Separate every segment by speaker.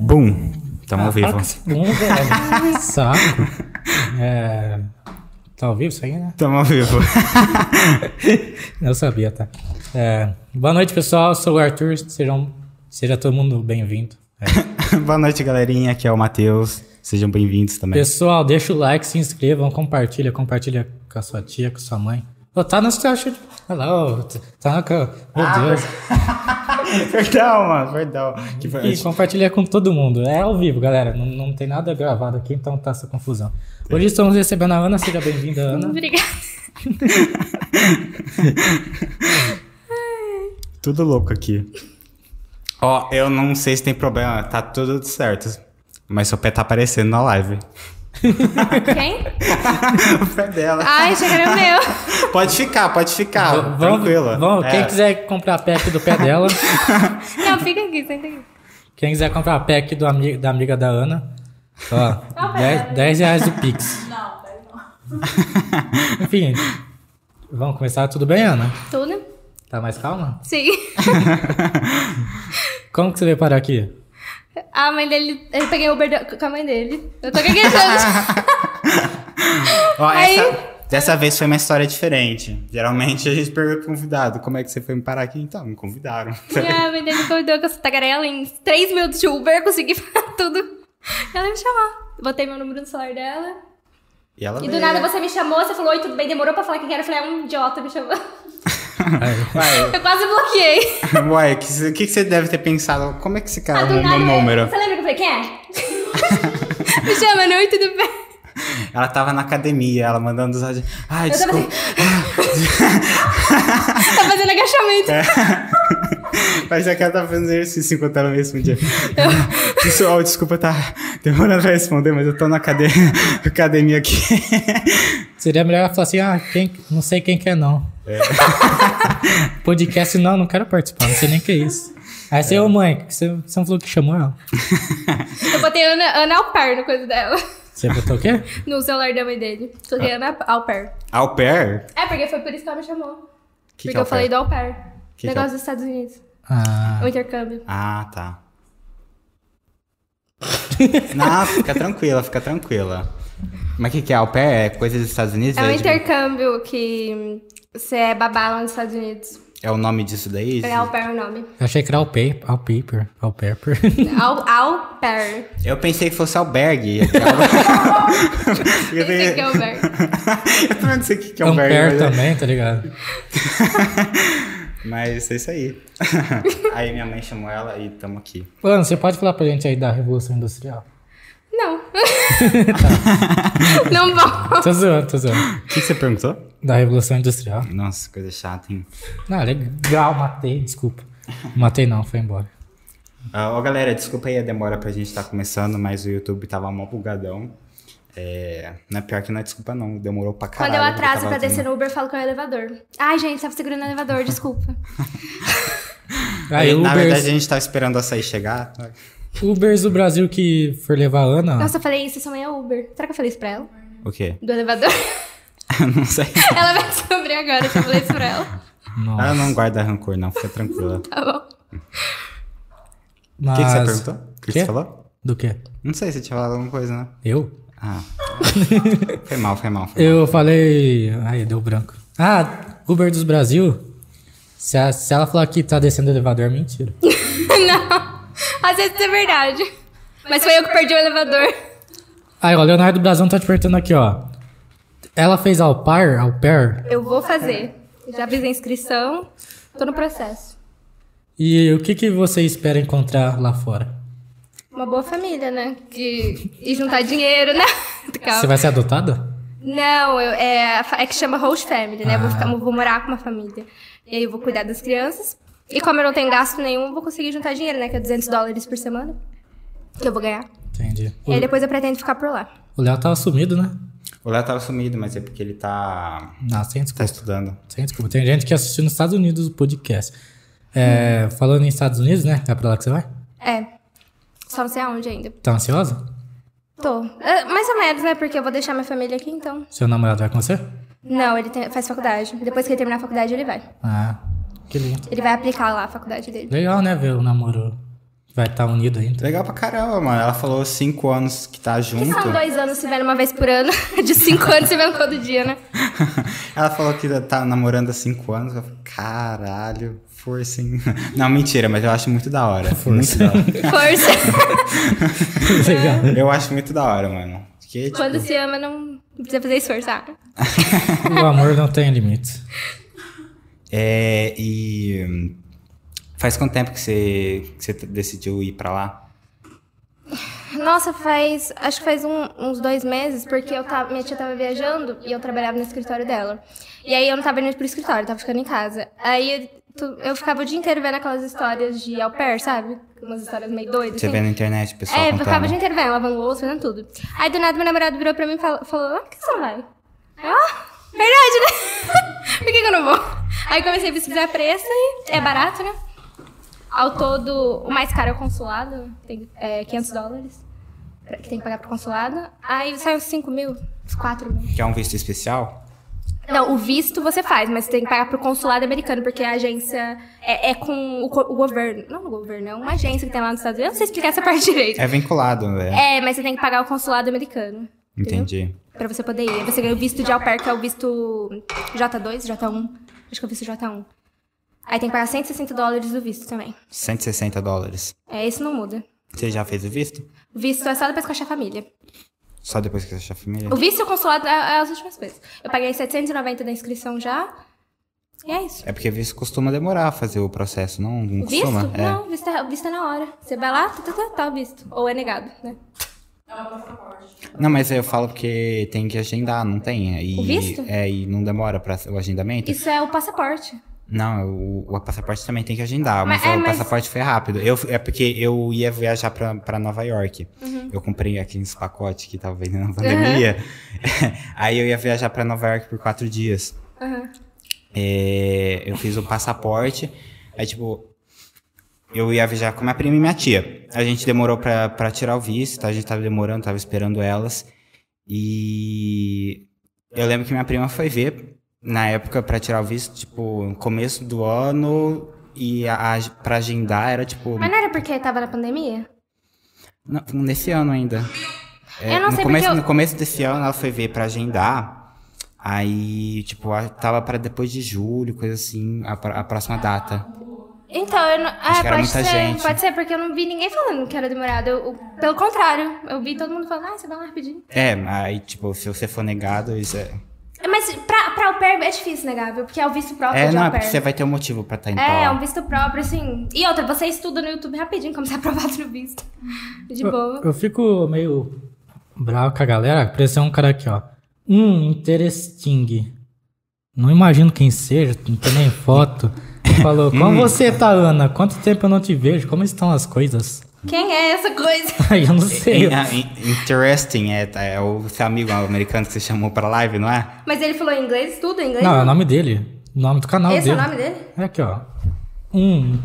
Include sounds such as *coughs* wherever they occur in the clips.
Speaker 1: Bum! Estamos ao vivo.
Speaker 2: Ah, que segundo, velho. Saco. É... Tá ao vivo isso aí, né?
Speaker 1: Estamos ao vivo. *laughs*
Speaker 2: Eu sabia, tá? É, Boa noite, pessoal. Eu sou o Arthur. Sejam... Seja todo mundo bem-vindo. É,
Speaker 1: *laughs* Boa noite, galerinha. Aqui é o Matheus. Sejam bem-vindos também.
Speaker 2: Pessoal, deixa o like, se inscrevam, compartilha, compartilha com a sua tia, com a sua mãe. Ô, tá no seu... Olha lá, ô, tá no... Meu Deus.
Speaker 1: *laughs* perdão, mano. Perdão. Que foi-
Speaker 2: E compartilha com todo mundo. É ao vivo, galera. Não, não tem nada gravado aqui, então tá essa confusão. Hoje estamos recebendo a Ana. Seja bem-vinda, Ana.
Speaker 3: Obrigada.
Speaker 1: Tudo louco aqui. Ó, eu não sei se tem problema. Tá tudo certo. Mas seu pé tá aparecendo na live. *laughs*
Speaker 3: Quem?
Speaker 1: o pé dela.
Speaker 3: Ai, achei que era o meu.
Speaker 1: Pode ficar, pode ficar.
Speaker 2: Vamos-
Speaker 1: tranquila.
Speaker 2: Vamos,
Speaker 1: É.
Speaker 2: quem quiser comprar a pack do pé *laughs* dela,
Speaker 3: Não, fica aqui, senta aqui.
Speaker 2: quem quiser comprar a pack do ami- da amiga da Ana, ó, 10, 10 reais do Pix. Não, não. *laughs* Enfim, vamos começar. Tudo bem, Ana?
Speaker 3: Tudo?
Speaker 2: Tá mais calma?
Speaker 3: né? Sim.
Speaker 2: Como que você veio parar aqui?
Speaker 3: A mãe dele. Eu peguei o Uber do- com a mãe dele. Eu tô gaguejando.
Speaker 1: Ó,
Speaker 3: Aí-
Speaker 1: essa- dessa vez foi uma história diferente. Geralmente a gente pergunta pro convidado, como é que você foi me parar aqui? Então, me convidaram. *laughs*
Speaker 3: E a mãe dele me convidou com essa tagarela em 3 minutos de Uber, consegui falar tudo. Ela me chamou. Botei meu número no celular dela.
Speaker 1: E ela
Speaker 3: E do
Speaker 1: veio.
Speaker 3: nada você me chamou, você falou, oi, tudo bem? Demorou pra falar que era. Eu falei, é um idiota me chamou.
Speaker 2: Aí,
Speaker 1: Uai,
Speaker 3: Eu quase bloqueei.
Speaker 1: *laughs* uai, o que, cê- que que você deve ter pensado? Como é que esse
Speaker 3: Ah,
Speaker 1: cara
Speaker 3: do
Speaker 1: arrumou
Speaker 3: nada,
Speaker 1: meu número?
Speaker 3: Você lembra que eu falei, quem é? *laughs* me chama, né? não, e tudo bem.
Speaker 1: Ela tava na academia, ela mandando os... Ai,
Speaker 3: Eu tava
Speaker 1: desculpa.
Speaker 3: assim. tá fazendo agachamento. assim.
Speaker 1: Parece é que ela tava fazendo exercício enquanto ela me
Speaker 3: *laughs*
Speaker 1: respondia. Pessoal, desculpa, tá demorando pra responder, mas eu tô na academia, *laughs* academia aqui. *laughs*
Speaker 2: seria melhor ela falar assim, ah, quem, não sei quem quer não. *laughs* Podcast, não, não quero participar, não sei nem o que é isso. Aí você, ô mãe, você, você não falou que chamou ela?
Speaker 3: Eu botei Ana, Ana au pair no coisa dela. *laughs*
Speaker 2: Você botou o *laughs* quê?
Speaker 3: No celular da mãe dele. Coloquei
Speaker 1: Ah.
Speaker 3: Ana au pair.
Speaker 1: Au pair?
Speaker 3: É, porque foi por isso que ela me chamou.
Speaker 1: Que que
Speaker 3: porque
Speaker 1: é au
Speaker 3: eu falei
Speaker 1: pair?
Speaker 3: do au pair.
Speaker 1: Que que é
Speaker 3: Negócio
Speaker 1: au-
Speaker 3: dos Estados Unidos.
Speaker 2: Ah,
Speaker 3: O intercâmbio.
Speaker 1: Ah, tá. Não, fica tranquila, fica tranquila. Mas o que, que é? Au pair? É coisa dos Estados Unidos?
Speaker 3: É um
Speaker 1: de-
Speaker 3: intercâmbio que hum, você é babá lá nos Estados Unidos.
Speaker 1: é o nome disso daí?
Speaker 3: É au pair o nome.
Speaker 2: eu achei que era ao paper, ao paper, ao paper. *laughs*
Speaker 3: Au, au pair.
Speaker 1: Eu pensei que fosse albergue.
Speaker 3: *laughs*
Speaker 1: Eu
Speaker 3: Esse aqui é o Bear.
Speaker 1: Eu também não sei o que, que é
Speaker 2: É um pair
Speaker 1: albergue. Mas,
Speaker 2: também, tá ligado?
Speaker 1: mas é isso aí. *laughs* aí minha mãe chamou ela e tamo aqui.
Speaker 2: Ana, você pode falar pra gente aí da Revolução Industrial?
Speaker 1: *laughs*
Speaker 3: Não. não vou.
Speaker 2: Tô zoando, tô zoando.
Speaker 1: O que, que você perguntou?
Speaker 2: Da Revolução Industrial.
Speaker 1: Nossa, coisa chata, hein?
Speaker 2: Ah, legal, matei, desculpa. Matei não, foi embora.
Speaker 1: Ah, Ó, galera, desculpa aí a demora pra gente estar começando, mas o YouTube tava mó bugadão. É, não é pior que não é desculpa, não. Demorou pra caralho. tá
Speaker 3: Quando eu
Speaker 1: porque
Speaker 3: atraso
Speaker 1: tava
Speaker 3: pra
Speaker 1: ouvindo.
Speaker 3: descer no Uber, eu falo que é o elevador. Ai, gente, tava segurando o elevador, desculpa.
Speaker 2: Aí,
Speaker 1: Na verdade, a
Speaker 2: Ubers,
Speaker 1: gente tava esperando a sair chegar.
Speaker 2: Ubers do Brasil que for levar a
Speaker 1: Ah.
Speaker 2: Ana...
Speaker 3: Nossa, eu falei isso, essa mãe é Uber. Será que eu falei isso pra ela?
Speaker 1: O quê? *laughs*
Speaker 3: Do elevador?
Speaker 1: não *laughs* sei.
Speaker 3: ela vai descobrir agora se eu falei isso pra ela.
Speaker 2: Nossa.
Speaker 1: Ela Ah, não guarda rancor, não. Fica tranquila. O
Speaker 3: Tá bom.
Speaker 2: Mas...
Speaker 1: que, que você perguntou? O que, que
Speaker 2: Quê?
Speaker 1: você falou?
Speaker 2: Do quê?
Speaker 1: Não sei se tinha falado alguma coisa, né?
Speaker 2: Eu?
Speaker 3: *laughs*
Speaker 1: Ah. foi mal, foi mal. Foi mal.
Speaker 2: Eu falei... Ai, deu branco. Ah, Uber dos Brasil? Se, a- se ela falar que tá descendo o elevador, é mentira.
Speaker 3: Não. Às vezes é verdade. Mas foi eu que perdi o elevador.
Speaker 2: Aí, ó, Leonardo Brazão tá te perguntando aqui, ó. Ela fez ao par, ao pair,
Speaker 3: Eu vou fazer. Já fiz a inscrição. Tô no processo.
Speaker 2: e o que que você espera encontrar lá fora?
Speaker 3: Uma boa família, né? Que... E juntar dinheiro, né? *laughs*
Speaker 2: Você
Speaker 3: Calma.
Speaker 2: vai ser adotada?
Speaker 3: Não, eu- é, a fa- é que chama host family,
Speaker 2: Ah.
Speaker 3: né? Eu vou, ficar- eu vou morar com uma família. E aí eu vou cuidar das crianças. E como eu não tenho gasto nenhum, eu vou conseguir juntar dinheiro, né? Que é 200 dólares por semana. Que eu vou ganhar.
Speaker 2: Entendi.
Speaker 3: E aí
Speaker 2: O-
Speaker 3: depois eu pretendo ficar por lá.
Speaker 2: O Léo tava sumido, né?
Speaker 1: O Léo tava sumido, mas é porque ele tá.
Speaker 2: Não, sem
Speaker 1: tá
Speaker 2: desculpa.
Speaker 1: estudando.
Speaker 2: Sem desculpa. Tem gente que assistiu nos Estados Unidos o podcast. É, Falando em Estados Unidos, né? É pra lá que você vai?
Speaker 3: É. Só não sei aonde ainda.
Speaker 2: Tá ansiosa?
Speaker 3: Tô. É, mais ou menos, né? Porque eu vou deixar minha família aqui, então.
Speaker 2: Seu namorado vai com você?
Speaker 3: Não, ele tem- faz faculdade. Depois que ele terminar a faculdade, ele vai.
Speaker 2: Ah, que lindo.
Speaker 3: Ele vai aplicar lá a faculdade dele.
Speaker 2: Legal, né? Ver o namoro Vai estar unido ainda.
Speaker 1: Legal pra caramba, mano. Ela falou cinco anos que tá junto.
Speaker 3: Que são dois anos se vendo uma vez por ano. *laughs* De cinco anos se vendo todo dia, né?
Speaker 1: Ela falou que tá namorando há cinco anos. Eu falei, caralho, força, hein? *laughs* Não, mentira, mas eu acho muito da
Speaker 3: *laughs*
Speaker 1: hora. Muito da hora.
Speaker 3: Força.
Speaker 2: *laughs* Legal.
Speaker 1: Eu acho muito da hora, mano. Porque, tipo,
Speaker 3: Quando se ama, não precisa fazer esforço. Ah,
Speaker 2: O amor não tem limite.
Speaker 1: É, e hum, faz quanto tempo que você, que você t- decidiu ir pra lá?
Speaker 3: Nossa, faz. Acho que faz um- uns dois meses, porque eu tava, minha tia tava viajando e eu trabalhava no escritório dela. E aí eu não tava indo pro escritório, eu tava ficando em casa. Aí tu- eu ficava o dia inteiro vendo aquelas histórias de au pair, sabe? Umas histórias meio doidas.
Speaker 1: Você
Speaker 3: assim.
Speaker 1: vê na internet, o pessoal
Speaker 3: É, eu ficava o
Speaker 1: contando.
Speaker 3: dia inteiro vendo, lavando louça, fazendo tudo. Aí do nada meu namorado virou pra mim e falou, falou ah, por que você não vai? Aí, eu, ah, verdade, né? *laughs* por que, que eu não vou? Aí comecei a pesquisar preço e é barato, né? Ao todo, o mais caro é o consulado, tem é, 500 dólares, pra- que tem que pagar pro consulado. Aí sai uns 5 mil, uns 4 mil.
Speaker 1: Que é um visto especial?
Speaker 3: Não, o visto você faz, mas você tem que pagar pro consulado americano, porque a agência é, é com o, co- o governo. Não o governo, é uma agência que tem lá nos Estados Unidos. Eu não sei explicar essa parte direito.
Speaker 1: É vinculado, né?
Speaker 3: É, mas você tem que pagar o consulado americano. entendeu?
Speaker 1: Entendi.
Speaker 3: Pra você poder ir. Você ganha o visto de au pair, que é o visto J2, J1. Acho que é o visto J1. Aí tem que pagar 160 dólares do visto também.
Speaker 1: 160 dólares.
Speaker 3: É, isso não muda.
Speaker 1: Você já fez o visto?
Speaker 3: O visto é só depois que eu achar família.
Speaker 1: Só depois que você achar a família?
Speaker 3: O visto e o consulado é, é as últimas coisas. Eu paguei 790 da inscrição já. E é isso.
Speaker 1: É porque visto costuma demorar a fazer o processo, não, não
Speaker 3: O visto?
Speaker 1: costuma? É.
Speaker 3: Não, o visto é, o visto é na hora. Você vai lá, tá, tá, tá, tá o visto. Ou é negado, né?
Speaker 1: Não, mas eu falo porque tem que agendar, não tem? E,
Speaker 3: O visto?
Speaker 1: É, e não demora para o agendamento?
Speaker 3: Isso é o passaporte.
Speaker 1: Não, o, o passaporte também tem que agendar, mas,
Speaker 3: Mas- é,
Speaker 1: o
Speaker 3: mas-
Speaker 1: passaporte foi rápido. Eu, é porque eu ia viajar pra, pra Nova York.
Speaker 3: Uhum.
Speaker 1: Eu comprei aqueles pacotes que tava vendendo na pandemia. *laughs* Aí eu ia viajar pra Nova York por quatro dias.
Speaker 3: Aham.
Speaker 1: É, eu fiz o passaporte. Aí, tipo, eu ia viajar com minha prima e minha tia. A gente demorou pra, pra tirar o visto, a gente tava demorando, tava esperando elas. E eu lembro que minha prima foi ver, na época, pra tirar o visto, tipo, no começo do ano. E a, a, pra agendar era, tipo,
Speaker 3: Mas não era porque tava na pandemia?
Speaker 1: não, nesse ano ainda. É,
Speaker 3: Eu não
Speaker 1: no
Speaker 3: sei
Speaker 1: começo,
Speaker 3: porque eu-
Speaker 1: No começo desse ano ela foi ver pra agendar. Aí, tipo, a- tava pra depois de julho, coisa assim, a, pra- a próxima data.
Speaker 3: Então, eu não...
Speaker 1: Acho
Speaker 3: ah,
Speaker 1: que era
Speaker 3: pode
Speaker 1: muita
Speaker 3: ser,
Speaker 1: gente.
Speaker 3: pode ser, porque eu não vi ninguém falando que era demorado. Eu- eu- pelo contrário, eu vi todo mundo falando, ah, você vai lá rapidinho.
Speaker 1: É, aí, tipo, se você for negado, isso é.
Speaker 3: Mas pra, pra au pair é difícil, negável, porque é o visto próprio
Speaker 1: É,
Speaker 3: de
Speaker 1: não, é
Speaker 3: au
Speaker 1: porque
Speaker 3: pair.
Speaker 1: você vai ter um motivo pra estar indo
Speaker 3: É,
Speaker 1: pra
Speaker 3: é
Speaker 1: lá.
Speaker 3: um visto próprio, assim. E outra, você estuda no YouTube rapidinho como você é aprovado no visto. *laughs* De boa.
Speaker 2: Eu fico meio bravo com a galera. Apareceu um cara aqui, ó. Um interesting. Não imagino quem seja, não tem nem foto. Falou, como você tá, Ana? Quanto tempo eu não te vejo? Como estão as coisas? *laughs*
Speaker 3: Quem é essa coisa?
Speaker 2: Aí eu não
Speaker 1: In-
Speaker 2: sei.
Speaker 1: in- Interesting, é, é o seu amigo americano que você chamou pra live, não é?
Speaker 3: Mas ele falou em inglês, tudo em inglês?
Speaker 2: Não, é o nome dele. O nome do canal
Speaker 3: Esse é
Speaker 2: dele.
Speaker 3: o nome dele?
Speaker 2: É aqui, ó. Um.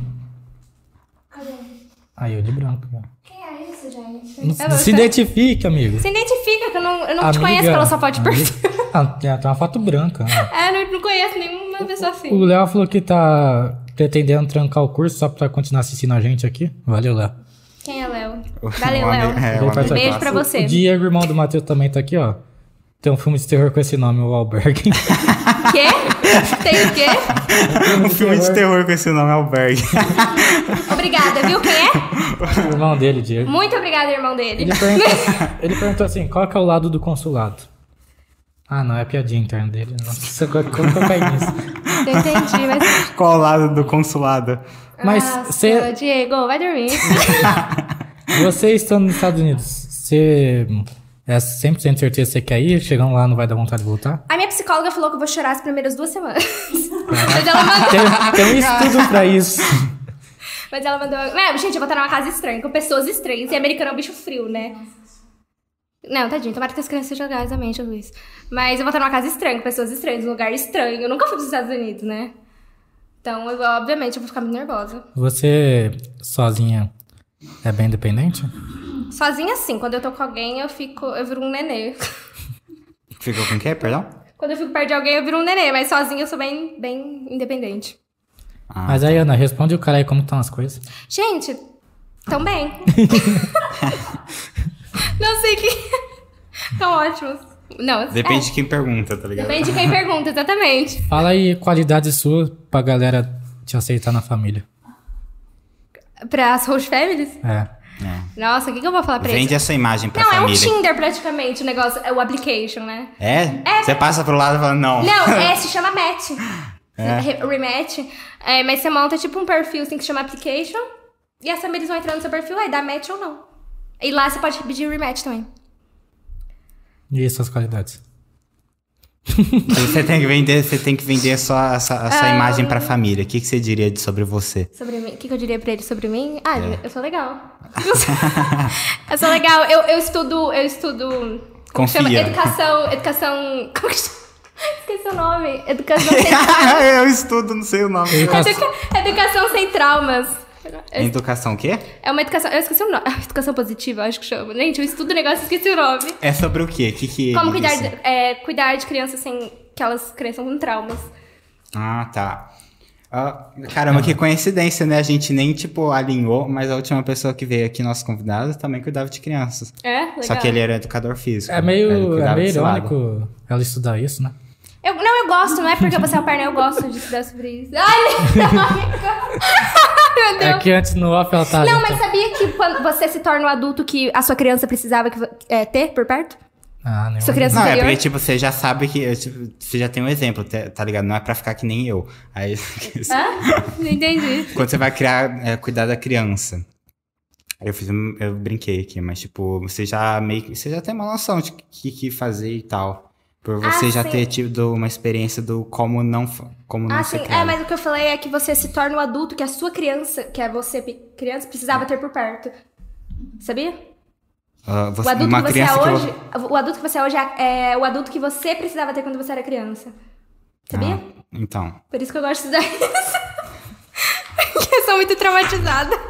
Speaker 2: Aí eu de branco. ó.
Speaker 3: Quem é esse, gente?
Speaker 2: Não,
Speaker 3: Eu-
Speaker 2: não se
Speaker 3: eu-
Speaker 2: identifique, amigo.
Speaker 3: Se identifica, que eu não, eu não te conheço pela sua foto de perfil. *laughs*
Speaker 2: Ah, tem tem uma foto branca. né?
Speaker 3: É, eu não conheço nenhuma pessoa assim.
Speaker 2: O Léo falou que tá pretendendo trancar o curso só pra continuar assistindo a gente aqui. Valeu, Léo.
Speaker 3: Quem é Léo?
Speaker 1: O-
Speaker 3: Valeu,
Speaker 1: o ami-
Speaker 3: Léo.
Speaker 1: é, o
Speaker 2: Ele faz
Speaker 1: amigo
Speaker 2: a-
Speaker 3: Beijo pra
Speaker 1: nosso.
Speaker 3: você.
Speaker 2: O Diego, irmão do Matheus, também tá aqui, ó. Tem um filme de terror com esse nome,
Speaker 1: *laughs*
Speaker 2: o Albergue.
Speaker 3: Quê? Tem o quê?
Speaker 1: Um *laughs* filme de terror com esse nome, *laughs* Albergue.
Speaker 3: Obrigada, viu quem é?
Speaker 2: O irmão dele, Diego.
Speaker 3: Muito obrigada, irmão dele.
Speaker 2: Ele perguntou, *laughs* ele perguntou assim, qual que é o lado do consulado? Ah, não, é piadinha interna dele. Nossa, como que eu caí
Speaker 3: *laughs*
Speaker 2: nisso?
Speaker 3: Entendi, mas.
Speaker 1: Qual o lado do consulado?
Speaker 2: Mas
Speaker 3: Nossa,
Speaker 2: você,
Speaker 3: Diego, vai dormir.
Speaker 2: você estando nos Estados Unidos, você é 100% certeza que você quer ir? Chegando lá não vai dar vontade de voltar?
Speaker 3: A minha psicóloga falou que eu vou chorar as primeiras duas semanas. Mas ela mandou.
Speaker 2: Tem, tem um estudo pra isso.
Speaker 3: Mas ela mandou. Não, gente, eu vou estar numa casa estranha, com pessoas estranhas. E americano é um bicho frio, né? Não, tadinho, tomara que as crianças sejam legais, amém, Jesus. Mas eu vou estar numa casa estranha, com pessoas estranhas, num lugar estranho. Eu nunca fui pros Estados Unidos, né? Então, eu- obviamente, eu vou ficar muito nervosa.
Speaker 2: Você sozinha é bem independente?
Speaker 3: Sozinha, sim. Quando eu tô com alguém, eu fico. Eu viro um nenê.
Speaker 1: Ficou com o quê, perdão?
Speaker 3: Quando eu fico perto de alguém, eu viro um nenê. Mas sozinha, eu sou bem, bem independente.
Speaker 1: Ah,
Speaker 2: Mas aí, Ana, responde o cara aí como estão as tá coisas.
Speaker 3: Gente,
Speaker 1: *laughs*
Speaker 3: Também. não sei que. *laughs* Estão ótimos. Não,
Speaker 1: Depende
Speaker 3: é.
Speaker 1: de quem pergunta, tá ligado?
Speaker 3: Depende de quem pergunta, exatamente.
Speaker 2: Fala aí qualidade sua pra galera te aceitar na família.
Speaker 3: Para as host families?
Speaker 2: É.
Speaker 3: Nossa, o que, que eu vou falar pra
Speaker 1: Vende
Speaker 3: eles?
Speaker 1: essa imagem pra
Speaker 3: Não, é um
Speaker 1: família.
Speaker 3: Tinder praticamente o negócio, é o application, né?
Speaker 1: É? Você passa pro lado e fala, não. *laughs*
Speaker 3: Não, é, se chama match. Re- Rematch. É, mas você monta tipo um perfil assim que chama application. E as famílias vão entrando no seu perfil, aí dá match ou não. E lá você pode pedir rematch também.
Speaker 2: E suas qualidades?
Speaker 1: Você tem que vender, você tem que vender só essa, essa
Speaker 3: Ah.
Speaker 1: imagem pra família. O que, que você diria de- sobre
Speaker 3: *laughs*
Speaker 1: você? *laughs*
Speaker 3: Sobre mim. O que, que eu diria pra ele sobre mim? Ah, eu sou legal. *laughs* Eu sou, eu sou legal. Eu, eu estudo. Eu estudo. como que Chama?
Speaker 1: Confia.
Speaker 3: Educação. Educação. Como que chama? *laughs* Esqueci o nome.
Speaker 1: *laughs*
Speaker 3: Educação central. *laughs*
Speaker 1: eu estudo, não sei o nome.
Speaker 3: é Educa- educação sem traumas.
Speaker 1: Educação o quê?
Speaker 3: É uma educação. Eu esqueci o nome. Ah, *laughs* Educação positiva, acho que chama. Gente, eu estudo o negócio e esqueci o nome.
Speaker 1: É sobre o quê? Que que
Speaker 3: Como
Speaker 1: ele
Speaker 3: cuidar
Speaker 1: disse?
Speaker 3: de, é, cuidar de crianças sem. que elas cresçam com traumas.
Speaker 1: Ah, tá. Ah, caramba, que coincidência, né? A gente nem, tipo, alinhou, mas a última pessoa que veio aqui, nosso convidado, também cuidava de crianças.
Speaker 3: É? Legal.
Speaker 1: Só que ele era educador físico.
Speaker 2: É
Speaker 1: Ele
Speaker 2: meio, é
Speaker 1: cuidava
Speaker 2: meio
Speaker 1: desse lado.
Speaker 2: irônico ela estudar isso, né?
Speaker 3: Eu- não, eu gosto, não é porque você é o pai, né? Eu gosto de estudar sobre
Speaker 1: *laughs*
Speaker 3: isso. Ai, meu Deus.
Speaker 2: É que antes no off ela tá.
Speaker 3: Não, mas sabia que quando você se torna o adulto que a sua criança precisava que vo- é, ter por perto?
Speaker 2: Ah, nenhuma
Speaker 3: Sua criança
Speaker 1: Não, é
Speaker 3: superior?
Speaker 1: porque, tipo, você já sabe que. tipo, você já tem um exemplo, tá tá ligado? Não é pra ficar que nem eu. Aí. *laughs*
Speaker 3: Hã? Não entendi.
Speaker 1: Quando você vai criar, é, cuidar da criança. Eu fiz, um- eu brinquei aqui, mas tipo, você já meio que, você já tem uma noção de o que, que fazer e tal. Por
Speaker 3: Ah,
Speaker 1: você já
Speaker 3: sim.
Speaker 1: ter tido uma experiência do como não, fa- como não
Speaker 3: Ah,
Speaker 1: ser
Speaker 3: sim.
Speaker 1: criado.
Speaker 3: É, mas o que eu falei é que você se torna o adulto que a sua criança, que é você pe- criança, precisava ter por perto. Sabia?
Speaker 1: Ah, você-
Speaker 3: o adulto
Speaker 1: uma
Speaker 3: que você é
Speaker 1: criança que eu-
Speaker 3: hoje. O adulto que você é hoje é, é o adulto que você precisava ter quando você era criança. Sabia?
Speaker 1: Ah, então.
Speaker 3: Por isso que eu gosto de estudar *laughs* isso. Porque eu sou muito traumatizada.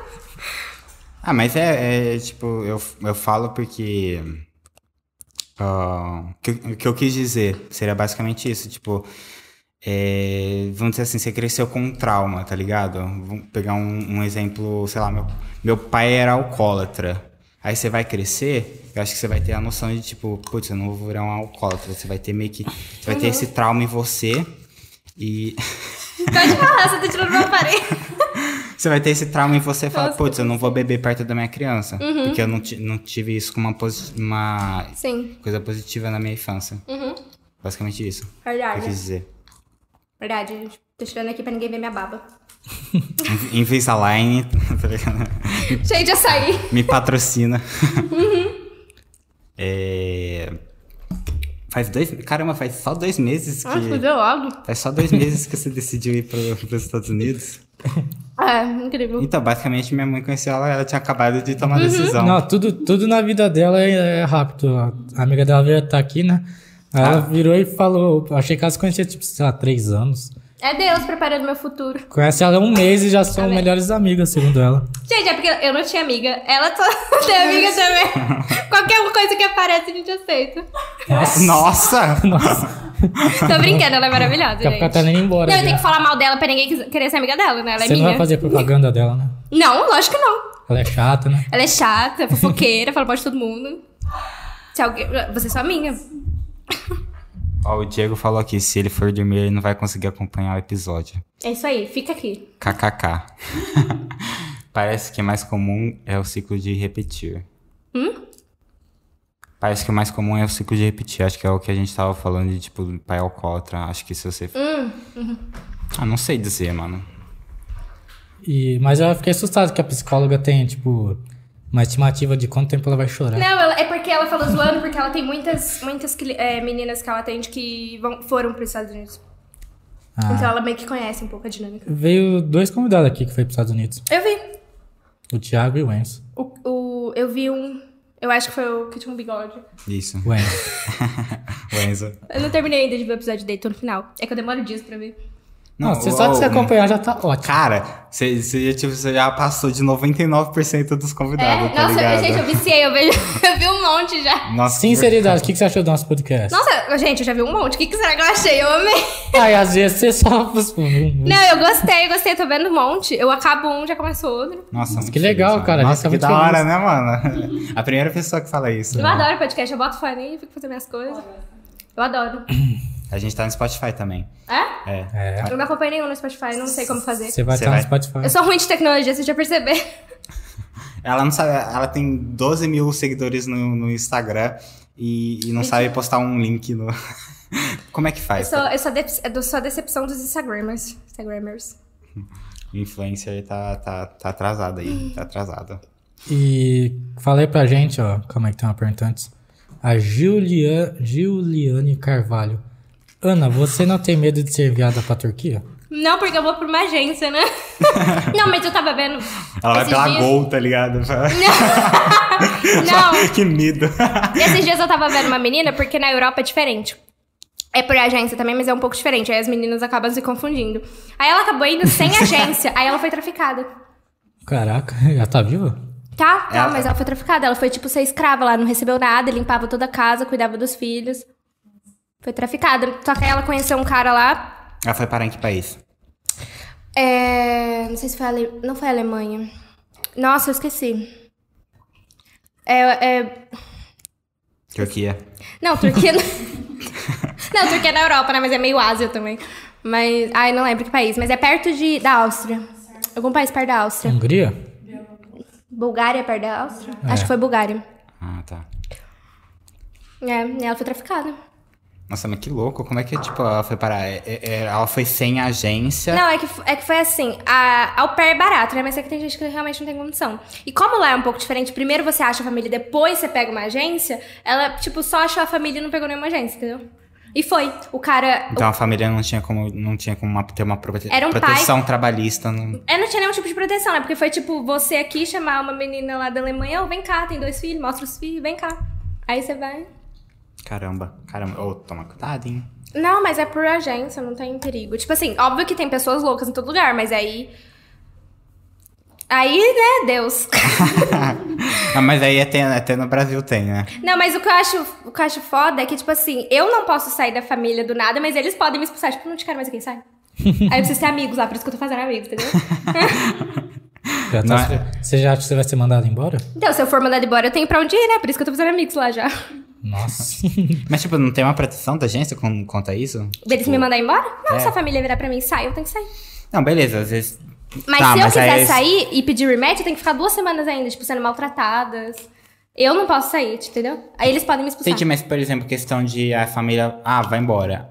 Speaker 1: Ah, mas é, é, tipo, eu, eu falo porque. ah, que- O que eu quis dizer seria basicamente isso, tipo. é, vamos dizer assim, você cresceu com um trauma, tá ligado? Vamos pegar um, um exemplo, sei lá, meu, meu pai era alcoólatra. Aí você vai crescer, eu acho que você vai ter a noção de tipo, putz, eu não vou virar um alcoólatra. Você vai ter meio que. Você vai ter esse trauma em você. E
Speaker 3: Pode falar, você tá tirando meu aparelho.
Speaker 1: Você vai ter esse trauma em você e fala,
Speaker 3: Nossa, Uhum.
Speaker 1: putz, eu não vou beber perto da minha criança. Porque eu não, ti- não tive isso como uma, posi- uma
Speaker 3: Sim.
Speaker 1: coisa positiva na minha infância.
Speaker 3: Uhum.
Speaker 1: Basicamente isso. que Eu
Speaker 3: Verdade.
Speaker 1: quis dizer. *laughs*
Speaker 3: Verdade, gente. Tô tirando aqui pra ninguém ver minha baba.
Speaker 1: Inv- Invisalign, *laughs* tá ligado?
Speaker 3: Cheio de açaí.
Speaker 1: me patrocina.
Speaker 3: Uhum.
Speaker 1: *laughs* É, Faz dois. Caramba, faz só dois meses que.
Speaker 3: logo.
Speaker 1: Faz só dois meses que você decidiu ir para os Estados Unidos.
Speaker 3: É, incrível.
Speaker 1: Então, basicamente, minha mãe conheceu ela, ela tinha acabado de
Speaker 3: Uhum.
Speaker 1: tomar a decisão.
Speaker 2: Não, tudo, tudo na vida dela é, é rápido. A amiga dela veio estar aqui, né? Aí
Speaker 1: Ah.
Speaker 2: Ela virou e falou. Achei que ela se conhecia, tipo, sei lá, três anos.
Speaker 3: É Deus preparando meu futuro.
Speaker 2: Conhece ela há um mês e já são
Speaker 3: Tá vendo?
Speaker 2: melhores amigas, segundo ela.
Speaker 3: Gente, é porque eu não tinha amiga. Ela só *laughs* tem amiga
Speaker 2: *laughs*
Speaker 3: também. Qualquer coisa que aparece, a gente aceita.
Speaker 1: Nossa!
Speaker 3: Tô brincando, ela é maravilhosa,
Speaker 2: Daqui a pouco ela tá
Speaker 3: gente.
Speaker 2: nem embora.
Speaker 3: Não, eu
Speaker 2: já.
Speaker 3: tenho que falar mal dela pra ninguém quis- querer ser amiga dela, né? Ela é
Speaker 2: Você não
Speaker 3: minha.
Speaker 2: vai fazer propaganda dela, né?
Speaker 3: Não, lógico que não.
Speaker 2: Ela é chata, né?
Speaker 3: Ela é chata, é fofoqueira, *laughs* fala mal de todo mundo. Se alguém... Você é só minha.
Speaker 1: Ó, o Diego falou aqui, se ele for dormir, ele não vai conseguir acompanhar o episódio.
Speaker 3: É isso aí, fica aqui.
Speaker 1: KKK. *laughs* Parece que o mais comum é o ciclo de repetir.
Speaker 3: Hum?
Speaker 1: Parece que o mais comum é o ciclo de repetir. Acho que é o que a gente tava falando de, tipo, do pai alcoólatra. Acho que se você...
Speaker 3: Hum, uhum.
Speaker 1: Ah, não sei dizer, mano.
Speaker 2: E, mas eu fiquei assustado que a psicóloga tem, tipo, uma estimativa de quanto tempo ela vai chorar.
Speaker 3: Não, ela- é porque ela falou zoando, porque ela tem muitas, muitas cli- é, meninas que ela atende que vão, foram pros Estados Unidos. Então ela meio que conhece um pouco a dinâmica.
Speaker 2: Veio dois convidados aqui que foi pros Estados Unidos.
Speaker 3: Eu vi.
Speaker 2: O Thiago e o Enzo.
Speaker 3: O, o- eu vi um. Eu acho que foi o que tinha um bigode.
Speaker 1: Isso.
Speaker 2: O Enzo.
Speaker 1: O Enzo.
Speaker 3: Eu não terminei ainda de ver o episódio dele, tô no final. É que eu demoro dias pra ver.
Speaker 2: Não, você
Speaker 1: o-
Speaker 2: só de se
Speaker 1: o-
Speaker 2: acompanhar já tá ótimo.
Speaker 1: Cara, você você já, tipo, você já passou de 99% dos convidados,
Speaker 3: É,
Speaker 1: tá
Speaker 3: nossa,
Speaker 1: ligado?
Speaker 3: gente, eu viciei, eu vejo, *laughs* eu vi um monte já.
Speaker 1: Nossa, tá
Speaker 2: Sinceridade, o que, que você achou do nosso podcast?
Speaker 3: Nossa, gente, eu já vi um monte. O que, que será que eu achei? Eu amei.
Speaker 2: Ai, às vezes você só.
Speaker 3: Não, eu gostei, eu gostei, tô vendo um monte. Eu acabo um, já começo outro.
Speaker 1: Nossa, muito
Speaker 2: que legal,
Speaker 1: mano.
Speaker 2: cara, a gente
Speaker 1: Nossa, que
Speaker 2: tá muito
Speaker 1: da
Speaker 2: feliz.
Speaker 1: hora, né, mano? *laughs* A primeira pessoa que fala isso.
Speaker 3: Eu
Speaker 1: né?
Speaker 3: adoro podcast, eu boto fone e fico fazendo minhas coisas. Eu adoro.
Speaker 1: A gente tá no Spotify também.
Speaker 3: É?
Speaker 1: É.
Speaker 2: É.
Speaker 3: Eu não acompanho nenhum no Spotify, não sei como fazer.
Speaker 2: Você vai
Speaker 1: Você
Speaker 2: estar no
Speaker 1: vai.
Speaker 2: Spotify.
Speaker 3: Eu sou ruim de tecnologia, vocês já perceberam.
Speaker 1: Ela não sabe. Ela tem 12 mil seguidores no, no Instagram e, e não sabe postar um link no. *laughs* Como é que
Speaker 3: Eu
Speaker 1: faz?
Speaker 3: sou, eu sou, dep- eu sou a decepção dos Instagramers. Instagramers.
Speaker 1: O influencer tá, tá, tá atrasado aí. Tá
Speaker 3: *gasps*
Speaker 1: atrasado.
Speaker 2: E falei pra gente, ó, calma aí que tem uma pergunta antes. A Julia, Giuliane Carvalho. Ana, você não tem medo de ser enviada pra Turquia?
Speaker 3: Não, porque eu vou pra uma agência, né? não, mas eu tava vendo.
Speaker 1: Ela vai
Speaker 3: esses
Speaker 1: pela
Speaker 3: dias-
Speaker 1: Gol, tá
Speaker 3: *laughs*
Speaker 1: ligado? *laughs*
Speaker 3: Não,
Speaker 1: que medo. *laughs*
Speaker 3: esses dias eu tava vendo uma menina, porque na Europa é diferente. É por agência também, mas é um pouco diferente. Aí as meninas acabam se confundindo. Aí ela acabou indo sem agência, aí ela foi traficada.
Speaker 2: Caraca, *laughs* ela tá viva?
Speaker 3: Tá, tá,
Speaker 1: Ela-
Speaker 3: mas ela foi traficada. Ela foi, tipo, ser escrava lá, não recebeu nada, limpava toda a casa, cuidava dos filhos. Foi traficada. Só que aí ela conheceu um cara lá.
Speaker 1: Ela foi parar em que país?
Speaker 3: É. Não sei se foi a Ale... Não foi a Alemanha. Nossa, eu esqueci. É. é...
Speaker 1: Turquia.
Speaker 3: Não, Turquia. não, *laughs* Não, Turquia é na Europa, né? Mas é meio Ásia também. Mas. Ai, não lembro que país. Mas é perto de... da Áustria. Algum país perto da Áustria.
Speaker 2: Hungria?
Speaker 3: Bulgária é perto da Áustria? Acho que foi Bulgária.
Speaker 1: Ah, tá.
Speaker 3: É, e ela foi traficada.
Speaker 1: Nossa, mas que louco. Como é que, tipo, ela foi parar? É- é- é- Ela foi sem agência.
Speaker 3: Não, é que, f- é que foi assim, a, ao pé é barato, né? Mas é que tem gente que realmente não tem condição. E como lá é um pouco diferente, primeiro você acha a família, depois você pega uma agência, ela, tipo, só achou a família e não pegou nenhuma agência, entendeu? E foi. O cara.
Speaker 1: Então a família não tinha como, não tinha como uma- ter uma prote-
Speaker 3: Era um pai-
Speaker 1: proteção trabalhista. não-
Speaker 3: É, não tinha nenhum tipo de proteção, né? Porque foi tipo, você aqui chamar uma menina lá da Alemanha, ô, vem cá, tem dois filhos, mostra os filhos, vem cá. Aí você vai.
Speaker 1: Caramba, caramba. Ô, toma cuidado, hein? *laughs*
Speaker 3: Não, mas é por agência, não tem perigo. Tipo assim, óbvio que tem pessoas loucas em todo lugar, mas aí. Aí, né, Deus. *laughs*
Speaker 1: Ah, mas aí até, até no Brasil tem, né?
Speaker 3: Não, mas o que, eu acho, o que eu acho foda é que, tipo assim, eu não posso sair da família do nada, mas eles podem me expulsar. Tipo, não te quero mais
Speaker 1: *laughs*
Speaker 3: aqui, sai. Aí eu preciso ter amigos lá, por isso que eu tô fazendo amigos, entendeu?
Speaker 2: Já tá-
Speaker 1: Não é-
Speaker 2: Você já acha que você vai ser mandado embora?
Speaker 3: então, se eu for mandada embora, eu tenho pra onde ir, né? Por isso que eu tô fazendo amigos lá já.
Speaker 2: Nossa.
Speaker 1: Mas, tipo, não tem uma proteção da agência com, quanto a isso?
Speaker 3: Deles me mandarem embora? Não,
Speaker 1: É.
Speaker 3: se a família virar pra mim e sair, eu tenho que sair.
Speaker 1: Não, beleza, às vezes.
Speaker 3: Mas
Speaker 1: Tá,
Speaker 3: se eu
Speaker 1: mas
Speaker 3: quiser
Speaker 1: aí-
Speaker 3: sair e pedir remédio, eu tenho que ficar duas semanas ainda, tipo, sendo maltratadas. Eu não posso sair, entendeu? Aí eles podem me expulsar.
Speaker 1: Entendi, mas, por exemplo, questão de a família. Ah, vai embora.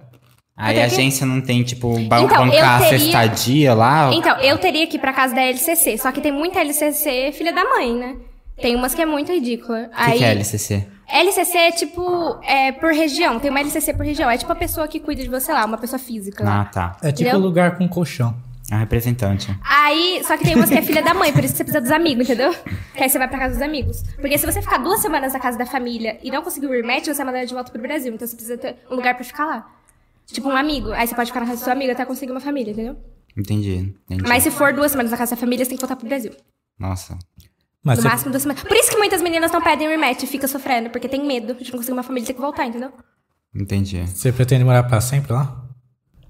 Speaker 1: Aí
Speaker 3: tenho
Speaker 1: a
Speaker 3: que-
Speaker 1: agência não tem, tipo, ba
Speaker 3: Então, eu
Speaker 1: bancar a
Speaker 3: teria-
Speaker 1: sextadia lá.
Speaker 3: Então, eu teria que ir pra casa da LCC, só que tem muita LCC filha da mãe, né? Tem umas que é muito ridícula.
Speaker 1: O que, que é LCC?
Speaker 3: LCC é tipo, é por região, tem uma LCC por região, é tipo a pessoa que cuida de você lá, uma pessoa física. lá.
Speaker 1: Ah, tá.
Speaker 2: É tipo
Speaker 3: Entendeu?
Speaker 2: lugar com colchão.
Speaker 1: É um representante.
Speaker 3: Aí, só que tem umas que é filha da mãe, por isso que você precisa dos amigos, entendeu? Que aí você vai pra casa dos amigos. Porque se você ficar duas semanas na casa da família e não conseguir o rematch, você é mandada de volta pro Brasil, então você precisa ter um lugar pra ficar lá. Tipo um amigo, aí você pode ficar na casa do seu amigo até conseguir uma família, entendeu?
Speaker 1: Entendi, entendi.
Speaker 3: Mas se for duas semanas na casa da família, você tem que voltar pro Brasil.
Speaker 1: Nossa.
Speaker 2: Mas
Speaker 3: No
Speaker 2: você-
Speaker 3: máximo duas semanas. Por isso que muitas meninas não pedem rematch e fica sofrendo, porque tem medo de não conseguir uma família e ter que voltar, entendeu?
Speaker 1: Entendi.
Speaker 2: você pretende morar pra sempre lá?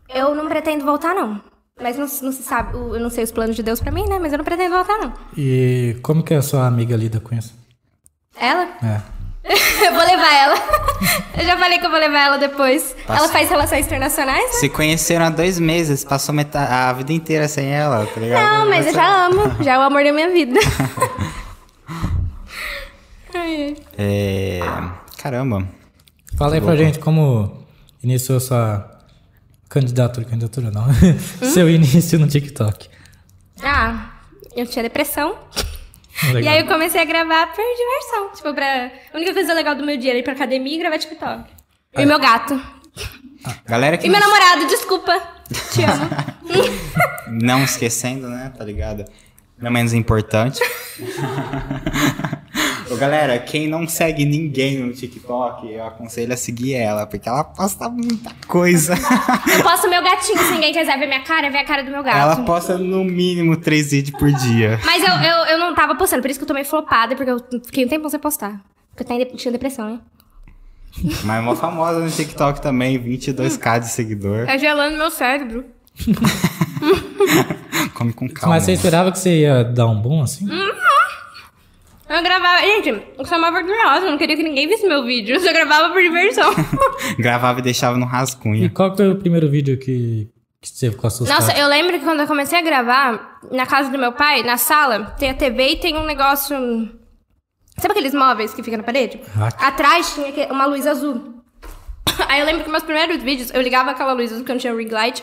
Speaker 3: Eu não pretendo voltar, não. Mas não, não se sabe, o- eu não sei os planos de Deus pra mim, né? Mas eu não pretendo voltar, não.
Speaker 2: E como que a sua amiga lida com isso?
Speaker 3: Ela? *laughs*
Speaker 2: É.
Speaker 3: Eu vou levar ela. eu já falei que eu vou levar ela depois.
Speaker 1: Tá
Speaker 3: Ela faz relações internacionais? né?
Speaker 1: Se conheceram há dois meses, passou metade, a vida inteira sem ela, tá ligado?
Speaker 3: Não, mas eu já amo. Já é o amor da
Speaker 1: *laughs*
Speaker 3: minha vida. Ai, ai.
Speaker 1: É... Caramba.
Speaker 2: Fala aí pra gente como iniciou sua candidatura, candidatura não, *laughs*
Speaker 3: Hum?
Speaker 2: seu início no TikTok.
Speaker 3: ah, eu tinha depressão.
Speaker 2: Legal.
Speaker 3: E aí eu comecei a gravar por diversão. Tipo, pra... a única coisa legal do meu dia era ir pra academia e gravar TikTok. E meu gato.
Speaker 1: Galera que
Speaker 3: E meu
Speaker 1: não,
Speaker 3: namorado, desculpa. Te amo.
Speaker 1: *laughs* não é esquecendo, né, tá ligado? Não menos importante. *laughs* Ô, galera, quem não segue ninguém no TikTok, eu aconselho a seguir ela, porque ela posta muita
Speaker 3: *laughs*
Speaker 1: coisa.
Speaker 3: Eu posto meu gatinho, se ninguém quiser ver minha cara, vê a cara do meu gato.
Speaker 1: Ela posta no mínimo três vídeos por dia.
Speaker 3: Mas eu, eu, eu não tava postando, por isso que eu tô meio flopada, porque eu fiquei um tempo sem postar. Porque eu tenho de- tinha depressão, hein?
Speaker 1: Mas é uma famosa no TikTok também, 22k de seguidor.
Speaker 3: Tá gelando meu cérebro. É.
Speaker 1: Come com calma.
Speaker 2: Mas você esperava que você ia dar um boom assim?
Speaker 3: Hum. Eu gravava. Gente, eu sou uma vergonhosa, eu não queria que ninguém visse meu vídeo. *laughs* Eu só gravava por diversão.
Speaker 1: Gravava e deixava no rascunho.
Speaker 2: E qual que foi o primeiro vídeo que, que você ficou assustado?
Speaker 3: Nossa, eu lembro que quando eu comecei a gravar, na casa do meu pai, na sala, tem a TV e tem um negócio. Sabe aqueles móveis que fica na parede?
Speaker 2: Ah.
Speaker 3: Atrás tinha que- uma luz azul. *coughs* Aí eu lembro que meus primeiros vídeos, eu ligava aquela luz azul que eu não tinha ring light.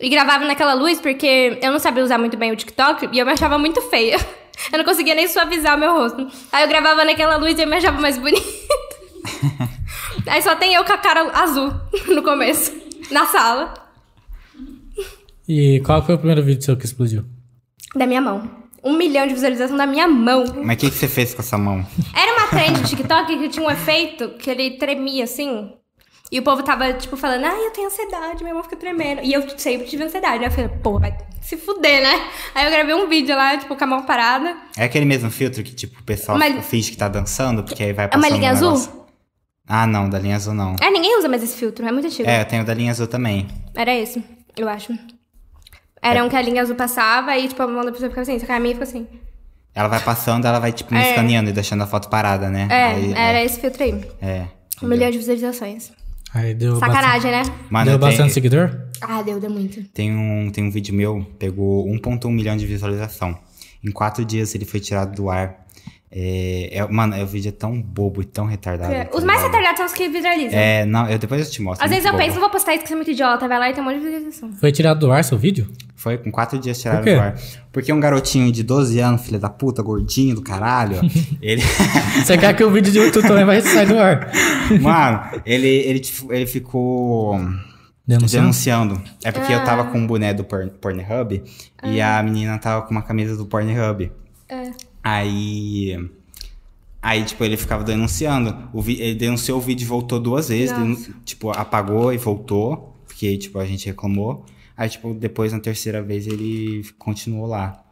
Speaker 3: E gravava naquela luz porque eu não sabia usar muito bem o TikTok e eu me achava muito feia. *laughs* Eu não conseguia nem suavizar o meu rosto. Aí eu gravava naquela luz e eu me achava mais bonita. Aí só tem eu com a cara azul *laughs* no começo, na sala.
Speaker 2: E qual foi o primeiro vídeo seu que explodiu?
Speaker 3: Da minha mão. Um milhão de visualização da minha mão.
Speaker 1: Mas o que, que você fez com essa mão?
Speaker 3: Era uma trend do TikTok que tinha um efeito que ele tremia assim. E o povo tava, tipo, falando, ai, eu tenho ansiedade, minha mão fica tremendo. E eu sempre tive ansiedade, né? Eu falei, pô, vai se fuder, né? Aí eu gravei um vídeo lá, tipo, com a mão parada.
Speaker 1: É aquele mesmo filtro que, tipo, o pessoal
Speaker 3: Uma-
Speaker 1: fica- finge que tá dançando, porque aí vai
Speaker 3: É uma
Speaker 1: passando
Speaker 3: linha
Speaker 1: um
Speaker 3: azul?
Speaker 1: negócio. Ah, não, da linha azul não.
Speaker 3: Ah, ninguém usa mais esse filtro, é muito antigo.
Speaker 1: É, eu tenho da linha azul também.
Speaker 3: Era esse, eu acho.
Speaker 1: É.
Speaker 3: Era um que a linha azul passava e, tipo, a mão da pessoa ficava assim, só que a minha ficou assim.
Speaker 1: Ela vai passando, ela vai, tipo, me
Speaker 3: É.
Speaker 1: escaneando e deixando a foto parada, né?
Speaker 3: É,
Speaker 1: Aí,
Speaker 3: era esse filtro aí.
Speaker 1: É.
Speaker 3: Um milhão de visualizações.
Speaker 2: Aí deu
Speaker 3: Sacanagem, né?
Speaker 2: Bastante,
Speaker 1: Mano,
Speaker 2: deu
Speaker 1: eu tenho-
Speaker 2: bastante seguidor?
Speaker 3: Ah, deu, deu muito.
Speaker 1: Tem um, tem um vídeo meu, pegou 1.1 milhão de visualização. Em quatro dias ele foi tirado do ar. É, é- mano, é- o vídeo é tão bobo e tão retardado.
Speaker 3: É,
Speaker 1: tá
Speaker 3: Os mais
Speaker 1: ligado?
Speaker 3: retardados são os que viralizam.
Speaker 1: É, não, eu depois eu te mostro.
Speaker 3: Às
Speaker 1: é
Speaker 3: vezes eu
Speaker 1: muito
Speaker 3: penso,
Speaker 1: bobo.
Speaker 3: não vou postar isso que você é muito idiota, vai lá e tem um monte de visualização.
Speaker 2: Foi tirado do ar seu vídeo?
Speaker 1: Foi com quatro dias tiraram
Speaker 2: Por quê?
Speaker 1: do ar. Porque um garotinho de 12 anos, filho da puta, gordinho do
Speaker 2: *laughs*
Speaker 1: caralho, ele. *laughs*
Speaker 2: Você quer que o vídeo do YouTube também vai sair do ar?
Speaker 1: mano, ele, ele, tipo, ele ficou.
Speaker 2: Denunciando?
Speaker 1: Denunciando. É porque eu
Speaker 3: Ah.
Speaker 1: tava com um boné do Porn- Pornhub e a menina tava com uma camisa do Pornhub.
Speaker 3: É.
Speaker 1: Aí. Aí, tipo, ele ficava denunciando. O vi- Ele denunciou o vídeo e voltou duas vezes.
Speaker 3: Nossa.
Speaker 1: denun- Tipo, apagou e voltou. Porque, tipo, a gente reclamou. Aí, tipo, depois, na terceira vez, ele continuou lá.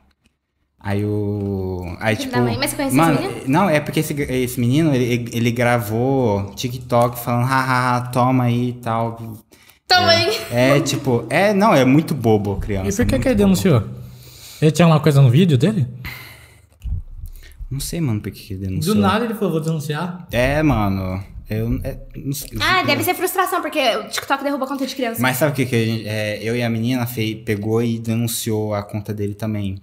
Speaker 1: Aí o. Aí,
Speaker 3: Filho
Speaker 1: tipo.
Speaker 3: da mãe, mas você conhece
Speaker 1: mano,
Speaker 3: esse menino?
Speaker 1: Não, é porque esse, esse menino, ele, ele gravou TikTok falando, hahaha, toma aí e tal.
Speaker 3: Também.
Speaker 1: É, tipo, é, não, é muito bobo a criança.
Speaker 2: E por que,
Speaker 1: é muito
Speaker 2: que ele
Speaker 1: bobo.
Speaker 2: denunciou? Ele tinha alguma coisa no vídeo dele?
Speaker 1: Não sei, mano, por que, que ele denunciou.
Speaker 2: é Do nada ele falou, vou denunciar.
Speaker 1: É, mano, eu é, não sei.
Speaker 3: Ah, deve ser frustração, porque o TikTok derruba a conta de criança.
Speaker 1: Mas sabe o que, que a gente, é, eu e a menina fei, pegou e denunciou a conta dele também.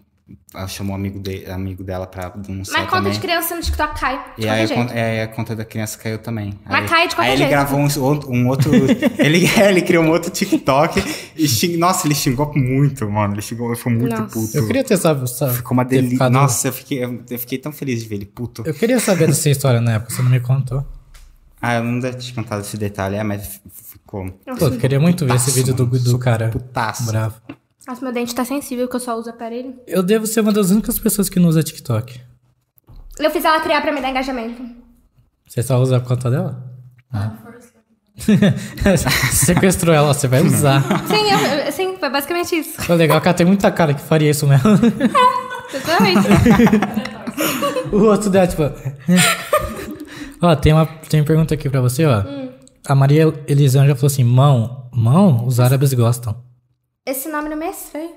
Speaker 1: Ela chamou o amigo, de, amigo dela pra denunciar
Speaker 3: Mas conta
Speaker 1: também.
Speaker 3: de criança no TikTok cai. De
Speaker 1: e aí
Speaker 3: qualquer
Speaker 1: a
Speaker 3: jeito.
Speaker 1: conta, é, a conta da criança caiu também.
Speaker 3: Mas
Speaker 1: aí,
Speaker 3: cai de qualquer
Speaker 1: aí
Speaker 3: jeito.
Speaker 1: ele gravou um, outro- um outro. *laughs* ele, ele criou um outro TikTok e xing, Nossa, ele xingou muito, mano. Ele xingou, eu fui muito
Speaker 3: Nossa.
Speaker 1: puto.
Speaker 2: Eu queria ter sabe, sabe,
Speaker 1: Ficou uma
Speaker 2: ter
Speaker 1: delícia.
Speaker 2: ficado-
Speaker 1: Nossa, eu fiquei, eu eu fiquei tão feliz de ver ele puto.
Speaker 2: Eu queria saber dessa história na época, você não me contou.
Speaker 1: Ah, eu não devia te contar esse detalhe, é, mas f- ficou.
Speaker 2: Pô, eu queria muito ver esse
Speaker 1: Putaço,
Speaker 2: vídeo do,
Speaker 1: mano.
Speaker 2: do cara
Speaker 1: Putaço.
Speaker 2: bravo.
Speaker 3: Nossa, meu dente tá sensível, que eu só uso aparelho.
Speaker 2: Eu devo ser uma das únicas pessoas que não usa TikTok.
Speaker 3: Eu fiz ela criar pra me
Speaker 1: *laughs*
Speaker 3: dar engajamento.
Speaker 2: Você só usa a conta dela? Ah. *laughs* Sequestrou ela, você vai usar.
Speaker 3: Sim, eu, eu- sim, foi basicamente isso.
Speaker 2: Pô, legal é que ela tem muita cara que faria isso mesmo.
Speaker 3: Totalmente.
Speaker 2: o rosto dela, tipo. *laughs* ó, tem uma tem uma pergunta aqui pra você, ó. A Maria Elisângela falou assim: mão, mão, os árabes gostam.
Speaker 3: Esse nome não me é estranho.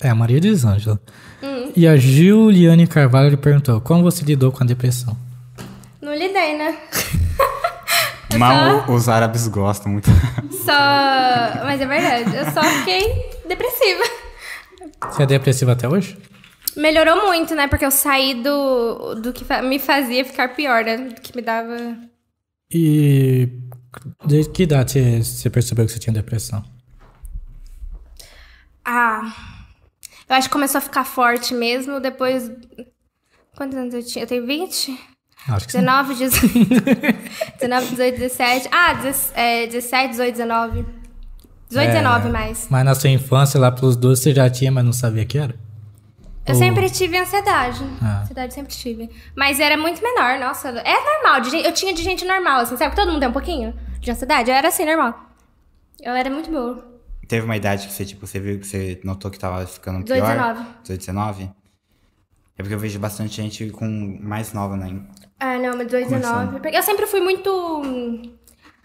Speaker 2: É, a Maria Elisângela. E a Juliane Carvalho lhe perguntou: como você lidou com a depressão?
Speaker 3: Não lidei, né?
Speaker 1: Mal os árabes gostam muito. *laughs*
Speaker 3: Só. Mas é verdade, eu só fiquei depressiva.
Speaker 2: Você é depressiva até hoje?
Speaker 3: Melhorou muito, né? Porque eu saí do, do que fa- me fazia ficar pior, né? Do que me dava
Speaker 2: E desde que idade você- você percebeu que você tinha depressão?
Speaker 3: Ah, eu acho que começou a ficar forte mesmo depois. Quantos anos eu tinha? Eu tenho 20?
Speaker 2: Acho que sim.
Speaker 3: 19, 18. 19, 18, 17. Ah, 10 é, 17, 18, 19. 18, 19 mais.
Speaker 2: Mas na sua infância, lá pelos 12, você já tinha, mas não sabia que era?
Speaker 3: Eu
Speaker 2: Ou-
Speaker 3: sempre tive ansiedade.
Speaker 2: Ah.
Speaker 3: Ansiedade sempre tive. Mas era muito menor, nossa. É normal. de gente- eu tinha de gente normal, assim, sabe? que Todo mundo tem um pouquinho de ansiedade. Eu era assim, normal. Eu era muito boa.
Speaker 1: Teve uma idade que você, tipo, você viu que você notou que tava ficando
Speaker 3: 18,
Speaker 1: pior?
Speaker 3: 19.
Speaker 1: 18, 19? É porque eu vejo bastante gente com mais nova, né?
Speaker 3: Ah, não, mas
Speaker 1: é
Speaker 3: 2019. Eu sempre fui muito. hum,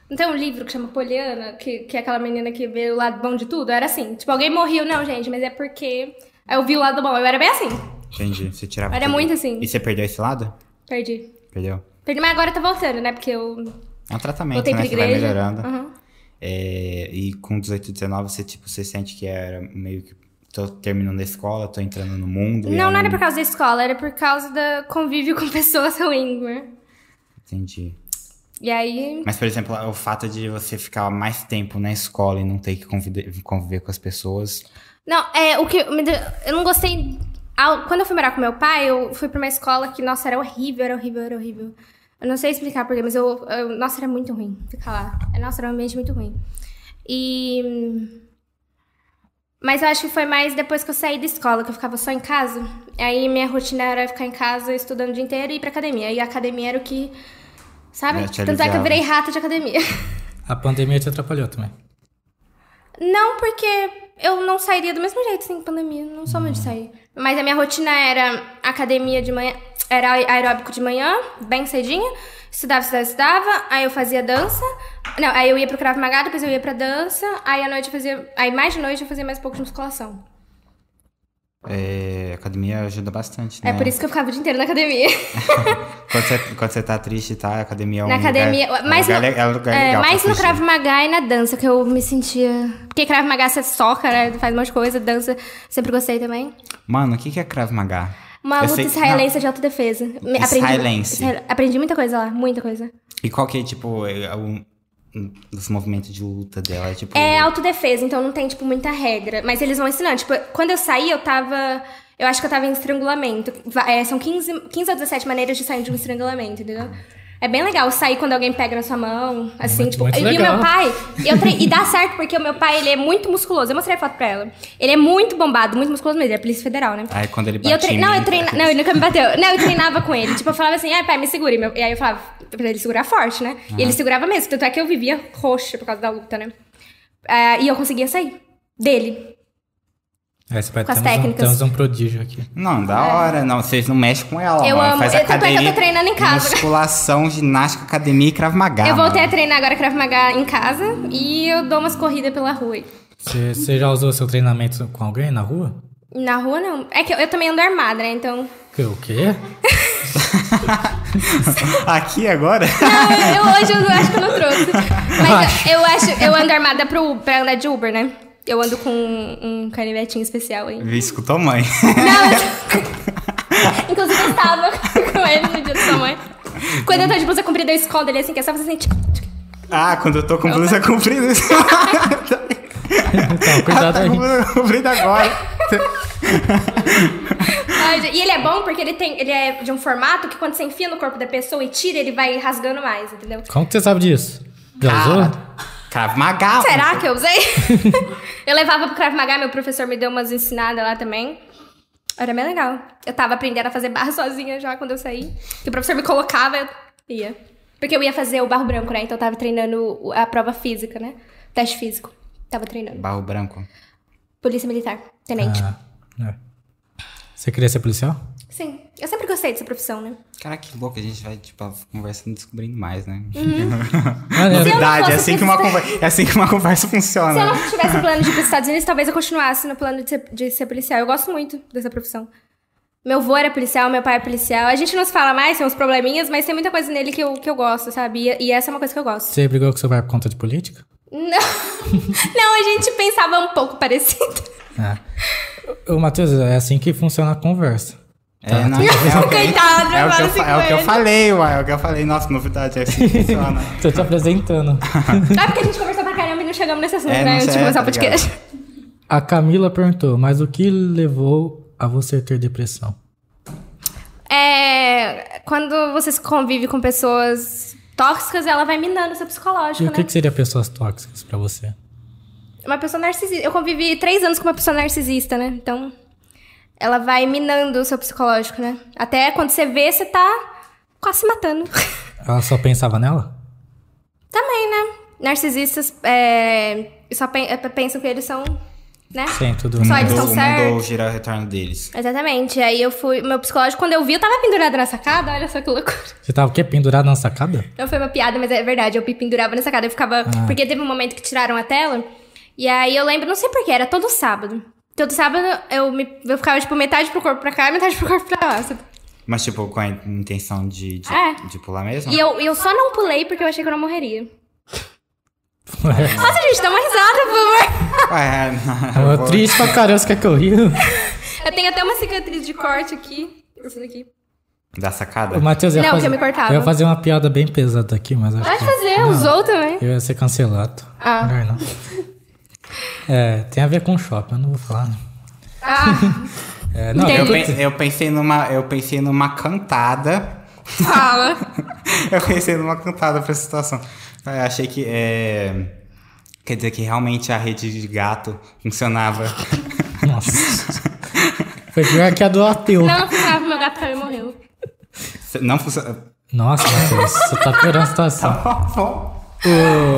Speaker 3: Não tem um livro que chama Poliana, que, que é aquela menina que vê o lado bom de tudo? Eu era assim. Tipo, alguém morreu, não, gente, mas é porque eu vi o lado bom. Eu era bem assim.
Speaker 1: Entendi. Você tirava.
Speaker 3: Era
Speaker 1: tudo.
Speaker 3: muito assim.
Speaker 1: E você perdeu esse lado?
Speaker 3: Perdi.
Speaker 1: Perdeu.
Speaker 3: Perdi, mas agora tá voltando, né? Porque eu
Speaker 1: É um tratamento,
Speaker 3: voltei
Speaker 1: né?
Speaker 3: pra
Speaker 1: Que vai
Speaker 3: igreja.
Speaker 1: melhorando.
Speaker 3: Aham.
Speaker 1: É, e com 18, 19, você, tipo, você sente que era meio que tô terminando a escola, tô entrando no mundo. e é
Speaker 3: Não, não
Speaker 1: um-
Speaker 3: era por causa da escola, era por causa do convívio *laughs* com pessoas ruins, né?
Speaker 1: Entendi.
Speaker 3: E aí.
Speaker 1: Mas, por exemplo, o fato de você ficar mais tempo na escola e não ter que conviver, conviver com as pessoas.
Speaker 3: Não, é o que. me deu- Eu não gostei. ao- Quando eu fui morar com meu pai, eu fui pra uma escola que, nossa, era horrível, era horrível, era horrível. Eu não sei explicar porquê, mas eu, eu- Nossa, era muito ruim ficar lá. É, Nossa, era um ambiente muito ruim. E. Mas eu acho que foi mais depois que eu saí da escola, que eu ficava só em casa. Aí minha rotina era ficar em casa estudando o dia inteiro e ir pra academia. E a academia era o que. Sabe?
Speaker 1: É, te
Speaker 3: Tanto é que eu
Speaker 1: aliviava.
Speaker 3: virei rata de academia.
Speaker 2: A pandemia te atrapalhou também.
Speaker 3: Não, porque eu não sairia do mesmo jeito sem pandemia. Não sou
Speaker 1: Uhum.
Speaker 3: muito de sair. Mas a minha rotina era academia de manhã, era aeróbico de manhã, bem cedinho. Estudava, estudava, estudava. Aí eu fazia dança. Não, aí eu ia pro Krav Maga, depois eu ia pra dança. Aí à noite eu fazia. Aí mais de noite eu fazia mais um pouco de musculação.
Speaker 1: É, a academia ajuda bastante,
Speaker 3: É,
Speaker 1: né?
Speaker 3: por isso que eu ficava o dia inteiro na academia.
Speaker 1: Quando você, quando você tá triste, tá? A academia é um
Speaker 3: na
Speaker 1: lugar-
Speaker 3: academia.
Speaker 1: é um
Speaker 3: mas
Speaker 1: lugar,
Speaker 3: no,
Speaker 1: le- é um lugar
Speaker 3: é,
Speaker 1: legal pra
Speaker 3: mais no
Speaker 1: fugir.
Speaker 3: Krav Maga e na dança, que eu me sentia. Porque Krav Maga você soca, né? Faz um monte de coisa, dança. Sempre gostei também.
Speaker 1: Mano, o que que é Krav Maga?
Speaker 3: Uma
Speaker 1: Eu
Speaker 3: luta
Speaker 1: sei que-
Speaker 3: israelense é de autodefesa. Me-
Speaker 1: Israelense.
Speaker 3: Israel- Aprendi muita coisa lá, muita coisa.
Speaker 1: E qual que é, tipo, é, é um, um dos movimentos de luta dela? É, tipo,
Speaker 3: É autodefesa, então não tem, tipo, muita regra. Mas eles vão ensinando. Tipo, quando eu saí, eu tava. Eu acho que eu tava em estrangulamento. Va- é, são 15, 15 ou 17 maneiras de sair de um estrangulamento, entendeu? É bem legal sair quando alguém pega na sua mão, assim,
Speaker 2: Muito,
Speaker 3: tipo.
Speaker 2: muito
Speaker 3: e o
Speaker 2: legal.
Speaker 3: meu pai, eu tre- e dá certo porque o meu pai, ele é muito musculoso. Eu mostrei a foto pra ela. Ele é muito bombado, muito musculoso mesmo, ele é polícia federal, né?
Speaker 1: Aí quando ele
Speaker 3: E
Speaker 1: bate
Speaker 3: eu tre...
Speaker 1: em
Speaker 3: Não,
Speaker 1: mim, assim,
Speaker 3: eu treina... Não, ele nunca me bateu. Não, eu treinava com ele. Tipo, eu falava assim, ai, pai, me segura. E, meu- e aí eu falava pra ele segurar forte, né? E ele segurava mesmo. Tanto é que eu vivia roxa por causa da luta, né? Ah, e eu conseguia sair dele.
Speaker 2: É, você vai
Speaker 3: Com as
Speaker 2: temos, um,
Speaker 3: técnicas.
Speaker 2: temos um prodígio aqui.
Speaker 1: Não, da hora. Não, vocês não mexem com ela,
Speaker 3: Eu
Speaker 1: mano.
Speaker 3: amo.
Speaker 1: Faz
Speaker 3: Eu- tanto é que eu tô
Speaker 1: academia,
Speaker 3: treinando em casa.
Speaker 1: Musculação, ginástica, academia e Krav Maga,
Speaker 3: eu voltei
Speaker 1: mano.
Speaker 3: a treinar agora Krav Maga em casa. E eu dou umas corridas pela rua. aí.
Speaker 2: Você, você já usou seu treinamento com alguém na rua?
Speaker 3: Na rua, não. É que eu, eu também ando armada, né? Então...
Speaker 2: Que- O quê?
Speaker 1: *laughs* Aqui agora?
Speaker 3: Eu, eu hoje eu acho que eu não *laughs* trouxe. Mas eu, eu acho... Eu ando armada pro, pra andar de Uber, né? Eu ando com um, um canivetinho especial aí.
Speaker 1: Escutou, mãe.
Speaker 3: Inclusive, eu *laughs* estava com ele no dia da sua mãe. Quando eu tô de blusa comprida, eu escondo ele assim, que é só você sentir.
Speaker 1: Ah, quando eu tô com blusa comprida. *laughs*
Speaker 2: Então, cuidado
Speaker 1: tá
Speaker 2: aí.
Speaker 1: com blusa comprida agora.
Speaker 3: Ai, gente, E ele é bom porque ele tem. Ele é de um formato que quando você enfia no corpo da pessoa e tira, ele vai rasgando mais, entendeu?
Speaker 2: Como que você sabe disso? Já
Speaker 3: Ah.
Speaker 2: usou?
Speaker 1: Krav Maga.
Speaker 3: Será que eu usei? *laughs* eu levava pro Krav Maga, meu professor me deu umas ensinadas lá também. Era bem legal. Eu tava aprendendo a fazer barra *laughs* sozinha já quando eu saí. Que o professor me colocava, eu ia. Porque eu ia fazer o barro branco, né? Então eu tava treinando o- a prova física, né? Teste físico. Tava treinando.
Speaker 1: Barro branco.
Speaker 3: Polícia Militar, tenente.
Speaker 2: Ah, é. Você queria ser policial?
Speaker 3: Sim, eu sempre gostei dessa profissão, né?
Speaker 1: Cara, que louco. A gente vai, tipo, conversando e descobrindo mais,
Speaker 3: Uhum.
Speaker 1: *laughs* né?
Speaker 2: Maneiro.
Speaker 1: Novidade. É
Speaker 3: fosse
Speaker 1: assim, que uma conver... é assim que uma conversa
Speaker 3: Se eu
Speaker 1: funciona. né?
Speaker 3: não tivesse o plano de ir
Speaker 1: *laughs*
Speaker 3: para os Estados Unidos, talvez eu continuasse no plano de ser, de ser policial. Eu gosto muito dessa profissão. Meu avô era policial, meu pai é policial. A gente não se fala mais, tem uns probleminhas, mas tem muita coisa nele que eu, que eu gosto, sabe? E, e essa é uma coisa que eu gosto. *laughs*
Speaker 2: Você brigou com seu pai por conta de política?
Speaker 3: Não, não a gente pensava um pouco
Speaker 1: *laughs*
Speaker 3: parecido.
Speaker 2: É. Ô, Matheus, é assim que funciona a conversa.
Speaker 1: É, não,
Speaker 3: Não, um
Speaker 1: é, o que-
Speaker 3: coitado,
Speaker 1: é o que
Speaker 3: agora
Speaker 1: eu fa- é o que eu falei, uai. É o que eu falei. Nossa, novidade. É assim que
Speaker 3: *laughs*
Speaker 1: funciona.
Speaker 2: Tô te apresentando.
Speaker 3: É porque a gente conversou pra caramba e não chegamos nesse assunto,
Speaker 1: É, não
Speaker 3: né? Antes
Speaker 1: sei,
Speaker 3: de
Speaker 1: é,
Speaker 3: começar o
Speaker 1: tá ligado.
Speaker 3: podcast.
Speaker 2: A Camila perguntou, mas o que levou a você ter depressão?
Speaker 3: É, quando você se convive com pessoas tóxicas, ela vai minando o seu psicológico,
Speaker 2: E o
Speaker 3: né?
Speaker 2: que, que seria pessoas tóxicas pra você?
Speaker 3: Uma pessoa narcisista. Eu convivi três anos com uma pessoa narcisista, né? Então, ela vai minando o seu psicológico, né? Até quando você vê, você tá quase se matando. *laughs*
Speaker 2: Ela só pensava nela?
Speaker 3: Também, né? Narcisistas é, só pen- é, pensam que eles são, né?
Speaker 2: Sim, tudo.
Speaker 3: Só eles
Speaker 1: Mudou,
Speaker 3: estão
Speaker 1: mudou
Speaker 3: certos.
Speaker 1: girar o retorno deles.
Speaker 3: Exatamente. Aí eu fui. Meu psicológico, quando eu vi, eu tava pendurada na sacada. Olha só que loucura.
Speaker 2: Você tava o quê? Pendurado na sacada?
Speaker 3: Não foi uma piada, mas é verdade. Eu me pendurava na sacada. Eu ficava. Porque teve um momento que tiraram a tela. E aí eu lembro, não sei porquê, era todo sábado. Todo sábado eu, me, eu ficava, tipo, metade pro corpo pra cá e metade pro corpo pra lá. sabe?
Speaker 1: Mas, tipo, com a intenção de, de,
Speaker 3: É.
Speaker 1: de pular mesmo?
Speaker 3: E eu, eu só não pulei porque eu achei que eu não morreria.
Speaker 2: Ué,
Speaker 3: Nossa, gente, dá uma risada, por favor.
Speaker 1: Ué, não,
Speaker 2: eu
Speaker 1: É, *laughs* vou-
Speaker 2: *laughs* triste pra caramba, você quer que eu rio?
Speaker 3: Eu tenho até uma cicatriz de corte aqui. Isso daqui.
Speaker 1: Da sacada?
Speaker 2: O Matheus ia
Speaker 3: Não,
Speaker 2: fazer...
Speaker 3: que eu me cortava.
Speaker 2: ia fazer uma piada bem pesada aqui, mas acho
Speaker 3: Pode
Speaker 2: que...
Speaker 3: fazer, usou também.
Speaker 2: Eu ia ser cancelado.
Speaker 3: Ah.
Speaker 2: Melhor não. É, tem a ver com shopping, eu não vou falar. né?
Speaker 3: Ah,
Speaker 2: É, não,
Speaker 1: Eu,
Speaker 3: Entendi.
Speaker 2: eu-
Speaker 1: pen- eu pensei numa, eu pensei numa cantada. *laughs*
Speaker 3: Ah, fala.
Speaker 1: eu pensei numa cantada pra essa situação. Eu achei que. é, Quer dizer que realmente a rede de gato funcionava. *laughs*
Speaker 2: Nossa. Foi pior que a do ateu.
Speaker 3: Não, não ficava, meu gato caiu e morreu.
Speaker 1: Não funcionava.
Speaker 2: Nossa, Matheus, você tá piorando a situação.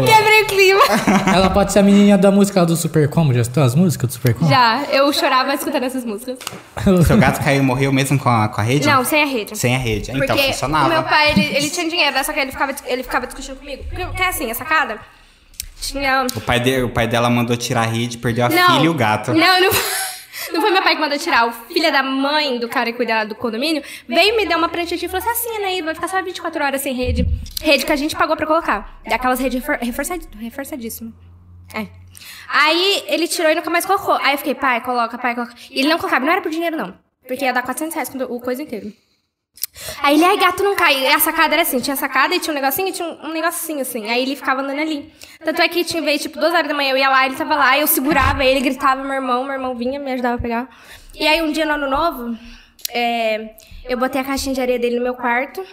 Speaker 3: Quebrei o clima.
Speaker 2: *laughs* Ela pode ser a menininha da música lá do Super Combo, já escutou as músicas do Super Combo? *laughs*
Speaker 3: Já, eu chorava escutando essas músicas.
Speaker 1: *laughs* Seu gato caiu e morreu mesmo com a, com a rede?
Speaker 3: Não, sem a rede.
Speaker 1: Sem a rede. Então
Speaker 3: Porque
Speaker 1: funcionava.
Speaker 3: o meu pai, ele, ele tinha dinheiro, né? só que ele ficava, ele ficava discutindo comigo. Porque é assim, a sacada tinha...
Speaker 1: O pai, de- o pai dela mandou tirar a rede, perdeu a filha e o gato.
Speaker 3: Não, não, não foi *laughs* meu pai que mandou tirar. O filho da mãe do cara que cuidava do condomínio veio me dar uma pranchetinha e falou assim, assina aí, vai ficar só 24 horas sem rede. Rede que a gente pagou pra colocar. Daquelas redes refor reforçadi- reforçadíssimas. É. Aí ele tirou e nunca mais colocou. Aí eu fiquei, pai, coloca, pai, coloca. E ele não colocava, não era por dinheiro não. Porque ia dar 400 reais quando- o coisa inteiro. Aí ele, ai, gato não cai. E a sacada era assim, tinha sacada e tinha um negocinho e tinha um, um negocinho assim. Aí ele ficava andando ali. Tanto é que tinha vez, tipo, duas horas da manhã eu ia lá, ele tava lá, eu segurava ele, gritava meu irmão, meu irmão vinha, me ajudava a pegar. E aí um dia no ano novo, é, eu botei a caixinha de areia dele no meu quarto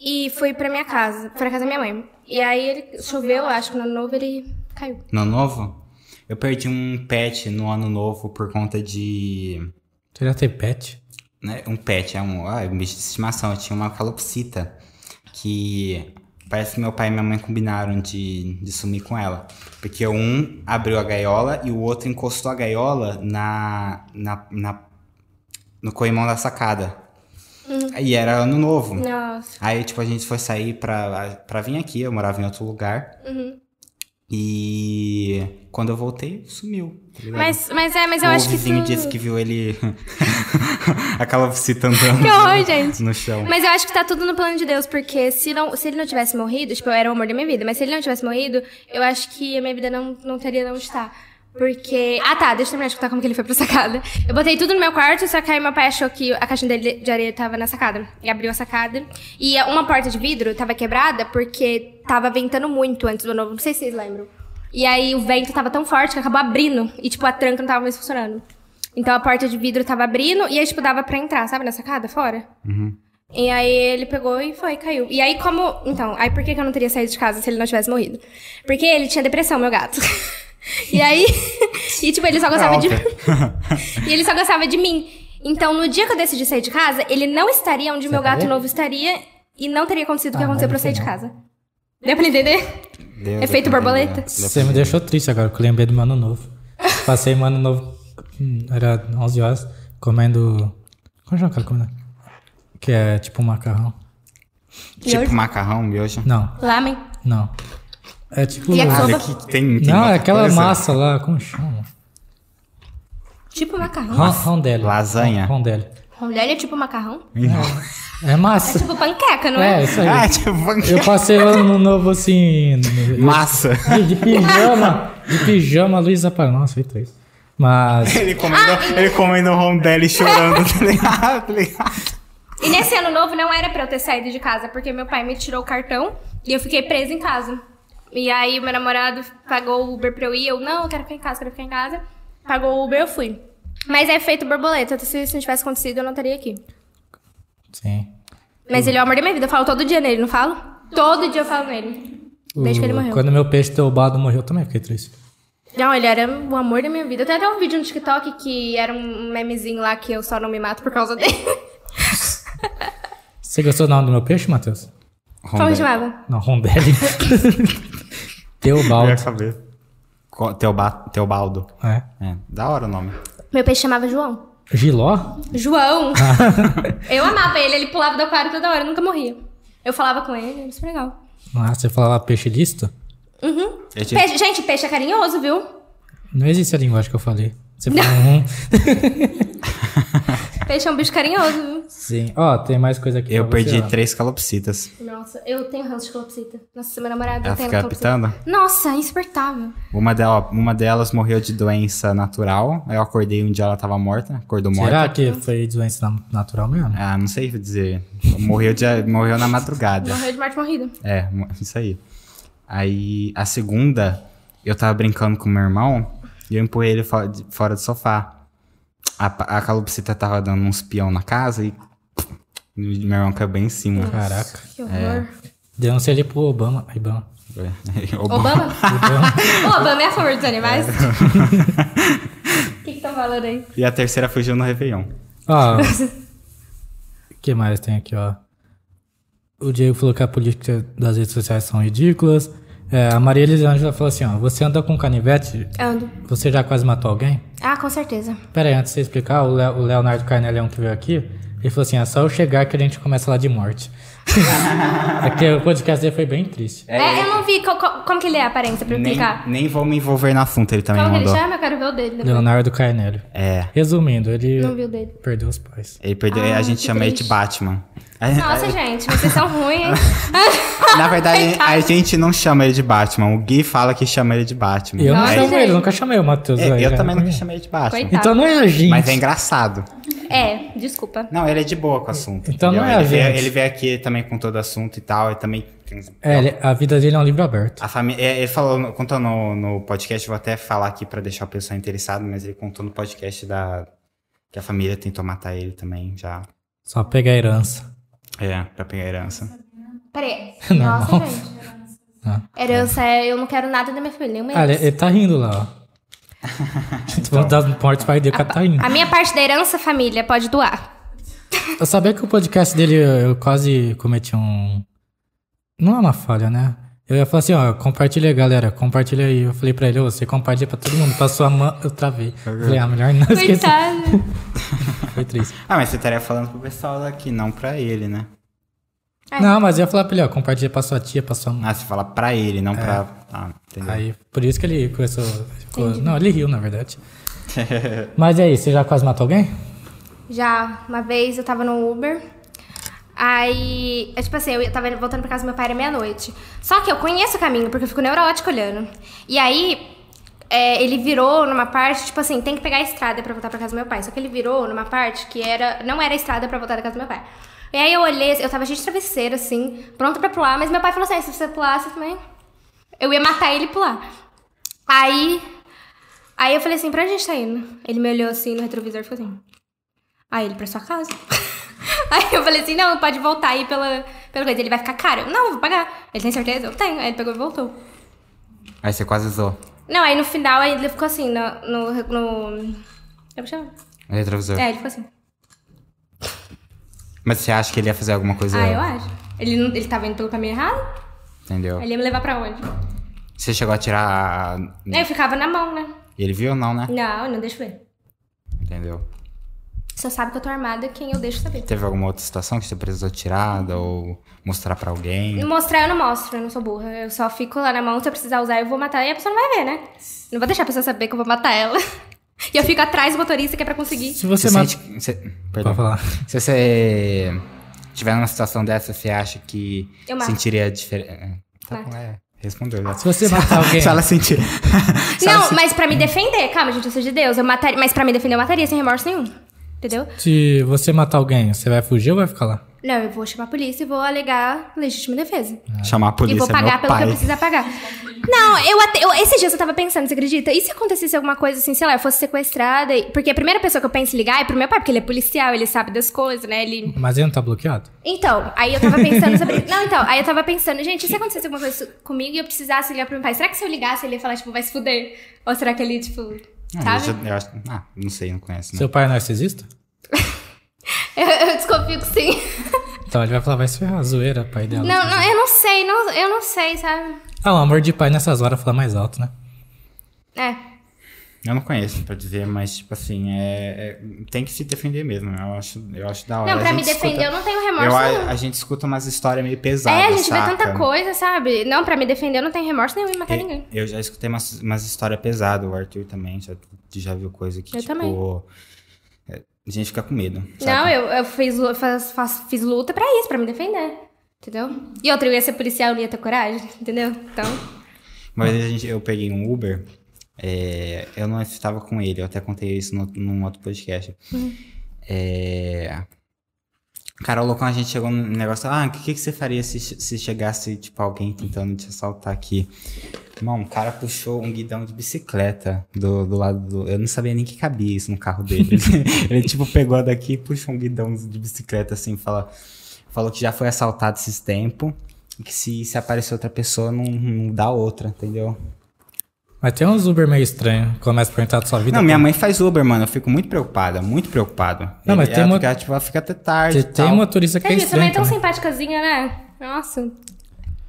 Speaker 3: e fui pra minha casa, pra casa da minha mãe. E aí ele choveu, acho que no ano novo ele caiu.
Speaker 1: No ano novo? Eu perdi um pet no ano novo por conta de.
Speaker 2: Você já teve pet?
Speaker 1: né, um pet, é um, ah, é um bicho de estimação. Eu tinha uma calopsita que parece que meu pai e minha mãe combinaram de, de sumir com ela. Porque um abriu a gaiola e o outro encostou a gaiola na, na, na- no corrimão da sacada. E era ano novo.
Speaker 3: Nossa.
Speaker 1: Aí, tipo, a gente foi sair pra, pra vir aqui, eu morava em outro lugar. E quando eu voltei, sumiu. tá ligado?
Speaker 3: Mas, mas é, mas eu
Speaker 1: o
Speaker 3: acho que isso...
Speaker 1: vizinho disse que viu ele. *laughs* a calopsita andando.
Speaker 3: Que horror, gente.
Speaker 1: No chão.
Speaker 3: Mas eu acho que tá tudo no plano de Deus, porque se, não, se ele não tivesse morrido, tipo, eu era o amor da minha vida, mas se ele não tivesse morrido, eu acho que a minha vida não, não teria não está. Porque. Ah tá, deixa eu terminar de contar como que ele foi pra sacada. Eu botei tudo no meu quarto, só que aí meu pai achou que a caixinha dele de areia tava na sacada. E abriu a sacada. E uma porta de vidro tava quebrada porque tava ventando muito antes do novo. Não sei se vocês lembram. E aí o vento tava tão forte que acabou abrindo. E tipo, a tranca não tava mais funcionando. Então a porta de vidro tava abrindo e aí, tipo, dava pra entrar, sabe, na sacada fora? E aí ele pegou e foi, caiu. E aí como... Então, aí por que que eu não teria saído de casa se ele não tivesse morrido? Porque ele tinha depressão, meu gato. *laughs* e aí... *laughs* e tipo, ele só gostava
Speaker 1: Ah,
Speaker 3: de... *laughs*
Speaker 1: ok.
Speaker 3: e ele só gostava de mim. Então, no dia que eu decidi sair de casa, ele não estaria onde meu gato
Speaker 2: falou?
Speaker 3: novo estaria e não teria acontecido o
Speaker 2: tá
Speaker 3: que
Speaker 2: Ah,
Speaker 3: aconteceu pra
Speaker 2: mas
Speaker 3: eu sair de
Speaker 2: não.
Speaker 3: casa. Deu pra entender?
Speaker 1: Deu, deu pra
Speaker 3: Efeito
Speaker 1: entender.
Speaker 3: borboleta?
Speaker 1: Deu pra
Speaker 2: Você me
Speaker 1: entender.
Speaker 2: deixou triste agora, que eu lembrei do meu ano novo. Passei meu ano novo, hum, era 11 horas, comendo... Qual é o cara comendo? Que é tipo um macarrão.
Speaker 1: Tipo macarrão, miojo.
Speaker 2: Não,
Speaker 3: Lamen.
Speaker 2: não. É tipo...
Speaker 3: Yakisoba.
Speaker 1: Olha que tem, tem
Speaker 2: Não, é
Speaker 1: muita
Speaker 2: aquela
Speaker 1: coisa.
Speaker 2: massa lá, como chama?
Speaker 3: Tipo macarrão.
Speaker 2: Ron- Rondelli.
Speaker 1: Lasanha.
Speaker 2: Rondelli.
Speaker 3: Rondelli é tipo macarrão?
Speaker 2: É massa.
Speaker 3: Tipo panqueca, não
Speaker 2: É,
Speaker 3: é?
Speaker 2: isso
Speaker 1: *laughs*
Speaker 2: aí.
Speaker 1: Ah, tipo,
Speaker 2: Eu passei o ano novo assim.
Speaker 3: *laughs*
Speaker 1: massa.
Speaker 2: De, de pijama. De pijama, Luísa para Nossa, eita isso. Mas.
Speaker 1: Ele comendo, ele comendo o rondelli chorando, tá ligado? Tá ligado?
Speaker 3: E nesse ano novo não era pra eu ter saído de casa, porque meu pai me tirou o cartão e eu fiquei presa em casa. E aí meu namorado pagou o Uber pra eu ir, eu, não, eu quero ficar em casa, quero ficar em casa. Pagou o Uber, eu fui. Mas é feito borboleta, se isso não tivesse acontecido, eu não estaria aqui.
Speaker 2: Sim.
Speaker 3: Mas ele é o amor da minha vida, eu falo todo dia nele, não falo? Todo dia eu falo nele. Desde que ele
Speaker 2: O-
Speaker 3: morreu.
Speaker 2: Quando meu peixe tombado morreu, eu também fiquei triste.
Speaker 3: Não, ele era o amor da minha vida. Eu tenho até um vídeo no TikTok que era um memezinho lá que eu só não me mato por causa dele.
Speaker 2: Você gostou do nome do meu peixe, Matheus?
Speaker 3: Como chamava?
Speaker 1: *laughs*
Speaker 2: Não, Rondelli. Teobaldo.
Speaker 1: saber. Teoba, Teobaldo.
Speaker 2: É.
Speaker 1: É, da hora o nome.
Speaker 3: Meu peixe chamava João.
Speaker 2: Giló?
Speaker 1: *laughs*
Speaker 3: João! eu amava ele, ele pulava do aquário toda hora, nunca morria. Eu falava com ele, era super legal.
Speaker 2: Ah, você falava peixe listo?
Speaker 3: Uhum.
Speaker 1: Eu tinha-
Speaker 3: Peixe- gente, peixe é carinhoso, viu?
Speaker 2: Não existe a linguagem que eu falei. Você falou um.
Speaker 3: Peixe é um bicho carinhoso, viu?
Speaker 2: Sim. Ó, tem mais coisa aqui.
Speaker 1: Eu
Speaker 2: pra você,
Speaker 1: perdi
Speaker 2: ó.
Speaker 1: três calopsitas.
Speaker 3: Nossa, eu tenho ranço de calopsita. Nossa, meu namorado
Speaker 1: Ela
Speaker 3: tem
Speaker 1: fica
Speaker 3: calopsita.
Speaker 1: apitando?
Speaker 3: Nossa, insuportável.
Speaker 1: Uma, dela, uma delas morreu de doença natural. Eu acordei um dia ela tava morta, acordou morta.
Speaker 2: Será que foi doença na- natural mesmo?
Speaker 1: Ah, não sei dizer. Morreu, de, morreu na
Speaker 3: *laughs*
Speaker 1: madrugada.
Speaker 3: Morreu de morte morrida.
Speaker 1: É, mo- isso aí. Aí, a segunda, eu tava brincando com meu irmão e eu empurrei ele fo- de- fora do sofá. A, pa- a calopsita tava dando uns peão na casa e, e o meu irmão caiu bem em cima.
Speaker 2: Caraca.
Speaker 3: Que horror.
Speaker 2: Denuncia ele pro Obama. Ai,
Speaker 1: *laughs* Obama.
Speaker 2: Obama.
Speaker 1: *laughs*
Speaker 3: Obama?
Speaker 2: Obama.
Speaker 3: Obama é a favor dos animais? O
Speaker 1: É.
Speaker 3: *laughs* que que tá falando aí?
Speaker 1: E a terceira fugiu no Réveillon.
Speaker 2: Ó. O que mais tem aqui, ó? O Diego falou que a política das redes sociais são ridículas. É, a Maria Elisângela falou assim, ó. Você anda com canivete,
Speaker 3: Ando.
Speaker 2: você já quase matou alguém?
Speaker 3: Ah, com certeza.
Speaker 2: Pera aí, antes de você explicar, o, Le- o Leonardo Carnelão que veio aqui, ele falou assim, é só eu chegar que a gente começa lá de morte. *laughs* Aqui o podcast dele foi bem triste.
Speaker 3: É, eu não vi co- co- como que ele é a aparência pra eu
Speaker 1: Nem,
Speaker 3: clicar.
Speaker 1: nem vou me envolver na assunto, ele também
Speaker 3: Como que ele
Speaker 1: mandou.
Speaker 3: chama? Eu quero ver o dele depois.
Speaker 2: Leonardo Carnelli.
Speaker 1: É.
Speaker 2: Resumindo,
Speaker 3: Não vi
Speaker 2: ele
Speaker 3: o dele.
Speaker 2: perdeu os pais.
Speaker 1: Ele perdeu, é,
Speaker 3: Ah,
Speaker 1: a gente
Speaker 3: que
Speaker 1: chama ele de
Speaker 3: triste.
Speaker 1: Batman. É,
Speaker 3: Nossa, gente, vocês são ruins, hein?
Speaker 1: Na verdade, a gente não chama ele de Batman. O Gui fala que chama ele de Batman.
Speaker 2: Eu não
Speaker 1: Aí-
Speaker 2: chamei
Speaker 3: Nossa,
Speaker 2: ele,
Speaker 3: gente. Tá.
Speaker 2: nunca chamei o Matheus.
Speaker 1: É,
Speaker 2: aí,
Speaker 1: eu
Speaker 2: já.
Speaker 1: também nunca chamei ele de Batman.
Speaker 3: Coitado.
Speaker 2: Então não é a gente.
Speaker 1: Mas é engraçado.
Speaker 3: É, desculpa.
Speaker 1: Não, ele é de boa com o assunto.
Speaker 2: Então não
Speaker 1: entendeu?
Speaker 2: é a
Speaker 1: ele veio-
Speaker 2: gente.
Speaker 1: ele veio aqui também com todo assunto e tal. E também.
Speaker 2: É, ele- a vida dele é um livro aberto.
Speaker 1: A família. Ele falou, contou no, no podcast, vou até falar aqui pra deixar o pessoal interessado, mas ele contou no podcast da. Que a família tentou matar ele também, já.
Speaker 2: Só pega a herança.
Speaker 1: É, pra pegar a herança.
Speaker 3: *laughs* Peraí.
Speaker 2: Normal.
Speaker 3: Nossa, gente.
Speaker 2: Ah.
Speaker 3: Herança é eu não quero nada da minha família. nenhuma
Speaker 2: Ah, ele,
Speaker 3: herança.
Speaker 2: ele tá rindo lá,
Speaker 1: *laughs*
Speaker 2: ó. Vou dar um porte pai dele, o cara tá rindo.
Speaker 3: A minha parte da herança, família, pode doar.
Speaker 2: Eu sabia que o podcast dele eu eu quase cometi um. Não é uma falha, né? Eu ia falar assim, ó, compartilha, galera, compartilha aí. Eu falei pra ele, ô, você compartilha pra todo mundo. Passou a mão, eu travei. Falei, ah, melhor não esqueci.
Speaker 3: Coitado.
Speaker 2: Foi triste.
Speaker 1: Ah, mas você estaria falando pro pessoal daqui, não pra ele, né?
Speaker 3: É.
Speaker 2: Não, mas eu ia falar pra ele, ó, compartilha pra sua tia, pra sua mãe.
Speaker 1: Ah, você fala pra ele,
Speaker 2: É.
Speaker 1: não pra. Ah, entendeu?
Speaker 2: Aí, por isso que ele começou. ficou- Não, ele riu, na *laughs* verdade. mas e aí, você já quase matou alguém?
Speaker 3: Já, uma vez eu tava no Uber. Aí, é tipo assim, eu tava voltando pra casa do meu pai era meia-noite. Só que eu conheço o caminho, porque eu fico neurótica olhando. E aí, é, ele virou numa parte, tipo assim, tem que pegar a estrada pra voltar pra casa do meu pai. Só que ele virou numa parte que era não era a estrada pra voltar da casa do meu pai. E aí eu olhei, eu tava cheio de travesseiro, assim, pronta pra pular. Mas meu pai falou assim, "Ah, se você pular, você também... Eu ia matar ele e pular. Aí, aí eu falei assim, pra onde a gente tá indo? Ele me olhou assim no retrovisor e ficou assim... Aí ele, pra sua casa. *laughs* aí eu falei assim, não, pode voltar aí pela, pela coisa. Ele vai ficar caro. Eu, não, vou pagar. Ele tem certeza? Eu tenho. Aí ele pegou e voltou.
Speaker 1: Aí você quase usou.
Speaker 3: Não, aí no final aí ele ficou assim, no... no, no como chama?
Speaker 1: O retrovisor.
Speaker 3: É, ele ficou assim.
Speaker 1: Mas você acha que ele ia fazer alguma coisa?
Speaker 3: Ah, eu acho. Ele, não, ele tava indo pelo caminho errado?
Speaker 1: Entendeu?
Speaker 3: Aí Ele ia me levar pra onde?
Speaker 1: Você chegou a tirar. a-
Speaker 3: Aí eu ficava na mão, né?
Speaker 1: Ele viu ou não, né?
Speaker 3: Não, não deixa eu ver.
Speaker 1: Entendeu?
Speaker 3: Só sabe que eu tô armada quem eu deixo saber.
Speaker 1: Teve alguma outra situação que você precisou tirar ou mostrar pra alguém?
Speaker 3: Mostrar eu não mostro, eu não sou burra. Eu só fico lá na mão, se eu precisar usar, eu vou matar. E a pessoa não vai ver, né? Não vou deixar a pessoa saber que eu vou matar ela. *laughs* E eu fico atrás do motorista que é pra conseguir.
Speaker 2: Se você,
Speaker 1: Você
Speaker 2: mata.
Speaker 1: sente- você-
Speaker 2: Pode
Speaker 1: Perdão.
Speaker 2: falar.
Speaker 1: Se você tiver numa situação dessa, você acha que
Speaker 3: Eu mato.
Speaker 1: sentiria diferença? Tá bom,
Speaker 3: Mato.
Speaker 1: é. Respondeu já.
Speaker 2: Se você *laughs* matar alguém.
Speaker 1: Se ela sentir. se ela
Speaker 3: não,
Speaker 1: se-
Speaker 3: mas pra me defender, calma, gente, eu sou de Deus. Eu mataria, mas pra me defender, eu mataria sem remorso nenhum. Entendeu?
Speaker 2: Se você matar alguém, você vai fugir ou vai ficar lá?
Speaker 3: Não, eu vou chamar a polícia e vou alegar legítima defesa.
Speaker 1: Chamar a polícia é
Speaker 3: e vou
Speaker 1: meu
Speaker 3: pagar pelo que
Speaker 1: pai.
Speaker 3: eu precisar pagar. Não, eu até. Eu, esses dias eu tava pensando, você acredita? E se acontecesse alguma coisa assim, sei lá, eu fosse sequestrada? e- Porque a primeira pessoa que eu penso em ligar é pro meu pai, porque ele é policial, ele sabe das coisas, né? Ele.
Speaker 2: Mas ele não tá bloqueado?
Speaker 3: Então,
Speaker 1: *laughs*
Speaker 3: aí eu tava pensando sobre. Não, então, aí eu tava pensando, gente, e se acontecesse alguma coisa comigo e eu precisasse ligar pro meu pai? Será que se eu ligasse ele ia falar, tipo, vai se fuder? Ou será que ele, tipo.
Speaker 1: Ah, eu
Speaker 3: Sabe?
Speaker 1: já- eu acho- ah, não sei, não conheço. Não.
Speaker 2: Seu pai é narcisista?
Speaker 3: *laughs* Eu, eu desconfio que sim.
Speaker 2: Então ele vai falar, vai se ferrar, zoeira, pai dela.
Speaker 3: Não, não, eu não sei, não, eu não sei, sabe?
Speaker 2: Ah, o amor de pai nessas horas fala mais alto, né?
Speaker 3: É.
Speaker 1: Eu não conheço pra dizer, mas, tipo assim, é, é- tem que se defender mesmo. Eu acho, eu acho da hora.
Speaker 3: Não,
Speaker 1: A
Speaker 3: pra
Speaker 1: gente
Speaker 3: me defender, eu
Speaker 1: escuta-
Speaker 3: não tenho
Speaker 1: eu
Speaker 3: remorso.
Speaker 1: a-
Speaker 3: nenhum.
Speaker 1: a, gente escuta umas histórias meio pesadas.
Speaker 3: É, a gente vê tanta
Speaker 1: saca?
Speaker 3: coisa, sabe? Não, pra me defender, eu não tenho remorso nenhum em matar
Speaker 1: Eu,
Speaker 3: ninguém.
Speaker 1: eu já escutei umas, umas histórias pesadas, o Arthur também já, já viu coisa que,
Speaker 3: Eu
Speaker 1: tipo.
Speaker 3: também.
Speaker 1: é, a gente fica com medo.
Speaker 3: Não,
Speaker 1: saca?
Speaker 3: eu, eu fiz, lu- faz- faz- fiz luta pra isso, pra me defender. Entendeu? E outra, eu ia ser policial, eu não ia ter coragem, entendeu? Então,
Speaker 1: Mas a gente, eu peguei um Uber, é, eu não estava com ele, eu até contei isso no, num outro podcast. É, cara, o Locão, a gente chegou num negócio, ah, o que, que você faria se, che- se chegasse, tipo, alguém tentando te assaltar aqui? Mano, o cara puxou um guidão de bicicleta do, do lado do... Eu não sabia nem que cabia isso no carro dele. *laughs* ele, ele, tipo, pegou daqui e puxou um guidão de bicicleta, assim, fala, falou que já foi assaltado esses tempos. E que se, se aparecer outra pessoa, não, não dá outra, entendeu?
Speaker 2: Mas tem uns Uber meio estranho, começa a perguntar da sua vida.
Speaker 1: Não, minha mãe faz Uber, mano. Eu fico muito preocupada, muito preocupado.
Speaker 2: Não, mas
Speaker 1: Ele-
Speaker 2: tem
Speaker 1: ela
Speaker 2: uma-
Speaker 1: fica, tipo, ela fica até tarde.
Speaker 2: Tem,
Speaker 1: e
Speaker 2: tem
Speaker 1: tal,
Speaker 2: motorista que é
Speaker 3: você viu, também
Speaker 2: estranho.
Speaker 1: então.
Speaker 3: é tão
Speaker 2: também.
Speaker 3: simpaticazinha, né? Nossa.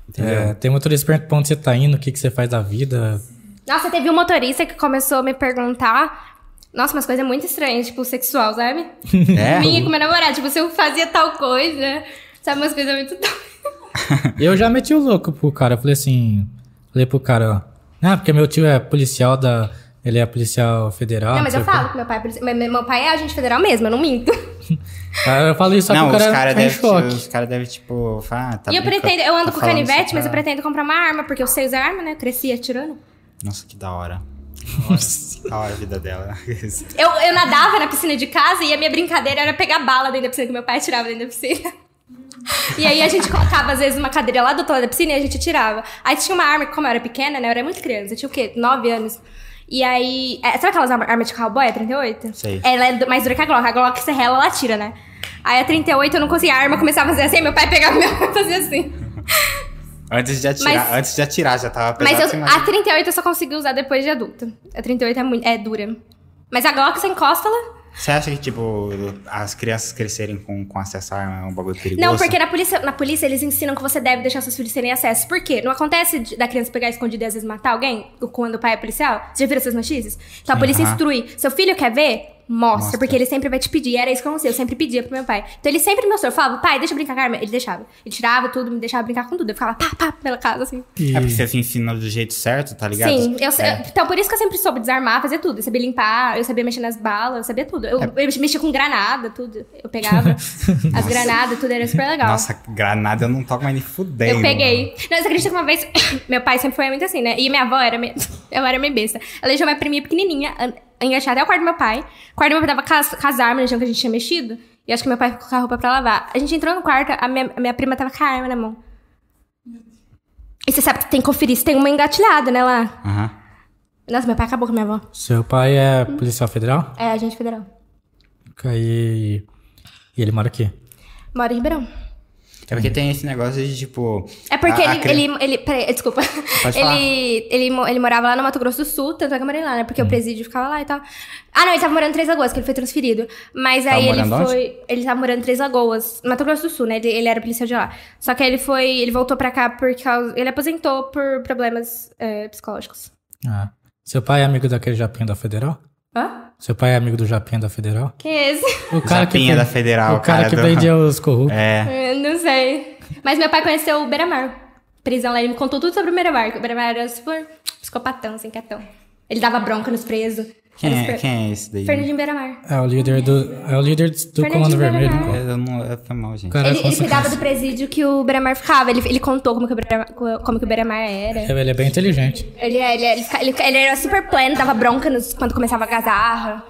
Speaker 1: Entendeu?
Speaker 2: É, tem motorista que pergunta pra onde você tá indo, o que, que você faz da vida.
Speaker 3: Nossa, teve um motorista que começou a me perguntar. Nossa, umas coisas muito estranhas, tipo, sexual, sabe?
Speaker 1: É,
Speaker 3: *laughs* Minha com meu namorado, tipo, se eu fazia tal coisa. Sabe, umas coisas muito.
Speaker 2: Eu já meti o louco pro cara. Eu falei assim. Falei pro cara, ó. Ah, porque meu tio é policial da. Ele é policial
Speaker 1: Ah,
Speaker 2: federal.
Speaker 3: não, mas
Speaker 2: sei
Speaker 3: eu
Speaker 2: o quê."
Speaker 3: falo que meu pai é policial. Meu- Meu pai é agente federal mesmo, eu não minto.
Speaker 2: Aí Ah, eu falei isso, só
Speaker 1: não,
Speaker 2: que o cara,
Speaker 1: os caras
Speaker 2: fica em
Speaker 1: devem,
Speaker 2: choque.
Speaker 1: os cara deve, tipo, falar, ah, tá
Speaker 3: e eu
Speaker 1: brincando,
Speaker 3: pretendo, eu ando
Speaker 1: tá
Speaker 3: com
Speaker 1: falando
Speaker 3: canivete,
Speaker 1: isso
Speaker 3: mas eu
Speaker 1: pra-
Speaker 3: pretendo comprar uma arma, porque eu sei usar arma, né? Eu cresci atirando.
Speaker 1: Nossa, que da hora. da hora a vida dela. *laughs*
Speaker 3: Eu, eu nadava na piscina de casa e a minha brincadeira era pegar bala dentro da piscina, que meu pai atirava dentro da piscina. E aí a gente colocava, às vezes, uma cadeira lá do outro lado da piscina e a gente atirava. Aí tinha uma arma, que, como eu era pequena, né? Eu era muito criança, eu tinha o quê? 9 anos. E aí. é, sabe aquelas armas arma de cowboy, a 38?
Speaker 1: Sei.
Speaker 3: Ela é do- mais dura que a Glock. A Glock você rela, ela atira, né? Aí a 38 eu não conseguia, a arma começava a fazer assim, meu pai pegava meu e fazia assim.
Speaker 1: antes de atirar,
Speaker 3: Mas-
Speaker 1: antes de atirar já tava
Speaker 3: Mas
Speaker 1: pesado.
Speaker 3: eu-
Speaker 1: você
Speaker 3: a
Speaker 1: imagina.
Speaker 3: 38 eu só consegui usar depois de adulta. A 38 é, muito, é dura. Mas a Glock você encosta ela.
Speaker 1: Você acha que, tipo, as crianças crescerem com, com acesso à arma é um bagulho perigoso?
Speaker 3: Não, porque na polícia, na polícia eles ensinam que você deve deixar seus filhos terem acesso. Por quê? Não acontece de- da criança pegar escondida e às vezes matar alguém? Ou Quando o pai é policial? Você já viram essas notícias? Então a
Speaker 1: Sim,
Speaker 3: polícia
Speaker 1: aham.
Speaker 3: instrui. Seu filho quer ver? Mostra,
Speaker 1: Mostra.
Speaker 3: porque ele sempre vai te pedir. E era isso que eu não sei. Eu sempre pedia pro meu pai. Então ele sempre me mostrou. Eu falava, pai, deixa eu brincar com a arma. Ele deixava. Ele tirava tudo, me deixava brincar com tudo. Eu ficava pá, pá, pela casa, assim.
Speaker 1: É porque você ensina do jeito certo, tá ligado?
Speaker 3: Sim, eu,
Speaker 1: É.
Speaker 3: eu- então por isso que eu sempre soube desarmar, fazer tudo. Eu sabia limpar, eu sabia mexer nas balas, eu sabia tudo. Eu,
Speaker 1: É.
Speaker 3: eu mexia com granada, tudo.
Speaker 1: *laughs*
Speaker 3: Eu pegava as granadas, tudo era super legal.
Speaker 1: Nossa, granada eu não toco mais nem fudendo.
Speaker 3: Eu peguei. Não, você acredita que uma vez. *coughs* meu pai sempre foi muito assim, né? E minha avó era. meio- *coughs* Eu era meio besta. Ela deixou minha priminha pequenininha, an- engaixada até o quarto do meu pai. O quarto do meu pai tava cas- com as armas no chão que a gente tinha mexido. E acho que meu pai ficou com a roupa pra lavar. A gente entrou no quarto, a minha, a minha prima tava com a arma na mão. E você sabe que tem que conferir se tem uma engatilhada, né, lá.
Speaker 1: Aham.
Speaker 3: Nossa, meu pai acabou com a minha avó.
Speaker 2: Seu pai é policial federal?
Speaker 3: É agente federal.
Speaker 2: E, e ele mora aqui.
Speaker 3: Mora em Ribeirão.
Speaker 1: É porque tem esse negócio de, tipo...
Speaker 3: É porque
Speaker 1: a- a
Speaker 3: ele,
Speaker 1: criança-
Speaker 3: ele, ele. Peraí, *laughs* desculpa.
Speaker 1: Pode falar.
Speaker 3: ele, ele, mo- ele morava lá no Mato Grosso do Sul, tanto é que eu morei lá, né?
Speaker 1: Hum.
Speaker 3: Porque o presídio ficava lá e tal. Ah, não, ele tava morando em Três Lagoas, que ele foi transferido. Mas
Speaker 1: Tava
Speaker 3: aí ele
Speaker 1: morando onde?
Speaker 3: foi. Ele tava morando em Três Lagoas, no Mato Grosso do Sul, né? Ele, ele era policial de lá. Só que aí ele foi. Ele voltou pra cá por causa. Ele aposentou por problemas é, psicológicos.
Speaker 2: Ah. Seu pai é amigo daquele Japinha da Federal?
Speaker 3: Hã?
Speaker 2: Seu pai é amigo do Japinha da Federal?
Speaker 3: Quem é esse?
Speaker 2: O cara
Speaker 1: Japinha
Speaker 2: que.
Speaker 1: da Federal,
Speaker 2: o cara,
Speaker 1: cara
Speaker 2: que
Speaker 1: do-
Speaker 2: vendia os corruptos.
Speaker 1: É.
Speaker 3: *laughs* Eu não sei. Mas meu pai conheceu o Beira-Mar. Prisão lá, ele me contou tudo sobre o Beira-Mar. que O Beira-Mar era super psicopatão, sem quietão. Ele dava bronca nos presos. Era
Speaker 1: *laughs* Quem é,
Speaker 3: super-
Speaker 1: quem é esse daí?
Speaker 3: Fernandinho Beira-Mar.
Speaker 2: É o líder do. É o líder do
Speaker 3: Fernandinho
Speaker 2: Comando Vermelho.
Speaker 3: Beira-Mar.
Speaker 2: pô.
Speaker 1: Eu não... Eu, foi mal,
Speaker 2: O
Speaker 1: gente.
Speaker 2: cara é
Speaker 3: Ele, ele
Speaker 2: consequência.
Speaker 3: cuidava do presídio que o Beira-Mar ficava. Ele, ele contou como que o Beira-Mar, como que o Beira-Mar era.
Speaker 2: É, *laughs* Ele é bem inteligente.
Speaker 3: Ele, ele, ele, fica- ele- ele era super pleno, dava bronca nos- quando começava a gazarra.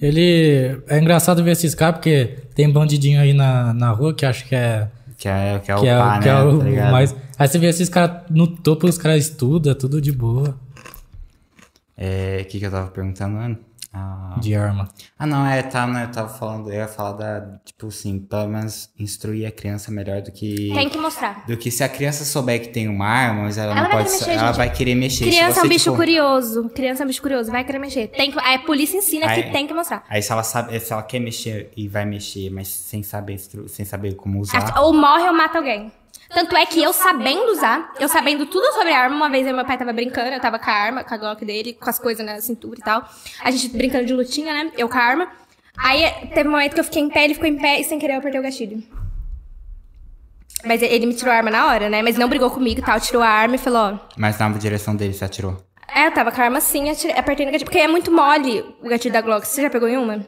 Speaker 2: Ele. É engraçado ver esses caras, porque tem bandidinho aí na, na rua que acho que é.
Speaker 1: Que é, que é
Speaker 2: que
Speaker 1: o
Speaker 2: é,
Speaker 1: pá,
Speaker 2: que
Speaker 1: né?
Speaker 2: é o
Speaker 1: tá ligado?
Speaker 2: mais. Aí você vê esses caras no topo, os caras estudam, tudo de boa,
Speaker 1: É, o que, que eu tava perguntando, mano? Ah,
Speaker 2: de arma.
Speaker 1: ah, não, é, tá, né, eu tava falando, eu ia falar da, tipo assim, pelo menos instruir a criança melhor do que...
Speaker 3: Tem que mostrar.
Speaker 1: Do que se a criança souber que tem uma arma, mas ela,
Speaker 3: Ela
Speaker 1: não
Speaker 3: vai
Speaker 1: pode.
Speaker 3: querer
Speaker 1: sa-
Speaker 3: mexer,
Speaker 1: ela
Speaker 3: gente.
Speaker 1: vai querer mexer. Se
Speaker 3: Criança é
Speaker 1: você,
Speaker 3: um bicho
Speaker 1: tipo,
Speaker 3: curioso. Criança é um bicho curioso, vai querer mexer. Tem que, é, a polícia ensina
Speaker 1: Aí-
Speaker 3: que tem que mostrar.
Speaker 1: Aí se ela sabe, se ela quer mexer e vai mexer, mas sem saber, instru- sem saber como usar.
Speaker 3: A- Assim, Ou morre ou mata alguém. Tanto é que eu sabendo usar, eu sabendo tudo sobre a arma, uma vez eu e meu pai tava brincando, eu tava com a arma, com a Glock dele, com as coisas né, na cintura e tal. A gente brincando de lutinha, né? Eu com a arma. Aí teve um momento que eu fiquei em pé, ele ficou em pé e sem querer eu apertei o gatilho. Mas ele- ele me tirou a arma na hora, né? Mas não brigou comigo e tal, tirou a arma e falou, ó,
Speaker 1: Mas na direção dele você atirou.
Speaker 3: É, eu tava com a arma assim, atirei, apertei no gatilho. Porque é muito mole o gatilho da Glock. Você já pegou em uma?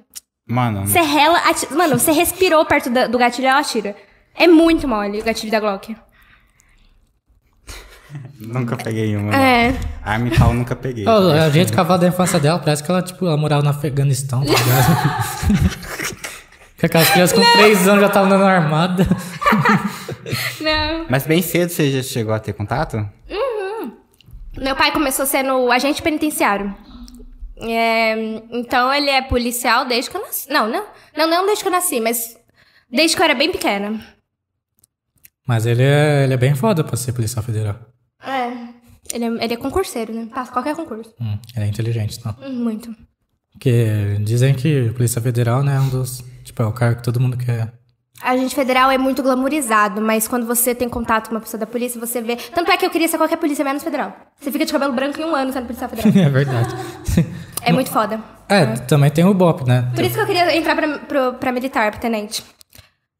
Speaker 1: Mano,
Speaker 3: Você rela, atira. Mano, você respirou perto da- do gatilho e ela atira. É muito mole o gatilho da Glock.
Speaker 1: nunca peguei uma. né?
Speaker 3: É.
Speaker 1: Arma e pau nunca peguei. tá
Speaker 2: Ó, o jeito cavado da infância dela, parece que ela, tipo, ela morava no Afeganistão, tá ligado?
Speaker 3: *laughs*
Speaker 2: Que aquelas crianças com 3 anos já estavam andando armada.
Speaker 3: Não.
Speaker 1: Mas bem cedo você já chegou a ter contato?
Speaker 3: Meu pai começou sendo agente penitenciário. É, então ele é policial desde que eu nasci. Não, não. Não, não desde que eu nasci, mas desde que eu era bem pequena.
Speaker 2: Mas ele é, ele é bem foda pra ser policial federal.
Speaker 3: É. Ele é, ele é concurseiro, né? Passa qualquer concurso.
Speaker 2: Hum, ele é inteligente, então.
Speaker 3: Hum, Muito.
Speaker 2: Porque dizem que polícia federal, né, é um dos... Tipo, é o cargo que todo mundo quer. *laughs*
Speaker 3: Agente federal é muito glamourizado, mas quando você tem contato com uma pessoa da polícia, você vê. Tanto é que eu queria ser qualquer polícia, menos federal. Você fica de cabelo branco em um ano sendo policial federal.
Speaker 2: É verdade.
Speaker 3: É muito foda.
Speaker 2: É, também tem o BOP, né?
Speaker 3: Por isso que eu queria entrar pra, pro, pra militar, pro tenente.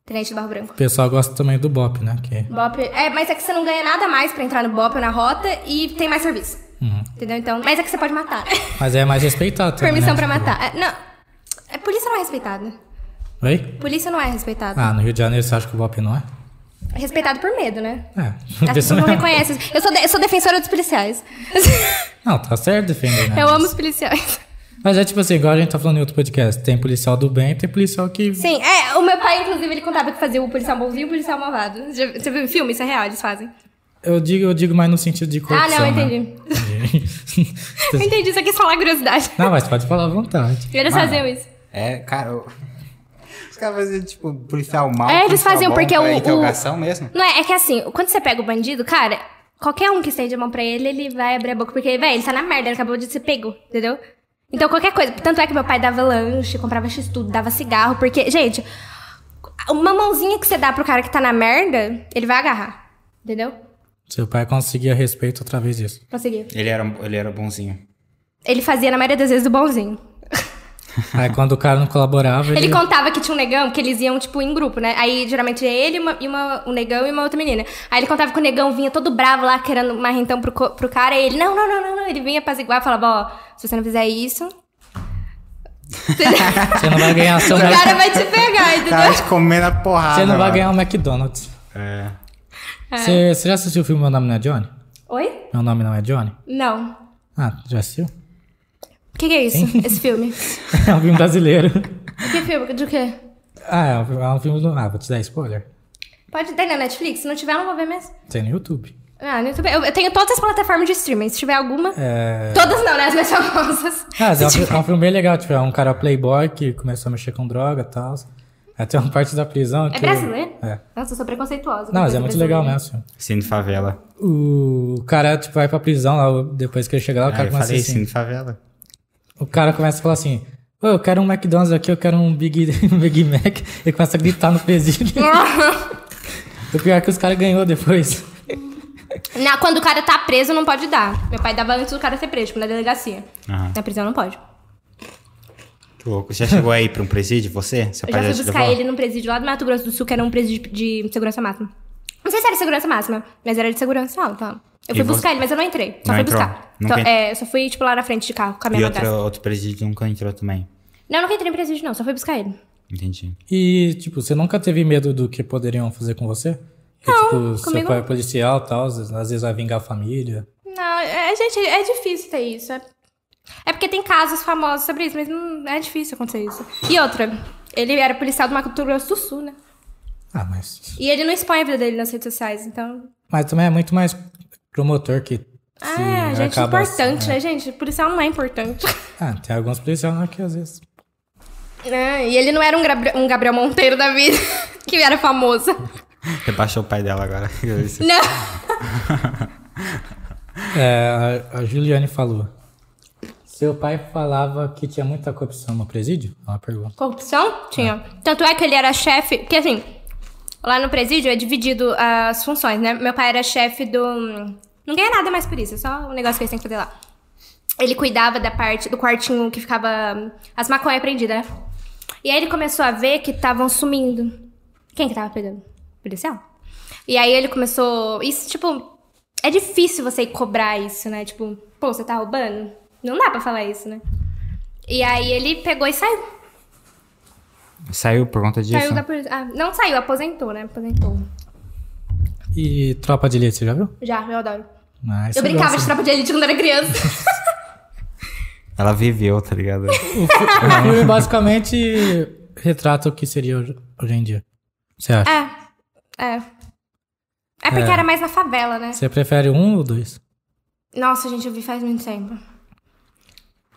Speaker 3: Tenente do Barro Branco.
Speaker 2: O pessoal gosta também do BOP, né? Que...
Speaker 3: BOP. É, mas é que você não ganha nada mais pra entrar no BOP ou na rota e tem mais serviço. Entendeu? Então. Mas é que você pode matar.
Speaker 2: Mas é mais respeitado também,
Speaker 3: *laughs* Permissão
Speaker 2: né?
Speaker 3: pra matar. É, não. É, polícia não é respeitada.
Speaker 2: Oi?
Speaker 3: Polícia não é respeitada.
Speaker 2: Ah, no Rio de Janeiro você acha que o BOP não é?
Speaker 3: É respeitado por medo, né?
Speaker 2: É. *laughs*
Speaker 3: As pessoas não reconhecem. Eu sou, de- eu sou defensora dos policiais. *laughs*
Speaker 2: Não, tá certo defender, né?
Speaker 3: Eu amo os policiais.
Speaker 2: Mas é tipo assim, igual a gente tá falando em outro podcast, tem policial do bem e tem policial que.
Speaker 3: Sim, é, o meu pai, inclusive, ele contava que fazia o policial bonzinho e o policial malvado. Já- Você viu em filme? Isso é real, eles fazem.
Speaker 2: Eu digo, eu digo mais no sentido de
Speaker 3: Ah,
Speaker 2: corrupção.
Speaker 3: não,
Speaker 2: né?
Speaker 3: entendi. Eu
Speaker 2: Entendi.
Speaker 3: entendi, isso aqui é só lá curiosidade.
Speaker 2: *laughs* não, mas pode falar à vontade.
Speaker 3: Eles
Speaker 1: Mano.
Speaker 3: faziam isso.
Speaker 1: É, cara. eu- *laughs* Os caras faziam, tipo, policial mal.
Speaker 3: É, eles
Speaker 1: policial
Speaker 3: faziam
Speaker 1: bom,
Speaker 3: porque
Speaker 1: pra
Speaker 3: o- o-
Speaker 1: interrogação mesmo.
Speaker 3: Não é, é que assim, quando você pega o bandido, cara, qualquer um que estende a mão pra ele, ele vai abrir a boca, porque, velho, ele tá na merda, ele acabou de ser pego, entendeu? Então qualquer coisa. Tanto é que meu pai dava lanche, comprava x-tudo, dava cigarro, porque, gente, uma mãozinha que você dá pro cara que tá na merda, ele vai agarrar, entendeu?
Speaker 2: Seu pai conseguia respeito através disso.
Speaker 3: Conseguiu.
Speaker 1: Ele era, um, ele era bonzinho.
Speaker 3: Ele fazia, na maioria das vezes, do bonzinho.
Speaker 2: Aí quando o cara não colaborava, ele.
Speaker 3: Ele contava que tinha um negão, que eles iam, tipo, em grupo, né? Aí, geralmente, é ele, uma, e uma, um negão e uma outra menina. Aí ele contava que o negão vinha todo bravo lá, querendo marrentão pro, co- pro cara. E ele, não, não, não, não, não. Ele vinha apaziguar e falava, ó, se você não fizer isso... o
Speaker 2: Você não vai
Speaker 3: *laughs*
Speaker 2: ganhar seu Mac-
Speaker 3: cara vai te pegar,
Speaker 1: O
Speaker 3: entendeu?
Speaker 1: cara te comendo a porrada.
Speaker 2: Você não vai
Speaker 1: mano.
Speaker 2: ganhar um McDonald's.
Speaker 1: É.
Speaker 2: Você, você já assistiu o filme Meu Nome Não é Johnny?
Speaker 3: Oi?
Speaker 2: Meu nome não é Johnny?
Speaker 3: Não.
Speaker 2: Ah, já assistiu? *laughs*
Speaker 3: O que, que é isso, esse filme?
Speaker 2: É um filme brasileiro.
Speaker 3: Que filme? De quê?
Speaker 2: Ah, é um filme- é um filme do. Ah, vou te dar spoiler.
Speaker 3: Pode ter na Netflix? Se não tiver, eu não vou ver mesmo.
Speaker 2: Tem no YouTube.
Speaker 3: Ah, no YouTube. Eu, eu tenho todas as plataformas de streaming. Se tiver alguma...
Speaker 2: É.
Speaker 3: Todas não, né? As mais *laughs* famosas.
Speaker 2: Ah, mas é um, fi- é um filme bem legal, tipo, é um cara playboy que começou a mexer com droga e tal. Até uma parte da prisão.
Speaker 3: É
Speaker 2: que-
Speaker 3: brasileiro?
Speaker 2: É.
Speaker 3: Nossa, eu sou preconceituosa.
Speaker 2: Não, mas é muito legal mesmo. assim.
Speaker 1: Cine favela.
Speaker 2: O cara, tipo, vai pra prisão lá, depois que ele chega lá, o
Speaker 1: Ah,
Speaker 2: cara
Speaker 1: eu
Speaker 2: começa
Speaker 1: falei
Speaker 2: assim.
Speaker 1: cine favela.
Speaker 2: O cara começa a falar assim, ô, eu quero um McDonald's aqui, eu quero um Big, *laughs* um Big Mac. Ele começa a gritar no presídio. *laughs*
Speaker 3: *laughs*
Speaker 2: o pior é que os caras ganhou depois.
Speaker 3: Na- quando o cara tá preso, não pode dar. Meu pai dava antes do cara ser preso, tipo, na delegacia.
Speaker 1: Aham.
Speaker 3: Na prisão não pode.
Speaker 1: Que louco. Já chegou aí pra um presídio, você? Seu
Speaker 3: Eu
Speaker 1: pai
Speaker 3: já
Speaker 1: te
Speaker 3: fui buscar
Speaker 1: levou?
Speaker 3: ele num presídio lá do Mato Grosso do Sul, que era um presídio de segurança máxima. Não sei se era segurança máxima, mas era de segurança alta. Eu
Speaker 1: E
Speaker 3: fui
Speaker 1: você-
Speaker 3: buscar ele, mas eu não entrei. Só
Speaker 1: Não
Speaker 3: fui
Speaker 1: entrou.
Speaker 3: buscar.
Speaker 1: Nunca
Speaker 3: Só-
Speaker 1: entrou.
Speaker 3: é, só fui, tipo, lá na frente de carro, com a
Speaker 1: E
Speaker 3: minha
Speaker 1: outro,
Speaker 3: bagaça.
Speaker 1: outro presídio nunca entrou também.
Speaker 3: Não, nunca entrei em presídio, não. Só fui buscar ele.
Speaker 1: Entendi.
Speaker 2: E, tipo, você nunca teve medo do que poderiam fazer com você? Porque,
Speaker 3: Não,
Speaker 2: tipo, seu
Speaker 3: comigo
Speaker 2: pai é
Speaker 3: não.
Speaker 2: policial e tal, às vezes vai vingar a família.
Speaker 3: Não, é, gente, é difícil ter isso. É, É porque tem casos famosos sobre isso, mas hum, é difícil acontecer isso. E outra, ele era policial do Mato Grosso do Sul, né?
Speaker 2: Ah, mas.
Speaker 3: E ele não expõe a vida dele nas redes sociais, então.
Speaker 2: Mas também é muito mais promotor que. se
Speaker 3: Ah, gente,
Speaker 2: acaba-
Speaker 3: importante,
Speaker 2: é.
Speaker 3: né, gente? Policial não é importante. *laughs*
Speaker 2: Ah, tem alguns policiais lá que às vezes.
Speaker 3: É, e ele não era um, Gabri- um Gabriel Monteiro da vida, *laughs* que era famoso.
Speaker 1: Rebaixou o pai dela agora. *laughs*
Speaker 3: Não.
Speaker 2: É, a, a Juliane falou. Seu pai falava que tinha muita corrupção no presídio? Ela pergunta.
Speaker 3: Corrupção? Tinha. Tanto é que ele era chefe. Porque assim, lá no presídio é dividido as funções, né? Meu pai era chefe do. Não ganha nada mais por isso, é só um negócio que eles têm que fazer lá. Ele cuidava da parte do quartinho que ficava hum, as maconhas prendidas, né? E aí ele começou a ver que estavam sumindo. Quem que tava pegando? Policial? E aí ele começou. Isso, tipo, é difícil você ir cobrar isso, né? Tipo, pô, você tá roubando? Não dá pra falar isso, né? E aí ele pegou e saiu.
Speaker 1: Saiu por conta disso?
Speaker 3: Saiu da poli- ah, não saiu, aposentou, né? Aposentou.
Speaker 2: E tropa de elite, você já viu?
Speaker 3: Já, eu adoro.
Speaker 2: Ah, isso
Speaker 3: eu brincava
Speaker 2: gosto.
Speaker 3: de tropa de elite quando era criança.
Speaker 1: Ela viveu, tá ligado?
Speaker 2: O fi- o *laughs* filme basicamente retrata o que seria hoje hoje em dia. Você acha?
Speaker 3: *laughs* é. É. É porque
Speaker 2: É.
Speaker 3: era mais na favela, né?
Speaker 2: Você prefere um ou dois?
Speaker 3: Nossa, gente, eu vi faz muito tempo.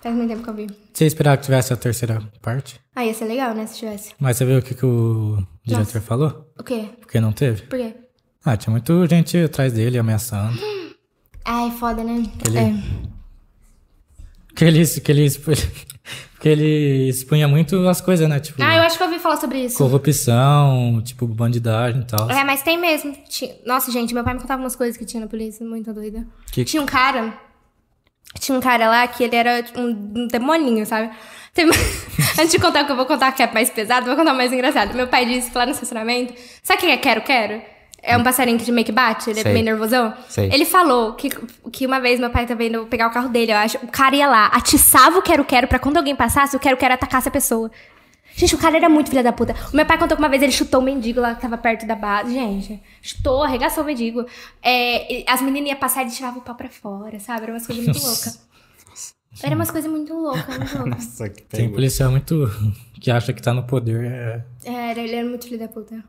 Speaker 3: Faz muito tempo que eu vi.
Speaker 2: Você esperava que tivesse a terceira parte?
Speaker 3: Ah, ia ser legal, né? Se tivesse.
Speaker 2: Mas você viu o que, que o diretor
Speaker 3: Nossa.
Speaker 2: falou?
Speaker 3: O quê?
Speaker 2: Porque não teve?
Speaker 3: Por quê?
Speaker 2: Ah, tinha muita gente atrás dele ameaçando.
Speaker 3: Ai, foda, né?
Speaker 2: Ele-
Speaker 3: É.
Speaker 2: Que ele, que ele, expu- que ele expunha muito as coisas, né? Tipo,
Speaker 3: Ah, eu acho que eu ouvi falar sobre isso.
Speaker 2: corrupção, tipo, bandidagem e tal.
Speaker 3: É, mas tem mesmo. Ti- Nossa, gente, meu pai me contava umas coisas que tinha na polícia, muito doida.
Speaker 2: Que-
Speaker 3: Tinha um cara. Tinha um cara lá que ele era tipo, um, um demoninho, sabe? Teve- *laughs* Antes de contar o que eu vou contar, que é mais pesado, eu vou contar o mais engraçado. Meu pai disse que lá no estacionamento. Sabe o que é Quero Quero? É um passarinho que meio que bate, ele
Speaker 1: Sei.
Speaker 3: é meio nervosão.
Speaker 1: Sei.
Speaker 3: Ele falou que, que uma vez meu pai tava indo pegar o carro dele, eu acho. O cara ia lá, atiçava o Quero Quero pra quando alguém passasse, o Quero Quero atacasse a pessoa. Gente, o cara era muito filha da puta. O meu pai contou que uma vez ele chutou um mendigo lá que tava perto da base. Gente, chutou, arregaçou o mendigo. É, e as meninas iam passar e ele tirava o pau pra fora, sabe? Era umas coisas muito loucas. Era umas coisas muito loucas, muito loucas.
Speaker 1: Nossa, que
Speaker 2: Tem policial muito que acha que tá no poder. é.
Speaker 3: É, Era, ele era muito filho da puta.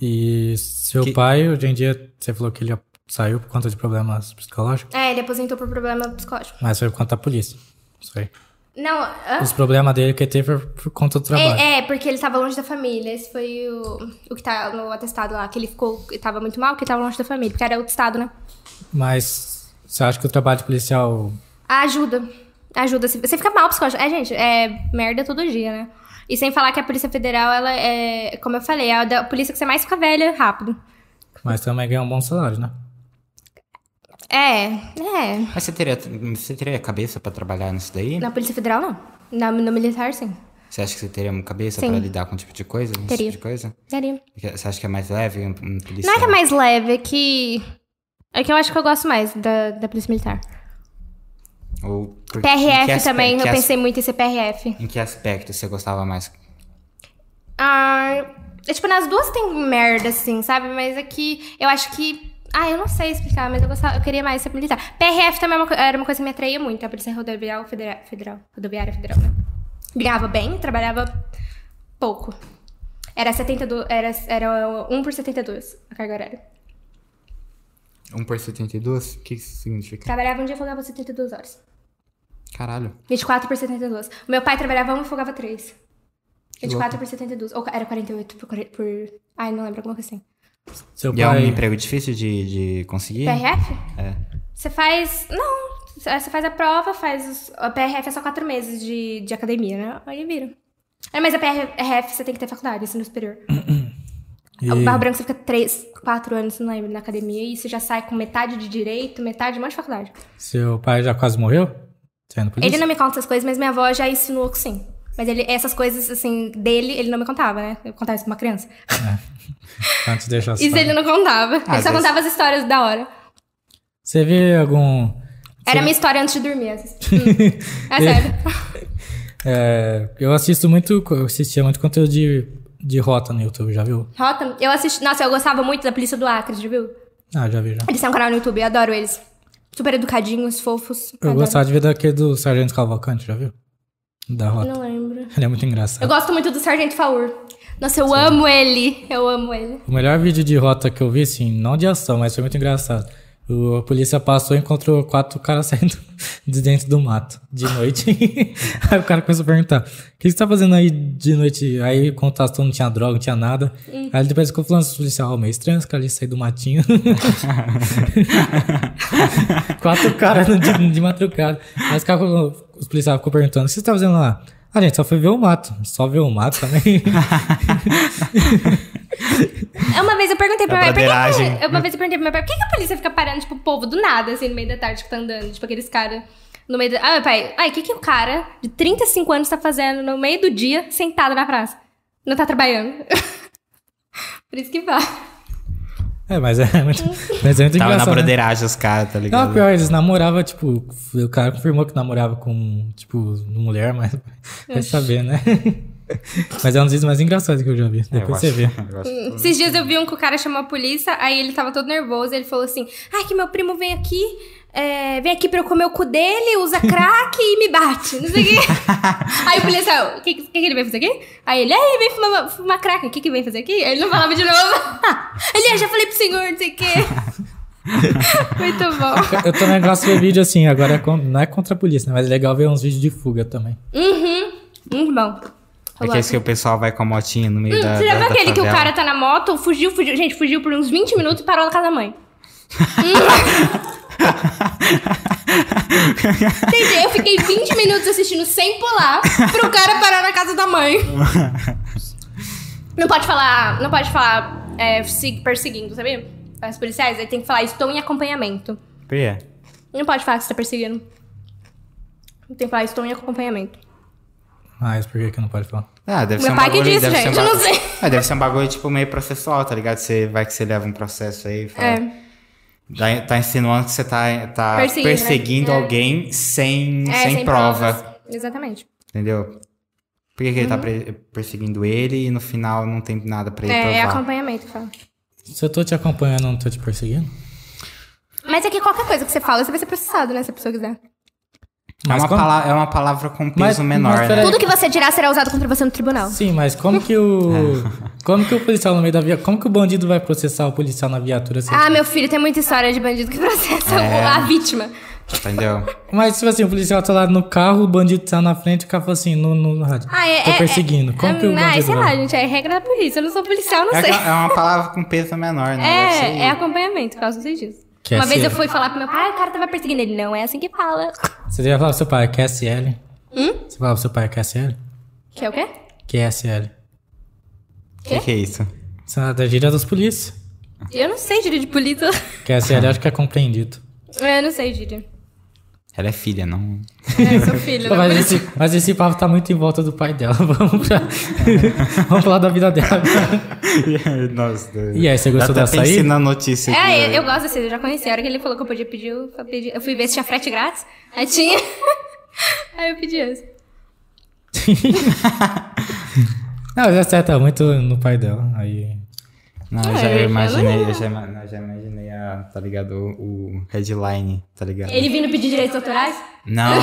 Speaker 2: E seu
Speaker 1: Que-
Speaker 2: pai, hoje em dia, você falou que ele saiu por conta de problemas psicológicos,
Speaker 3: É, ele aposentou por problema psicológico.
Speaker 2: mas foi por conta da polícia. Isso aí.
Speaker 3: Não, hã?
Speaker 2: Os problemas dele que ele teve foi por conta do trabalho.
Speaker 3: É, é, porque ele tava longe da família. Esse foi o, o que tá no atestado lá. Que ele ficou. ele Tava muito mal, porque ele tava longe da família. Porque era outro estado, né?
Speaker 2: Mas você acha que o trabalho de policial.
Speaker 3: Ajuda. Ajuda. se- Você fica mal psicológico. É, gente, é merda todo dia, né? E sem falar que a Polícia Federal, ela é, como eu falei, é a da polícia que você mais fica velha rápido.
Speaker 2: Mas também ganha um bom salário, né?
Speaker 3: É, é.
Speaker 1: Mas você teria, você teria cabeça pra trabalhar nisso daí?
Speaker 3: Na Polícia Federal, não. Na, no militar, sim.
Speaker 1: Você acha que você teria uma cabeça
Speaker 3: Sim.
Speaker 1: pra lidar com um tipo de coisa? Esse
Speaker 3: Teria.
Speaker 1: tipo de coisa?
Speaker 3: Daria.
Speaker 1: Você acha que é mais leve um, um policial?
Speaker 3: Não é que é mais leve, é que. É que eu acho que eu gosto mais da, da Polícia Militar.
Speaker 1: Ou por- em que
Speaker 3: PRF
Speaker 1: aspe-
Speaker 3: também, eu
Speaker 1: que as-
Speaker 3: pensei muito em ser PRF.
Speaker 1: Em que aspecto você gostava mais?
Speaker 3: Ah, é, tipo, nas duas tem merda, assim, sabe? Mas é que eu acho que. Ah, eu não sei explicar, mas eu, gostava, eu queria mais ser militar. PRF também é uma co- era uma coisa que me atraía muito, a Polícia Rodoviária Federal. federal rodoviária Federal, né? Ganhava bem, trabalhava pouco. Era 72. Era, era 1 por 72 a carga horária.
Speaker 1: 1 por 72? O que isso significa?
Speaker 3: Trabalhava um dia e folgava 72 horas.
Speaker 1: Caralho.
Speaker 3: 24 por 72. O meu pai trabalhava um e folgava três. 24 por 72. Ou era 48 por, 40 por. Ai, não lembro, alguma coisa assim.
Speaker 2: Seu
Speaker 1: E é um
Speaker 2: pai.
Speaker 1: emprego difícil de, de conseguir?
Speaker 3: PRF?
Speaker 1: É.
Speaker 3: Você faz. Não, você faz a prova, faz. os- A PRF é só quatro meses de, de academia, né? Aí vira. É, mas a PRF você tem que ter faculdade, ensino superior. O
Speaker 2: e-
Speaker 3: Barro Branco você fica três, quatro anos, não lembro, na academia, e você já sai com metade de direito, metade de um monte de faculdade.
Speaker 2: Seu pai já quase morreu? Sendo polícia?
Speaker 3: Ele não me conta essas coisas, mas minha avó já insinuou que sim. Mas ele, essas coisas, assim, dele, ele não me contava, né? Eu contava isso pra uma criança.
Speaker 2: Antes deixa
Speaker 3: Isso ele não contava. ele
Speaker 1: Ah, às
Speaker 3: só
Speaker 1: vezes-
Speaker 3: contava as histórias da hora.
Speaker 2: Você vê algum.
Speaker 3: Era a minha história antes de
Speaker 1: *laughs*
Speaker 3: dormir. essas- Hum. É sério.
Speaker 2: É, eu assisto muito. Eu assistia muito conteúdo de, de rota no YouTube, já viu?
Speaker 3: Rota, eu assisti. Nossa, eu gostava muito da Polícia do Acre, já viu?
Speaker 2: Ah, já vi já.
Speaker 3: Eles têm um canal no YouTube, eu adoro eles. Super educadinhos, fofos.
Speaker 2: Eu
Speaker 3: Adoro.
Speaker 2: gostava de ver daquele do Sargento Cavalcante, já viu? Da rota.
Speaker 3: Não lembro.
Speaker 2: Ele é muito engraçado.
Speaker 3: Eu gosto muito do Sargento Faur. Nossa, eu amo ele. Eu amo ele.
Speaker 2: O melhor vídeo de rota que eu vi, assim, não de ação, mas foi muito engraçado. O- a polícia passou e encontrou quatro caras *laughs* saindo de dentro do mato de noite. *laughs* aí o cara começou a perguntar: o que você tá fazendo aí de noite? Aí contatou, não tinha droga, não tinha nada. Aí ele depois ficou falando pro policial: ó, meio estranho, os caras ali saíram do matinho. quatro caras no dia- de, madrugada. Aí os, caras, ficou- os policiais ficou perguntando: o que você tá fazendo lá? Ah, gente, só foi ver o mato. Só ver o mato também. *laughs*
Speaker 3: Uma vez eu perguntei pra
Speaker 1: É
Speaker 3: minha mãe, por que
Speaker 2: né?
Speaker 1: broderagem.
Speaker 3: que, uma vez eu perguntei pra meu pai, por que, que a polícia fica parando, tipo, o povo do nada, assim, no meio da tarde que tá andando, tipo, aqueles caras no meio da... Ah, meu pai, ai, o que que o cara de 35 anos tá fazendo no meio do dia, sentado na praça? Não tá trabalhando. *laughs* por isso que vai.
Speaker 2: É, mas é muito, mas é muito
Speaker 1: Tava na
Speaker 2: engraçado. né?
Speaker 1: broderagem os caras, tá
Speaker 2: Não,
Speaker 1: ligado?
Speaker 2: pior, eles namoravam, tipo, o cara confirmou que namorava com, tipo, uma mulher, mas *laughs* vai saber,
Speaker 1: *laughs*
Speaker 2: né? mas é um dos vídeos mais engraçados que eu já vi.
Speaker 1: É, eu
Speaker 2: Depois você
Speaker 1: acho-
Speaker 2: vê.
Speaker 1: eu acho-
Speaker 3: Esses dias eu vi um que o cara chamou a polícia, aí ele tava todo nervoso, ele falou assim, ai, que meu primo vem aqui, é, vem aqui pra eu comer o cu dele,
Speaker 1: *laughs*
Speaker 3: usa crack e me bate, não sei o quê. aí o policial, o que, que que ele veio fazer aqui? Aí ele, ai, ele vem fumar, fumar crack, o que que vem fazer aqui? Aí ele não falava de novo. *laughs* ele, "Ah, já falei pro senhor, não sei
Speaker 1: *laughs*
Speaker 3: o quê. *laughs* Muito bom.
Speaker 2: Eu também gosto de ver vídeo assim, agora é con- não é contra a polícia, né? Mas é legal ver uns vídeos de fuga também.
Speaker 3: Uhum, muito bom. Eu
Speaker 1: É que esse que o pessoal vai com a motinha no meio da.
Speaker 3: Tá Hum, Você já
Speaker 1: da-
Speaker 3: viu
Speaker 1: da
Speaker 3: aquele que o
Speaker 1: favela.
Speaker 3: cara tá na moto, fugiu, fugiu. Gente, fugiu por uns 20 minutos e parou na casa
Speaker 1: *laughs*
Speaker 3: da mãe. Hum. Gente, eu fiquei 20 minutos assistindo sem pular pro cara parar na casa da mãe. Não pode falar. Não pode falar é, se- perseguindo, sabia? As policiais, aí tem que falar, estou em acompanhamento.
Speaker 1: Por quê?
Speaker 3: Não pode falar que você tá perseguindo. Tem que falar, estou em acompanhamento.
Speaker 2: Mas por que que não pode falar?
Speaker 1: Ah, deve
Speaker 3: Meu
Speaker 1: ser um
Speaker 3: pai que
Speaker 1: bagulho,
Speaker 3: disse,
Speaker 1: deve
Speaker 3: gente,
Speaker 1: ser um
Speaker 3: eu não
Speaker 1: bagulho-
Speaker 3: sei.
Speaker 1: É, deve ser um bagulho, tipo, meio processual, tá ligado? Você vai que você leva um processo aí e fala.
Speaker 3: É.
Speaker 1: Tá, tá insinuando que você tá, tá
Speaker 3: Perseguindo,
Speaker 1: perseguindo,
Speaker 3: né? É.
Speaker 1: alguém sem,
Speaker 3: É,
Speaker 1: sem, prova,
Speaker 3: provas. Exatamente.
Speaker 1: entendeu? Por que, que ele tá pre- perseguindo ele e no final não tem nada pra ele
Speaker 3: É, é
Speaker 1: provar?
Speaker 3: acompanhamento que fala.
Speaker 2: Se eu tô te acompanhando, eu não tô te perseguindo?
Speaker 3: Mas é que qualquer coisa que você fala, você vai ser processado, né? Se a pessoa quiser.
Speaker 1: É, uma
Speaker 2: como-
Speaker 1: palavra, é uma palavra com peso
Speaker 2: Mas-
Speaker 1: menor,
Speaker 2: mas
Speaker 1: né?
Speaker 2: peraí.
Speaker 3: Tudo que você dirá será usado contra você no tribunal.
Speaker 2: É. Sim, mas como
Speaker 1: *laughs*
Speaker 2: que
Speaker 1: É.
Speaker 2: o. Como que o policial no meio da via. Como que o bandido vai processar o policial na viatura? assim? se-
Speaker 3: Ah, meu filho, tem muita história de bandido que *laughs* processa
Speaker 2: É.
Speaker 3: o- a vítima.
Speaker 1: Entendeu?
Speaker 2: Mas, tipo assim, o policial tá lá no carro, o bandido tá na frente, o cara fala assim, no, no, no rádio.
Speaker 3: Ah, é.
Speaker 2: Tô
Speaker 3: é-
Speaker 2: perseguindo.
Speaker 3: é-
Speaker 2: Como que o
Speaker 3: Ah,
Speaker 2: bandido
Speaker 3: sei lá,
Speaker 2: vai?
Speaker 3: gente, é regra da polícia. Eu não sou policial, não
Speaker 1: É,
Speaker 3: sei.
Speaker 1: aquela- é uma palavra com peso menor, né?
Speaker 3: É, é acompanhamento, por causa disso.
Speaker 2: Que é
Speaker 3: Uma vez
Speaker 2: ser-
Speaker 3: eu fui falar pro meu pai, ah, o cara tava perseguindo ele. Não é assim que fala.
Speaker 2: Você ia falar pro seu pai, é QSL.
Speaker 3: Hum?
Speaker 2: Você fala pro seu pai, é QSL?
Speaker 3: Que é o quê?
Speaker 2: QSL.
Speaker 1: O que, que é isso?
Speaker 2: Isso é da gíria dos polícia.
Speaker 3: Eu não sei gíria de polícia. *laughs*
Speaker 2: QSL acho que é compreendido.
Speaker 3: Eu não sei gíria.
Speaker 1: Ela é filha, não.
Speaker 3: É, eu sou filho.
Speaker 2: Pô,
Speaker 3: não,
Speaker 2: mas,
Speaker 3: por isso-
Speaker 2: esse, mas esse papo tá muito em volta do pai dela. *laughs* Vamos pra... Vamos falar da vida dela agora.
Speaker 1: *laughs* Nossa,
Speaker 2: E aí, você gostou
Speaker 1: dá
Speaker 2: dessa
Speaker 1: até
Speaker 2: aí?
Speaker 1: pensei na notícia. aqui,
Speaker 3: É, eu,
Speaker 1: né?
Speaker 3: eu gosto desse, eu já conheci. A hora que ele falou que eu podia pedir, eu fa- pedi. Eu fui ver se tinha frete grátis. Aí tinha. *laughs* Aí eu pedi esse.
Speaker 2: Não, mas acerta muito no pai dela. Aí...
Speaker 1: Não, eu
Speaker 3: Ah,
Speaker 1: já
Speaker 3: eu já
Speaker 1: imaginei, eu já, ima- eu já imaginei a, tá ligado, o, o headline, tá ligado?
Speaker 3: Ele vindo pedir direitos autorais?
Speaker 1: Não,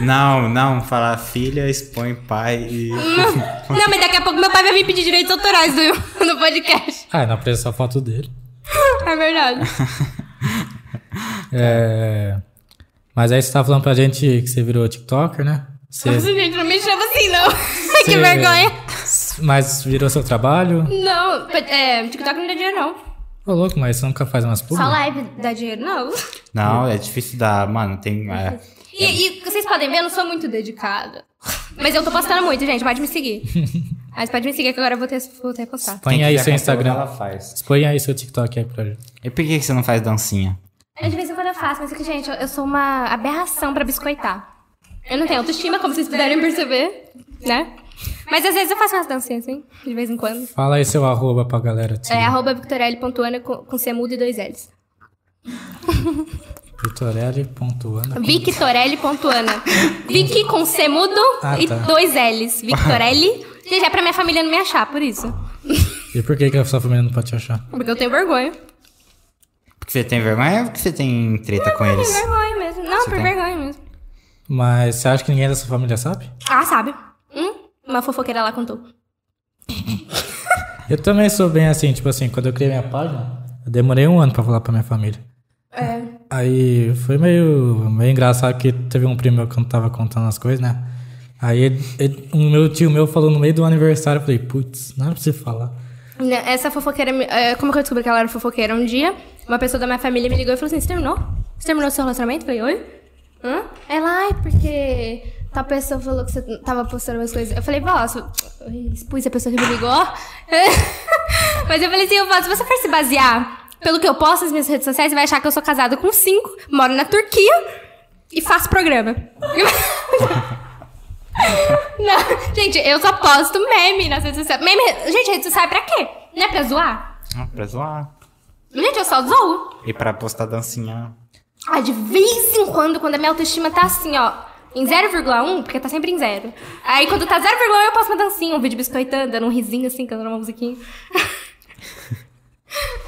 Speaker 1: não, não, falar filha, expõe pai e...
Speaker 3: Não, mas daqui a pouco meu pai vai vir pedir direitos autorais do, no podcast. *laughs*
Speaker 2: Ah, não precisa só foto dele.
Speaker 3: É verdade.
Speaker 2: É... Mas aí você tá falando pra gente que você virou TikToker, né? Você...
Speaker 3: Nossa, gente, não me chama assim, não. *laughs* que
Speaker 2: Você-
Speaker 3: vergonha.
Speaker 2: Mas virou seu trabalho?
Speaker 3: Não, é, TikTok não dá dinheiro, não.
Speaker 2: Ô, louco, mas você nunca faz umas
Speaker 3: Só
Speaker 2: públicas?
Speaker 3: live dá dinheiro, não.
Speaker 1: Não, é difícil dar, mano, tem... é,
Speaker 3: E, e vocês podem ver, eu não sou muito dedicada. Mas eu tô postando muito, gente. Pode me seguir. Mas pode me seguir que agora eu vou ter, vou ter que postar.
Speaker 1: quem
Speaker 2: Põe aí
Speaker 1: quiser
Speaker 2: seu
Speaker 1: conteúdo,
Speaker 2: Instagram.
Speaker 1: Ela faz.
Speaker 2: Põe aí seu TikTok aí pra gente.
Speaker 1: E por que que você não faz dancinha?
Speaker 3: É, De vez em quando eu faço, mas é que, gente, eu, eu sou uma aberração pra biscoitar. Eu não tenho autoestima, como vocês puderem perceber, né? Mas às vezes eu faço umas dancinhas, assim, de vez em quando.
Speaker 2: Fala aí seu arroba pra galera. tipo, te-
Speaker 3: É arroba victorelli.ana com, com C mudo e dois L's.
Speaker 2: Vitorelli.ana.
Speaker 3: Victorelli.ana. Vicky com C mudo
Speaker 2: Ah,
Speaker 3: e
Speaker 2: tá.
Speaker 3: dois L's. Victorelli. Gente, é pra minha família não me achar, por isso.
Speaker 2: E por que, que a sua família não pode te achar?
Speaker 3: Porque eu tenho vergonha.
Speaker 1: Porque você tem vergonha ou porque você tem treta com eles?
Speaker 3: Por vergonha mesmo. Não,
Speaker 1: Você
Speaker 3: por
Speaker 1: tem?
Speaker 3: vergonha mesmo.
Speaker 2: Mas você acha que ninguém da sua família sabe?
Speaker 3: Ah, sabe? Hum? Uma fofoqueira lá contou.
Speaker 2: Eu também sou bem assim, tipo assim, quando eu criei minha página, eu demorei um ano pra falar pra minha família.
Speaker 3: É.
Speaker 2: Aí foi meio, meio engraçado que teve um primo meu que eu não tava contando as coisas, né? Aí ele, ele- um meu tio meu falou no meio do aniversário, eu falei, putz, não era pra você falar.
Speaker 3: Não, Né, Essa fofoqueira. me- é, Como que eu descobri que ela era fofoqueira? Um dia, uma pessoa da minha família me ligou e falou assim: Você terminou? Você terminou seu relacionamento? Eu falei: Oi? Hã? Ela, ai, porque tal pessoa falou que você tava postando umas coisas. Eu falei: Vó, se- Oi, expus a pessoa que me ligou. *laughs* Mas eu falei assim: Vó, se você for se basear pelo que eu posto nas minhas redes sociais, você vai achar que eu sou casada com cinco, moro na Turquia e faço programa. *laughs* Não, gente, eu só posto meme nas redes sociais. Meme, gente, rede social é pra quê? Não é pra zoar?
Speaker 1: Ah, pra zoar.
Speaker 3: Gente, eu só zoo.
Speaker 1: E pra postar dancinha.
Speaker 3: Ah, de vez em quando, quando a minha autoestima tá assim, ó, em 0,1, porque tá sempre em zero. Aí quando tá 0,1, eu posto uma dancinha, um vídeo biscoitando, dando um risinho assim, cantando uma *laughs* musiquinha.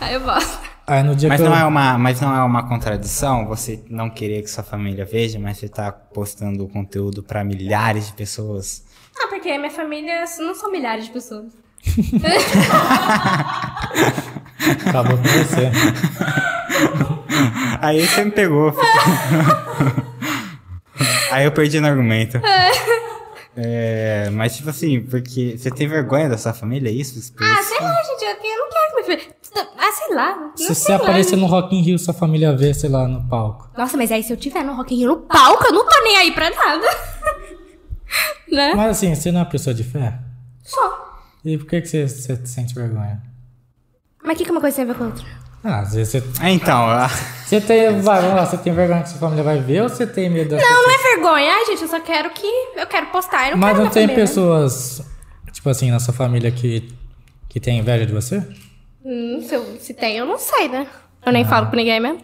Speaker 3: Aí eu posto.
Speaker 2: Aí no dia
Speaker 1: Mas
Speaker 2: que eu...
Speaker 1: não, é uma, mas não é uma contradição você não querer que sua família veja, mas você tá postando conteúdo pra milhares de pessoas.
Speaker 3: Ah, porque a minha família não são milhares de pessoas.
Speaker 2: Acabou com você.
Speaker 1: Aí você me pegou. *laughs* Aí eu perdi no argumento. É, mas tipo assim, porque você tem vergonha da sua família, é isso? Por
Speaker 3: Ah,
Speaker 1: isso?
Speaker 3: sei lá, gente, eu, eu não quero que minha família... Ah, sei lá. não
Speaker 2: Se você
Speaker 3: sei lá, né?
Speaker 2: aparecer no Rock in Rio, sua família vê, sei lá, no palco.
Speaker 3: Nossa, mas aí se eu tiver no Rock in Rio no palco, eu não tô nem aí pra nada. *laughs* né?
Speaker 2: Mas assim, você não é uma pessoa de fé?
Speaker 3: Só.
Speaker 2: E por que, que você, você sente vergonha?
Speaker 3: Mas o que, que uma coisa tem a ver com a outra?
Speaker 2: Ah, às vezes você...
Speaker 1: Ah, então, ah,
Speaker 2: Você tem... Vai, vamos lá, você tem vergonha que sua família vai ver ou você tem medo das
Speaker 3: Não,
Speaker 2: pessoas?
Speaker 3: não é vergonha. Ai, gente, eu só quero que... Eu quero postar, eu não
Speaker 2: Mas
Speaker 3: quero né?
Speaker 2: não
Speaker 3: minha
Speaker 2: tem
Speaker 3: família.
Speaker 2: pessoas, tipo assim, na sua família que, que tem inveja de você?
Speaker 3: Hum, se, eu- se tem, eu não sei, né? Eu nem falo com ninguém mesmo.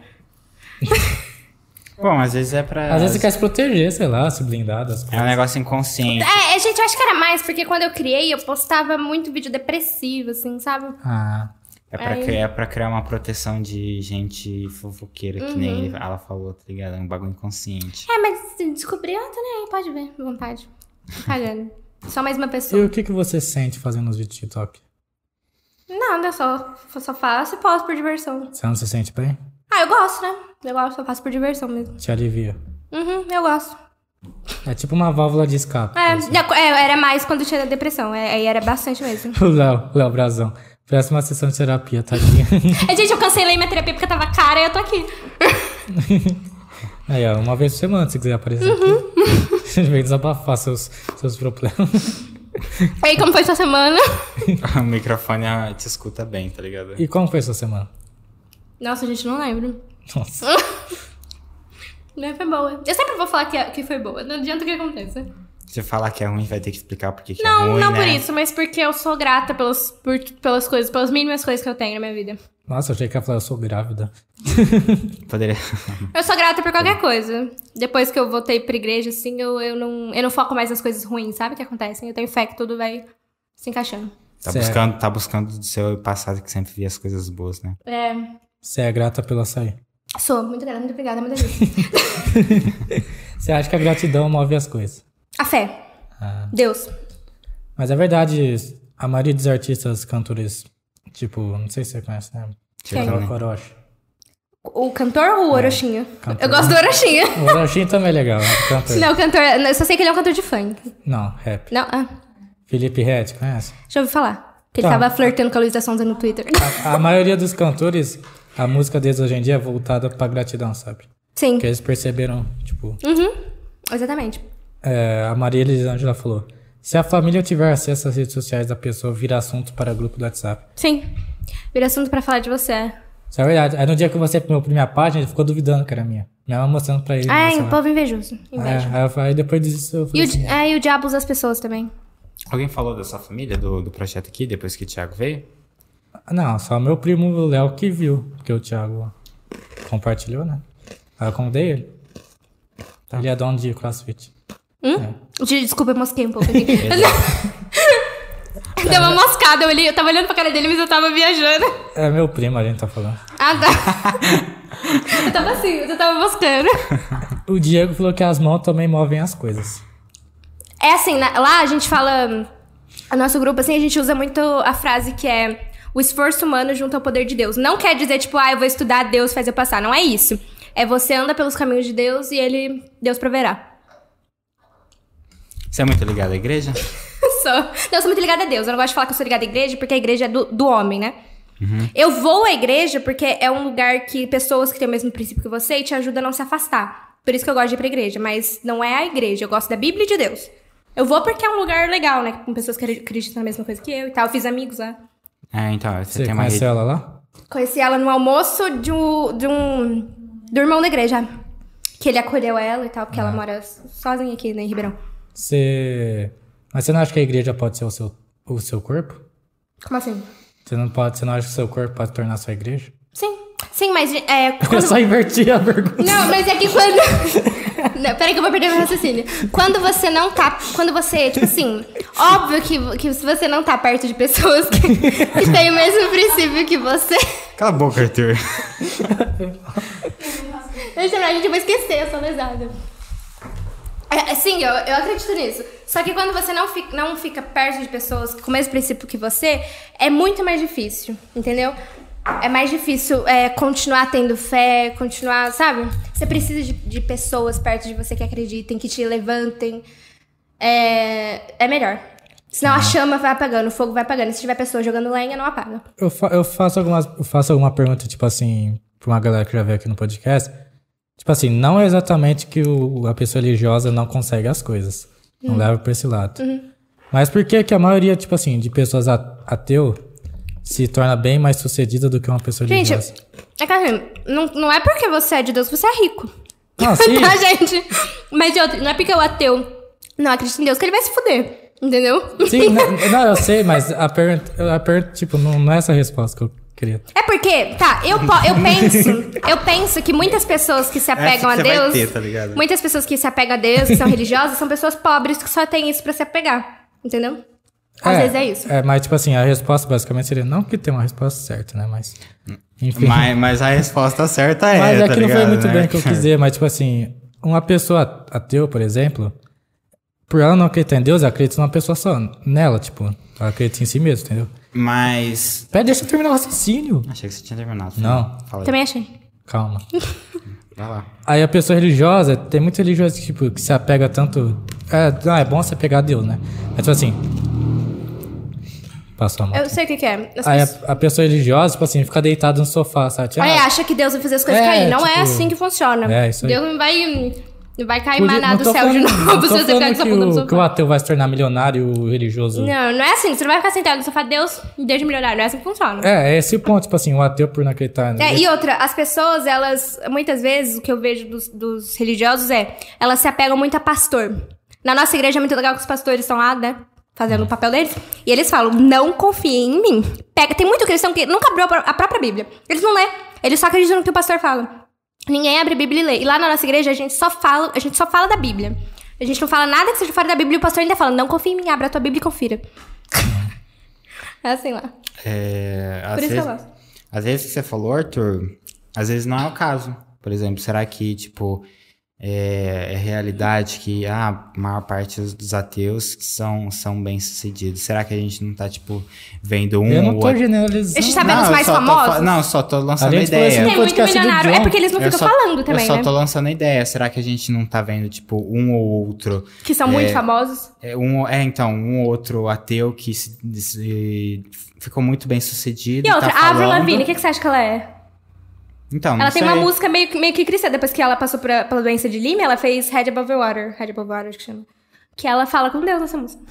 Speaker 1: bom, às vezes é pra.
Speaker 2: Às vezes você quer se proteger, sei lá, se blindar das
Speaker 1: É um
Speaker 2: coisas.
Speaker 1: negócio inconsciente.
Speaker 3: É, é, gente, eu acho que era mais, porque quando eu criei, eu postava muito vídeo depressivo, assim, sabe?
Speaker 2: Ah,
Speaker 1: É pra,
Speaker 3: Aí-
Speaker 1: criar, é pra criar uma proteção de gente fofoqueira, que nem ela falou, tá ligado? É um bagulho inconsciente.
Speaker 3: É, mas se descobrir, eu tô tá nem aí, pode ver, à vontade. Tô Cagando. Só mais uma
Speaker 2: e
Speaker 3: pessoa.
Speaker 2: o que, que você sente fazendo os vídeos de TikTok?
Speaker 3: Nada, eu só, só faço e posto por diversão.
Speaker 2: Você não se sente bem?
Speaker 3: Ah, eu gosto, né? Eu gosto, eu faço por diversão mesmo.
Speaker 2: Te alivia.
Speaker 3: Uhum, eu gosto.
Speaker 2: É tipo uma válvula de escape.
Speaker 3: É,
Speaker 2: assim.
Speaker 3: já- é, era mais quando tinha depressão, é, aí era bastante mesmo.
Speaker 2: *laughs* O Léo, Léo Brazão. Parece uma sessão de terapia, tadinha.
Speaker 3: *laughs* É, gente, eu cancelei minha terapia porque tava cara e eu tô aqui.
Speaker 2: Aí, ó, uma vez por semana, se quiser aparecer aqui. *laughs* Vem desabafar seus, seus problemas.
Speaker 3: E aí, como foi sua semana?
Speaker 1: *laughs* o microfone ah, te escuta bem, tá ligado?
Speaker 2: E como foi sua semana?
Speaker 3: Nossa, gente, não lembro. *laughs*
Speaker 2: Nossa.
Speaker 3: Não, foi boa. Eu sempre vou falar que, é- que foi boa, não adianta que aconteça.
Speaker 1: Se falar que é ruim, vai ter que explicar por que que é
Speaker 3: Não,
Speaker 1: ruim,
Speaker 3: não
Speaker 1: né?
Speaker 3: por isso, mas porque eu sou grata pelos, por, pelas coisas, pelas mínimas coisas que eu tenho na minha vida.
Speaker 2: Nossa, eu achei que ela falou, eu sou grávida.
Speaker 1: Poderia... *laughs*
Speaker 3: Eu sou grata por qualquer coisa. Depois que eu voltei pra igreja, assim, eu, eu, não, eu não foco mais nas coisas ruins, sabe? Que acontecem. Eu tenho fé que tudo vai se encaixando.
Speaker 1: Tá
Speaker 2: Certo.
Speaker 1: buscando, tá buscando do seu passado que sempre via as coisas boas, né?
Speaker 3: É,
Speaker 2: Você é grata pelo açaí.
Speaker 3: sou. Muito grata, muito obrigada, muito obrigada.
Speaker 2: Você acha que a gratidão move as coisas.
Speaker 3: A fé.
Speaker 2: Ah.
Speaker 3: Deus.
Speaker 2: Mas é verdade, a maioria dos artistas cantores, tipo, não sei se você conhece, né?
Speaker 1: Tipo,
Speaker 2: Aquela
Speaker 1: né?
Speaker 2: Orochi.
Speaker 3: O cantor ou o Orochinho?
Speaker 2: É, cantor.
Speaker 3: Eu gosto do Orochinho.
Speaker 2: O Orochi também é legal, é cantor.
Speaker 3: Não, o cantor. Eu só sei que ele é um cantor de funk.
Speaker 2: Não, rap.
Speaker 3: Não, ah,
Speaker 2: Felipe Ret, conhece?
Speaker 3: já ouvi falar. Que ele
Speaker 2: Tá. Ah,
Speaker 3: tava flertando com a Luísa Sonza no Twitter.
Speaker 2: A, a maioria dos cantores, a música deles hoje em dia é voltada pra gratidão, sabe?
Speaker 3: Sim.
Speaker 2: Porque eles perceberam, tipo,
Speaker 3: Uhum. Exatamente.
Speaker 2: é, a Maria Elisângela falou: se a família tiver acesso às redes sociais da pessoa, vira assunto para grupo do WhatsApp.
Speaker 3: Sim. Vira assunto pra falar de você.
Speaker 2: Isso é verdade. Aí no dia que você meu, minha página, ele ficou duvidando que era minha. Minha mãe mostrando pra ele.
Speaker 3: Ai,
Speaker 2: mostrando.
Speaker 3: o Ah, povo invejoso.
Speaker 2: É,
Speaker 3: Inveja.
Speaker 2: aí eu falei- aí depois disso eu
Speaker 3: E
Speaker 2: falei
Speaker 3: o,
Speaker 2: assim,
Speaker 3: di- é, e o diabo das pessoas também.
Speaker 1: Alguém falou da sua família, do, do projeto aqui, depois que o Thiago veio?
Speaker 2: "Ah, Não, só meu primo o Léo que viu, que o Thiago compartilhou, né? Aí eu convidei ele.
Speaker 1: Tá.
Speaker 2: Ele é dono de CrossFit.
Speaker 3: De- Desculpa, eu mosquei um
Speaker 2: *laughs*
Speaker 3: pouco aqui. *laughs* Deu uma moscada, eu, olhei, eu tava olhando pra cara dele, mas eu tava viajando.
Speaker 2: É meu primo, a gente tá falando.
Speaker 3: Ah, Ah, tá. *laughs* eu tava assim, eu tava buscando.
Speaker 2: O Diego falou que as mãos também movem as coisas.
Speaker 3: É assim, na- lá a gente fala. hum, O nosso grupo, assim, a gente usa muito a frase que é o esforço humano junto ao poder de Deus. Não quer dizer, tipo, ah, eu vou estudar, Deus faz eu passar. Não é isso. É você anda pelos caminhos de Deus e ele. Deus proverá.
Speaker 1: Você é muito ligado à igreja?
Speaker 3: Sou. Não, eu sou muito ligada a Deus. Eu não gosto de falar que eu sou ligada à igreja, porque a igreja é do, do homem, né? Eu vou à igreja porque é um lugar que pessoas que têm o mesmo princípio que você e te ajuda a não se afastar. Por isso que eu gosto de ir pra igreja, mas não é a igreja, eu gosto da Bíblia e de Deus. Eu vou porque é um lugar legal, né? Com pessoas que acre- acreditam na mesma coisa que eu e tal. Eu fiz amigos lá.
Speaker 1: É, então, você,
Speaker 2: Você
Speaker 1: tem uma
Speaker 2: conheceu
Speaker 1: rede.
Speaker 2: ela lá?
Speaker 3: Conheci ela no almoço de um, de um. do irmão da igreja. Que ele acolheu ela e tal, porque ela mora sozinha aqui né, em Ribeirão.
Speaker 2: Você. Mas você não acha que a igreja pode ser o seu, o seu corpo?
Speaker 3: Como assim?
Speaker 2: Você não, pode, você não acha que o seu corpo pode tornar a sua igreja? *laughs*
Speaker 3: Sim. Sim, mas é,
Speaker 2: Eu *laughs*
Speaker 3: quando
Speaker 2: só inverti a pergunta.
Speaker 3: Não, mas é que quando. *laughs* Não, peraí que eu vou perder meu raciocínio. Quando você não tá. Quando você, tipo assim. Óbvio que, que se você não tá perto de pessoas que, *laughs* que têm o mesmo princípio que você.
Speaker 1: Cala a boca,
Speaker 2: *laughs*
Speaker 1: Arthur.
Speaker 3: Deixa eu ver, a gente vai esquecer essa lesada. É, é, sim, eu, eu acredito nisso. Só que quando você não fica, não fica perto de pessoas com o mesmo princípio que você, é muito mais difícil, entendeu? É mais difícil é, continuar tendo fé, continuar, sabe? Você precisa de, de pessoas perto de você que acreditem, que te levantem. É, é melhor. Senão a chama vai apagando, o fogo vai apagando. E se tiver pessoa jogando lenha, não apaga.
Speaker 2: Eu, fa- eu faço algumas, eu faço alguma pergunta, tipo assim, pra uma galera que já veio aqui no podcast. Tipo assim, não é exatamente que o- a pessoa religiosa não consegue as coisas. Não leva pra esse lado. Mas por que que a maioria, tipo assim, de pessoas a- ateu se torna bem mais sucedida do que uma pessoa
Speaker 3: Gente,
Speaker 2: religiosa?
Speaker 3: é que assim, não, não é porque você é de Deus que você é rico. *laughs*
Speaker 2: Ah, sim.
Speaker 3: tá, gente? Mas de outra, não é porque o ateu não acredita em Deus que ele vai se fuder. Entendeu? *laughs*
Speaker 2: Sim, né? não, não, eu sei, mas a pergunta, a pergunta tipo, não, não é essa a resposta que eu queria.
Speaker 3: É porque, tá, eu, po- eu penso, eu penso que muitas pessoas que se apegam
Speaker 1: que
Speaker 3: a
Speaker 1: você vai
Speaker 3: Deus,
Speaker 1: ter, tá ligado?
Speaker 3: muitas pessoas que se apegam a Deus, que são religiosas, são pessoas pobres que só têm isso pra se apegar, entendeu? Às vezes é isso.
Speaker 2: É, mas tipo assim, a resposta basicamente seria, não que tem uma resposta certa, né, mas... Enfim.
Speaker 1: Mas, mas a resposta certa é.
Speaker 2: *laughs* Mas é,
Speaker 1: tá
Speaker 2: que não foi
Speaker 1: ligado,
Speaker 2: muito
Speaker 1: né?
Speaker 2: bem
Speaker 1: *laughs*
Speaker 2: o que eu quis dizer, mas tipo assim, uma pessoa ateu, por exemplo, por ela não acreditar em Deus, ela acredita numa pessoa só, nela, tipo, ela acredita em si mesma, entendeu?
Speaker 1: Mas.
Speaker 2: Pera, deixa eu terminar o raciocínio.
Speaker 1: Achei que você tinha terminado.
Speaker 2: Não.
Speaker 1: Fala aí.
Speaker 3: Também achei.
Speaker 2: Calma.
Speaker 1: Vai lá.
Speaker 2: Aí a pessoa religiosa, tem muito religioso que, tipo, que se apega tanto. É, não, é bom se apegar a Deus, né? Mas tipo assim. Passou a mão.
Speaker 3: Eu sei o que, que é. As
Speaker 2: Aí
Speaker 3: pessoas-
Speaker 2: a, a pessoa religiosa, tipo assim, fica deitada no sofá, sabe? Tipo,
Speaker 3: É,
Speaker 2: ah,
Speaker 3: acha que Deus vai fazer as coisas
Speaker 2: É,
Speaker 3: cair. Não é
Speaker 2: tipo,
Speaker 3: assim que funciona.
Speaker 2: é, isso aí.
Speaker 3: Deus não vai, não vai cair
Speaker 2: podia-
Speaker 3: maná
Speaker 2: não
Speaker 3: do
Speaker 2: tô
Speaker 3: céu de
Speaker 2: falando- não
Speaker 3: novo
Speaker 2: tô
Speaker 3: se *laughs* você ficar
Speaker 2: falando
Speaker 3: de
Speaker 2: que
Speaker 3: saputo no
Speaker 2: o, que o
Speaker 3: sofá.
Speaker 2: ateu vai se tornar milionário e o religioso.
Speaker 3: Não, não é assim. Você não vai ficar sentado no sofá, Deus me deixa melhorar. Não é assim que funciona.
Speaker 2: É, é esse ponto, tipo assim, o ateu por não acreditar.
Speaker 3: É, e outra, as pessoas, elas, muitas vezes, o que eu vejo dos, dos religiosos é, elas se apegam muito a pastor. Na nossa igreja é muito legal que os pastores estão lá, né? Fazendo o papel deles. E eles falam, não confiem em mim. Pega, tem muito cristão que nunca abriu a pró- a própria Bíblia. Eles não lê. Eles só acreditam no que o pastor fala. Ninguém abre a Bíblia e lê. E lá na nossa igreja a gente só fala, a gente só fala da Bíblia. A gente não fala nada que seja fora da Bíblia e o pastor ainda fala, não confie em mim, abra a tua Bíblia e confira. *laughs* é assim lá.
Speaker 1: É, às
Speaker 3: Por isso que eu
Speaker 1: vezes,
Speaker 3: gosto.
Speaker 1: Às vezes que você falou, Arthur, às vezes não é o caso. Por exemplo, será que, tipo, é, é realidade que ah, a maior parte dos- dos ateus que são, são bem-sucedidos? Será que a gente não tá, tipo, vendo um
Speaker 2: Eu
Speaker 1: ou
Speaker 2: não tô
Speaker 1: outro?
Speaker 2: generalizando.
Speaker 3: A gente tá
Speaker 1: Não,
Speaker 3: vendo os
Speaker 1: eu
Speaker 3: mais
Speaker 1: só tô
Speaker 3: famosos?
Speaker 1: fa- não, só tô lançando
Speaker 2: gente
Speaker 1: ideia.
Speaker 2: falou assim,
Speaker 3: Tem muito
Speaker 2: podcast do
Speaker 3: milionário. É
Speaker 2: John.
Speaker 3: porque eles não
Speaker 1: Eu
Speaker 3: ficam
Speaker 1: só-
Speaker 3: falando também,
Speaker 1: Eu só
Speaker 3: né?
Speaker 1: tô lançando ideia. Será que a gente não tá vendo, tipo, um ou outro?
Speaker 3: Que são muito famosos.
Speaker 1: É, um, é então, um ou outro ateu que se- se- ficou muito bem sucedido.
Speaker 3: E outra,
Speaker 1: tá
Speaker 3: a Avril
Speaker 1: falando.
Speaker 3: Lavigne, o que, que você acha que ela é?
Speaker 1: Então, não
Speaker 3: ela tem uma
Speaker 1: sei.
Speaker 3: música meio, que- meio que cristã. Depois que ela passou pra- pela doença de Lyme, ela fez Head Above Water. Head Above Water, acho que chama. Que ela fala com Deus nessa música.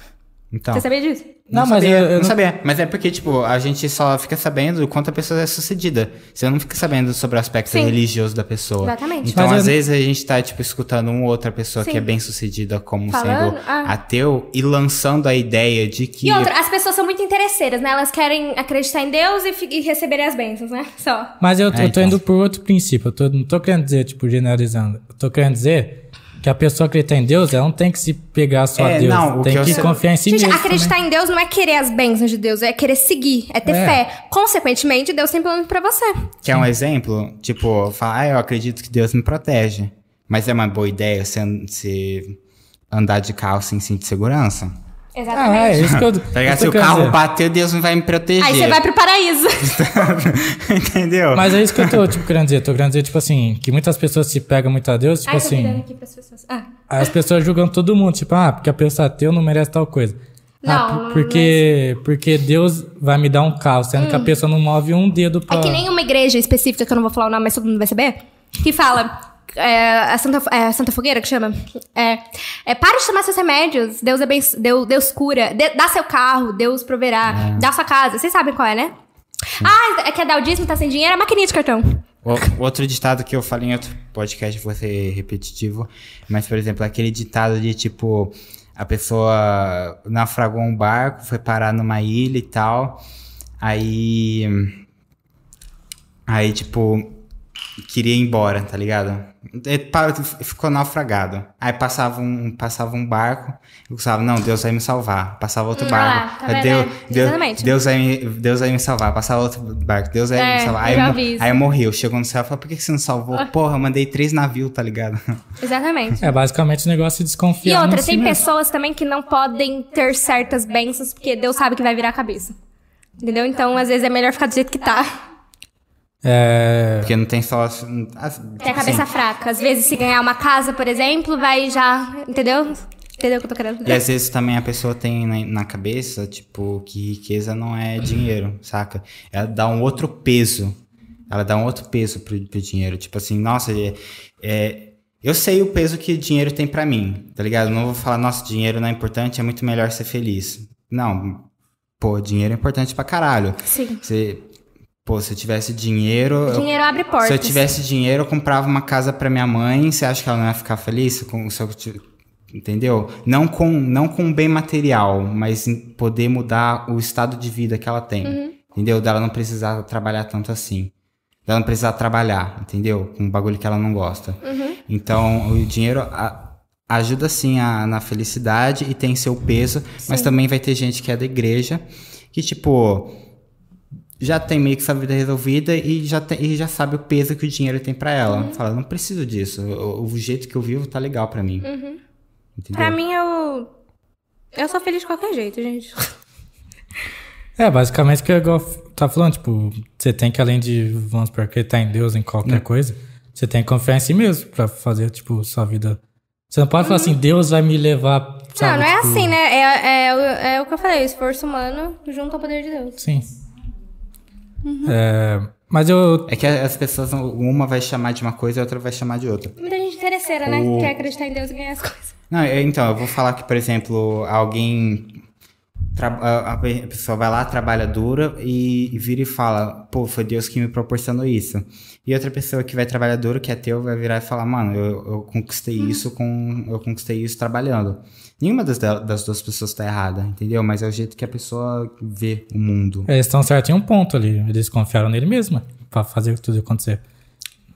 Speaker 1: Então.
Speaker 3: Você sabia disso?
Speaker 2: Não, mas
Speaker 1: sabia,
Speaker 2: eu, eu
Speaker 1: não
Speaker 2: não-
Speaker 1: sabia. Mas é porque, tipo, a gente só fica sabendo o quanto a pessoa é sucedida. Você não fica sabendo sobre o aspecto
Speaker 3: Sim.
Speaker 1: religioso da pessoa.
Speaker 3: Exatamente.
Speaker 1: Então,
Speaker 2: Mas
Speaker 1: às
Speaker 2: eu-
Speaker 1: vezes, a gente tá, tipo, escutando uma outra pessoa
Speaker 3: Sim.
Speaker 1: que é bem sucedida como Então,
Speaker 3: Falando,
Speaker 1: sendo
Speaker 3: ah.
Speaker 1: ateu e lançando a ideia de que.
Speaker 3: E outra, as pessoas são muito interesseiras, né? Elas querem acreditar em Deus e, fi- e receberem as bênçãos, né? Só.
Speaker 2: Mas eu, eu tô
Speaker 1: então.
Speaker 2: indo por outro princípio. Eu tô- não tô querendo dizer, tipo, generalizando. Eu tô querendo dizer Que a pessoa acreditar em Deus, ela não tem que se pegar só
Speaker 1: É,
Speaker 2: a Deus.
Speaker 1: não, o
Speaker 2: tem
Speaker 1: que eu
Speaker 2: que
Speaker 1: sei-
Speaker 2: confiar em si
Speaker 3: Gente,
Speaker 2: mesmo.
Speaker 3: acreditar
Speaker 2: também.
Speaker 1: né?
Speaker 3: em Deus não é querer as bênçãos de Deus, é querer seguir, é ter
Speaker 2: É.
Speaker 3: fé. Consequentemente, Deus tem plano pra você.
Speaker 1: Quer um exemplo? Tipo, falar, ah, eu acredito que Deus me protege. Mas é uma boa ideia você an- se andar de carro sem cinto de segurança?
Speaker 3: Exatamente.
Speaker 2: Ah, é
Speaker 1: *laughs*
Speaker 2: isso que eu. isso
Speaker 1: Tá ligado?
Speaker 2: que
Speaker 1: Se
Speaker 2: eu
Speaker 1: o
Speaker 2: quero
Speaker 1: carro
Speaker 2: dizer.
Speaker 1: bater, Deus não vai me proteger.
Speaker 3: Aí você
Speaker 1: *laughs*
Speaker 3: vai pro paraíso.
Speaker 1: Tipo Entendeu?
Speaker 2: Mas é isso que eu tô tipo, querendo dizer. Tô querendo dizer, tipo assim, que muitas pessoas se pegam muito a Deus, tipo
Speaker 3: Ai, tô
Speaker 2: assim.
Speaker 3: virando aqui pras pessoas. Ah.
Speaker 2: As pessoas julgam todo mundo, tipo, ah, porque a pessoa ateu não merece tal coisa. ah,
Speaker 3: Não,
Speaker 2: por-
Speaker 3: não
Speaker 2: porque, porque Deus vai me dar um carro, sendo que a pessoa não move um dedo pra.
Speaker 3: Hum. É que nem uma igreja específica, que eu não vou falar o nome, mas todo mundo vai saber, que fala. é, a Santa, é, a Santa Fogueira que chama? É, é, para de tomar seus remédios. Deus, abenço- Deus, Deus cura. De- dá seu carro, Deus proverá. Dá sua casa. Vocês sabem qual é, né? Ah, é que é dar o dízimo, tá sem dinheiro? É maquininha de cartão.
Speaker 1: O- outro ditado que eu falei em outro podcast, vou ser repetitivo, mas, por exemplo, aquele ditado de tipo, a pessoa naufragou um barco, foi parar numa ilha e tal, aí. Aí, tipo, queria ir embora, tá ligado? É, pa- Ficou naufragado. Aí passava um, passava um barco, eu pensava, não, Deus vai me salvar. Passava outro
Speaker 3: Ah,
Speaker 1: barco.
Speaker 3: tá vendo?
Speaker 1: Deus, Deus,
Speaker 3: Exatamente.
Speaker 1: Deus, vai me, Deus vai me salvar. Passava outro barco, Deus vai
Speaker 3: É,
Speaker 1: me salvar.
Speaker 3: eu
Speaker 1: Aí,
Speaker 3: já Ah.
Speaker 1: mo-
Speaker 3: vi isso.
Speaker 1: aí morreu. Chegou no céu e falou: por que que você não salvou? Porra, eu mandei três navios, tá ligado?
Speaker 3: Exatamente.
Speaker 2: É basicamente o negócio de
Speaker 3: E
Speaker 2: desconfiar. no
Speaker 3: outra,
Speaker 2: si
Speaker 3: tem
Speaker 2: mesmo.
Speaker 3: pessoas também que não podem ter certas bênçãos porque Deus sabe que vai virar a cabeça. Entendeu? Então, às vezes é melhor ficar do jeito que tá.
Speaker 2: É.
Speaker 1: Porque não tem só. as- as-
Speaker 3: Tem a
Speaker 1: assim,
Speaker 3: cabeça fraca. Às vezes, se ganhar uma casa, por exemplo, vai já. Entendeu? Entendeu o que eu tô querendo
Speaker 1: E
Speaker 3: dizer?
Speaker 1: às vezes também a pessoa tem na, na cabeça, tipo, que riqueza não é dinheiro, saca? Ela dá um outro peso. Ela dá um outro peso pro, pro dinheiro. Tipo assim, nossa, é- é, eu sei o peso que dinheiro tem pra mim, tá ligado? Eu não vou falar, nossa, dinheiro não é importante, é muito melhor ser feliz. Não, pô, dinheiro é importante pra caralho.
Speaker 3: Sim.
Speaker 1: Se, pô, se eu tivesse dinheiro. eu-
Speaker 3: Dinheiro abre portas.
Speaker 1: se eu tivesse dinheiro, eu comprava uma casa pra minha mãe. Você acha que ela não ia ficar feliz? Com, se eu ti- entendeu? Não com, não com bem material, mas em poder mudar o estado de vida que ela tem. Entendeu? Dela não precisar trabalhar tanto assim. Dela não precisar trabalhar, entendeu? Com um bagulho que ela não gosta.
Speaker 3: Uhum.
Speaker 1: Então, o dinheiro a- ajuda sim a- na felicidade e tem seu peso, mas também vai ter gente que é da igreja que, tipo, já tem meio que sua vida resolvida e já, tem- e já sabe o peso que o dinheiro tem pra ela.
Speaker 3: Uhum.
Speaker 1: Fala, não preciso disso. O, o jeito que eu vivo tá legal pra mim. Entendeu?
Speaker 3: Uhum. Pra mim, eu. Eu sou feliz de qualquer jeito, gente.
Speaker 2: É, basicamente que é igual f- tá falando, tipo, você tem que além de, vamos supor, acreditar em Deus, em qualquer
Speaker 1: É.
Speaker 2: coisa, você tem que confiar em si mesmo pra fazer, tipo, sua vida. Você não pode falar
Speaker 1: Uhum.
Speaker 2: assim, Deus vai me levar,
Speaker 3: Não,
Speaker 2: *laughs* sabe?
Speaker 3: não é
Speaker 2: tipo,
Speaker 3: assim, né? É, é, o- é o que eu falei, o esforço humano junto ao poder de Deus.
Speaker 2: Sim.
Speaker 3: Uhum.
Speaker 2: É, mas eu...
Speaker 1: É que as pessoas, uma vai chamar de uma coisa e a outra vai chamar de outra.
Speaker 3: Muita gente interesseira, né? Que quer acreditar em Deus e ganhar as coisas.
Speaker 1: Não, eu- então, eu vou falar que, por exemplo, alguém. tra- A a pe- a pessoa vai lá, trabalha dura e e vira e fala: pô, foi Deus que me proporcionou isso. E outra pessoa que vai trabalhar duro, que é teu, vai virar e falar: mano, eu, eu conquistei
Speaker 3: Uhum.
Speaker 1: isso com. Eu conquistei isso trabalhando. Nenhuma das, del- das duas pessoas tá errada, entendeu? Mas é o jeito que a pessoa vê o mundo.
Speaker 2: Eles estão certos em um ponto ali. Eles confiaram nele mesmo pra fazer tudo acontecer.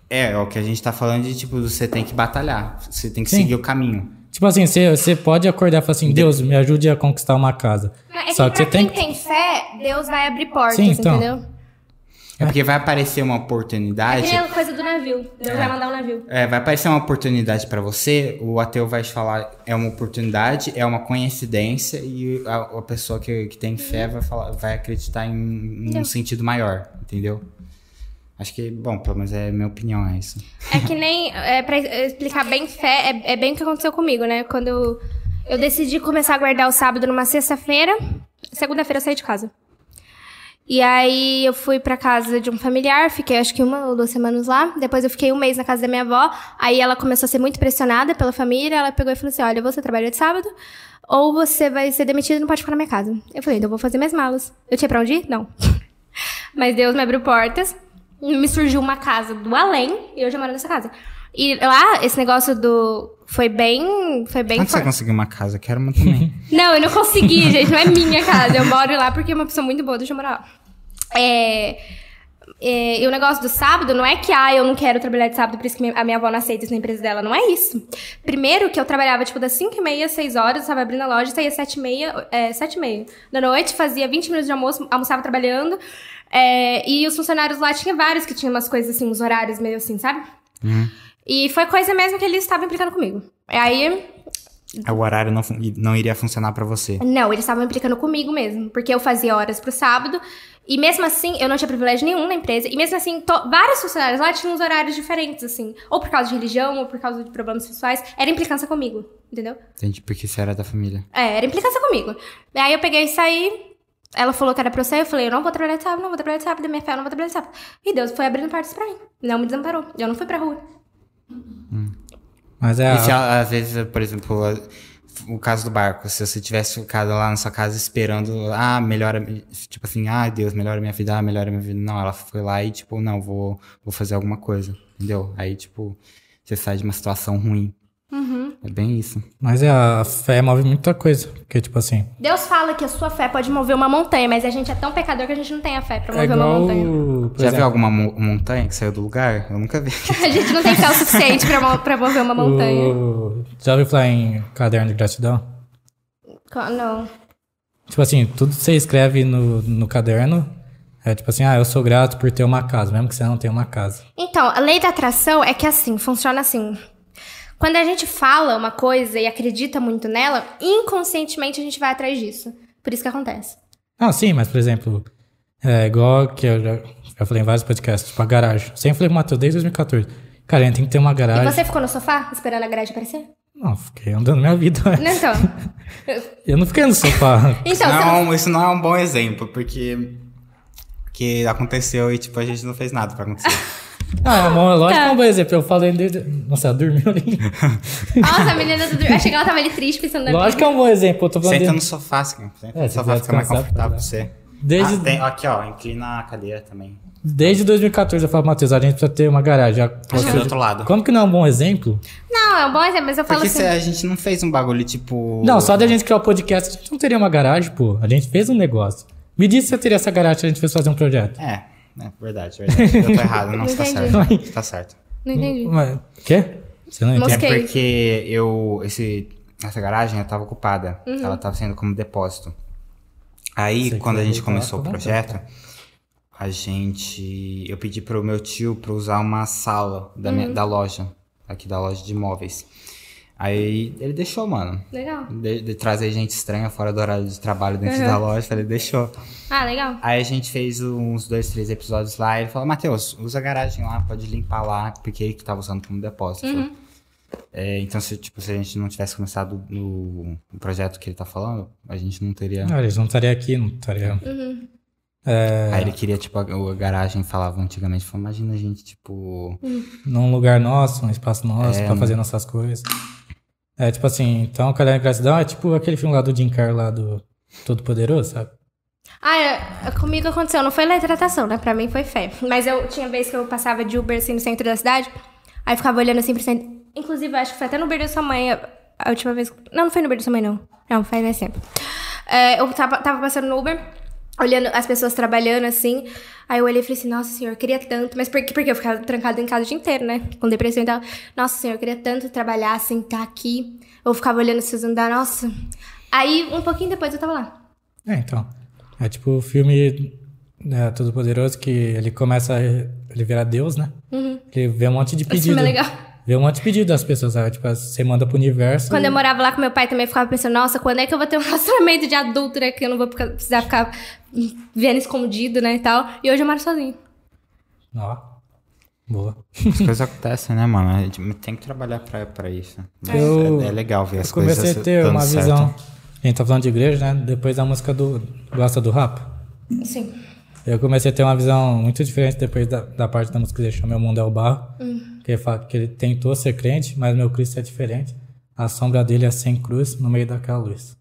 Speaker 1: É, é o que a gente tá falando de tipo: você tem que batalhar, você tem que
Speaker 2: Sim.
Speaker 1: seguir o caminho.
Speaker 2: Tipo assim, você, você pode acordar e falar assim, Deus, me ajude a conquistar uma casa.
Speaker 3: É que
Speaker 2: Só que você
Speaker 3: pra quem
Speaker 2: tem
Speaker 3: tem fé, Deus vai abrir portas,
Speaker 2: Sim, então.
Speaker 3: entendeu?
Speaker 1: É porque vai aparecer uma
Speaker 3: É
Speaker 1: oportunidade.
Speaker 3: que nem
Speaker 2: tipo-
Speaker 3: a coisa do navio. Deus vai mandar um navio.
Speaker 1: É, vai aparecer uma oportunidade pra você, o ateu vai te falar é uma oportunidade, é uma coincidência, e a, a pessoa que, que tem fé vai, falar, vai acreditar em um sentido maior, entendeu? Acho que, bom, pelo menos é minha opinião, é isso.
Speaker 3: É que nem, é, pra explicar bem fé, é, é bem o que aconteceu comigo, né? Quando eu, eu decidi começar a guardar o sábado numa sexta-feira, segunda-feira eu saí de casa. E aí eu fui pra casa de um familiar, fiquei acho que uma ou duas semanas lá. Depois eu fiquei um mês na casa da minha avó. Aí ela começou a ser muito pressionada pela família. Ela pegou e falou assim: Olha, você trabalha de sábado, ou você vai ser demitido e não pode ficar na minha casa. Eu falei, então eu vou fazer minhas malas. Eu tinha pra onde ir? Não. *laughs* Mas Deus me abriu portas. Me surgiu uma casa do além e hoje eu moro nessa casa. E lá, esse negócio do. Foi bem. Foi bem
Speaker 1: Quando você
Speaker 3: forte.
Speaker 1: conseguir uma casa? Quero uma
Speaker 3: *laughs*
Speaker 1: também.
Speaker 3: Não, eu não *laughs* consegui, gente. Não é minha casa. Eu moro lá porque é uma pessoa muito boa, deixa eu morar lá. É. É, e o negócio do sábado não é que, ah, eu não quero trabalhar de sábado, por isso que minha- a minha avó não aceita isso na empresa dela. Não é isso. Primeiro que eu trabalhava, tipo, das 5 e meia, 6 horas, eu tava abrindo a loja, saía 7 e meia, é, 7 e meia da noite, fazia 20 minutos de almoço, almoçava trabalhando. é, e os funcionários lá tinha vários que tinham umas coisas assim, uns horários meio assim, sabe? E foi coisa mesmo que eles estavam implicando comigo. Aí,
Speaker 1: É, O horário não, fun- não iria funcionar pra você.
Speaker 3: não, eles estavam implicando comigo mesmo, porque eu fazia horas pro sábado. E mesmo assim, eu não tinha privilégio nenhum na empresa. E mesmo assim, to- vários funcionários lá tinham uns horários diferentes, assim. Ou por causa de religião, ou por causa de problemas pessoais. Era implicância comigo, entendeu?
Speaker 1: Entendi, porque você era da família.
Speaker 3: É, era implicância comigo. Aí eu peguei e saí. Ela falou que era pra eu sair. Eu falei, eu não vou trabalhar de sábado, não vou trabalhar de sábado. Minha fé, eu não vou trabalhar de sábado. E Deus foi abrindo partes pra mim. Não me desamparou. Eu não fui pra rua.
Speaker 2: Mas é.
Speaker 1: E se, a- às vezes, por exemplo, a- o caso do barco, se você tivesse ficado lá na sua casa esperando, ah, melhora, tipo assim, ah, Deus, melhora minha vida, ah, melhora minha vida. Não, ela foi lá e, tipo, não, vou, vou fazer alguma coisa, entendeu? Aí, tipo, você sai de uma situação ruim.
Speaker 3: Uhum.
Speaker 1: É bem isso.
Speaker 2: Mas é, a fé move muita coisa. Porque, tipo assim,
Speaker 3: Deus fala que a sua fé pode mover uma montanha, mas a gente é tão pecador que a gente não tem a fé pra
Speaker 2: é
Speaker 3: mover uma
Speaker 2: igual.
Speaker 3: montanha.
Speaker 2: por
Speaker 1: Já
Speaker 2: exemplo,
Speaker 1: viu alguma mo- montanha que saiu do lugar? Eu nunca vi.
Speaker 3: A gente não tem fé o suficiente pra, mo- pra mover uma montanha.
Speaker 2: o- Já ouviu falar em caderno de gratidão?
Speaker 3: Co- Não.
Speaker 2: Tipo assim, tudo que você escreve no, no caderno é tipo assim, ah, eu sou grato por ter uma casa, mesmo que você não tenha uma casa.
Speaker 3: Então, a lei da atração é que assim, funciona assim. Quando a gente fala uma coisa e acredita muito nela, inconscientemente a gente vai atrás disso. Por isso que acontece.
Speaker 2: Não, Ah, sim, mas por exemplo, é igual que eu já, já falei em vários podcasts, tipo a garagem. Eu Sempre falei com o Matheus desde 2014. Cara, a gente tem que ter uma
Speaker 3: E
Speaker 2: garagem.
Speaker 3: você ficou no sofá esperando a grade aparecer?
Speaker 2: Não, fiquei andando minha vida. né?
Speaker 3: Não, então.
Speaker 2: Eu não fiquei no
Speaker 3: *laughs*
Speaker 2: sofá.
Speaker 3: Então, você não-
Speaker 1: não, isso não é um bom exemplo, porque. Que aconteceu e, tipo, a gente não fez nada pra acontecer.
Speaker 2: Ah, mas lógico
Speaker 3: Tá.
Speaker 2: que é um bom exemplo. Eu falei desde. Nossa, ela dormiu ali.
Speaker 3: Nossa, a menina do... Achei que ela tava ali triste pensando na
Speaker 2: Lógico que é um bom exemplo. Eu tô falando
Speaker 1: Senta no
Speaker 2: desde-
Speaker 1: sofá, assim, senta
Speaker 2: É,
Speaker 1: no
Speaker 2: se
Speaker 1: sofá,
Speaker 2: quiser
Speaker 1: fica mais
Speaker 2: descansar,
Speaker 1: confortável pra
Speaker 2: pode
Speaker 1: você.
Speaker 2: desde,
Speaker 1: Ah, tem- aqui, ó, inclina a cadeira também.
Speaker 2: desde 2014 eu falo, Matheus, a gente precisa ter uma garagem. Já-
Speaker 1: Aqui do outro lado.
Speaker 2: Como que não é um bom exemplo?
Speaker 3: Não, é um bom exemplo, mas eu falo
Speaker 1: Porque
Speaker 3: assim.
Speaker 1: se a gente não fez um bagulho tipo.
Speaker 2: Não, só da gente criar o podcast, a gente não teria uma garagem, pô. A gente fez um negócio. Me diz se eu teria essa garagem se a gente fosse fazer um projeto.
Speaker 1: É, é verdade, verdade. Eu tô errado, não, você tá
Speaker 3: Entendi.
Speaker 1: certo. Tá certo.
Speaker 3: Não entendi.
Speaker 2: Mas, quê? Você não
Speaker 3: Mosca-
Speaker 2: entende?
Speaker 3: Ok.
Speaker 1: É porque eu. Esse, essa garagem eu tava ocupada.
Speaker 3: Uhum.
Speaker 1: Ela tava sendo como depósito. Aí,
Speaker 2: Sei que
Speaker 1: quando a
Speaker 2: eu
Speaker 1: gente
Speaker 2: vou
Speaker 1: começou o
Speaker 2: falar, tá
Speaker 1: projeto, a gente. Eu pedi pro meu tio pra usar uma sala da,
Speaker 3: Uhum.
Speaker 1: minha- da loja. Aqui da loja de imóveis. Aí ele deixou, mano.
Speaker 3: Legal.
Speaker 1: De, de trazer gente estranha fora do horário de trabalho dentro da loja, falei, deixou.
Speaker 3: Ah, legal.
Speaker 1: Aí a gente fez uns dois, três episódios lá. Ele falou, Matheus, usa a garagem lá, pode limpar lá, porque ele que tava usando como depósito. É, então, se, tipo, se a gente não tivesse começado no, no projeto que ele tá falando, a gente não teria.
Speaker 2: Não, eles não estariam aqui, não estariam. É.
Speaker 1: Aí ele queria, tipo, a, a garagem falava antigamente, falou, imagina a gente, tipo.
Speaker 2: Num lugar nosso, num espaço nosso, pra fazer nossas coisas. É tipo assim, então o Caderno de Gratidão é tipo aquele filme lá do Jim Carrey lá do Todo Poderoso, sabe?
Speaker 3: Ah, é, comigo aconteceu, não foi hidratação, né? Pra mim foi fé. Mas eu tinha vez que eu passava de Uber assim no centro da cidade, aí ficava olhando assim pro centro. Inclusive, eu acho que foi até no Uber da sua mãe a- a última vez. Não, não foi no Uber da sua mãe, não. Não, faz mais tempo. É, eu tava, tava passando no Uber, olhando as pessoas trabalhando assim. Aí eu olhei e falei assim, nossa senhor, eu queria tanto. Mas por, quê? porque eu ficava trancada em casa o dia inteiro, né? Com depressão e tal. Nossa senhor, eu queria tanto trabalhar, sentar aqui. Eu ficava olhando vocês andar, nossa. Aí, um pouquinho depois, eu tava lá.
Speaker 2: É, então. É tipo o filme né, Todo Poderoso que ele começa. a- Ele vira Deus, né? Ele vê um monte de
Speaker 3: Uhum. Esse
Speaker 2: pedido.
Speaker 3: filme é legal.
Speaker 2: Vê um monte de pedido das pessoas, sabe? Tipo, você manda pro universo.
Speaker 3: Quando eu morava lá com meu pai também, eu ficava pensando, nossa, quando é que eu vou ter um *laughs* relacionamento de adulto, né? Que eu não vou ficar- precisar ficar vendo escondido, né, e tal. E hoje eu moro sozinho. é-
Speaker 2: Ó. Boa.
Speaker 1: As coisas acontecem, né, mano? A gente tem que trabalhar pra, pra isso. Mas
Speaker 2: Eu-
Speaker 1: é, é legal ver as coisas.
Speaker 2: Comecei a ter
Speaker 1: dando
Speaker 2: uma
Speaker 1: certo.
Speaker 2: visão. A gente tá falando de igreja, né? Depois da música do Gosta do Rap.
Speaker 3: Sim.
Speaker 2: Eu comecei a ter uma visão muito diferente depois da, da parte da música que ele chama Meu Mundo é o Barro. Que ele fala que ele tentou ser crente, mas meu Cristo é diferente. A sombra dele é sem cruz no meio daquela luz.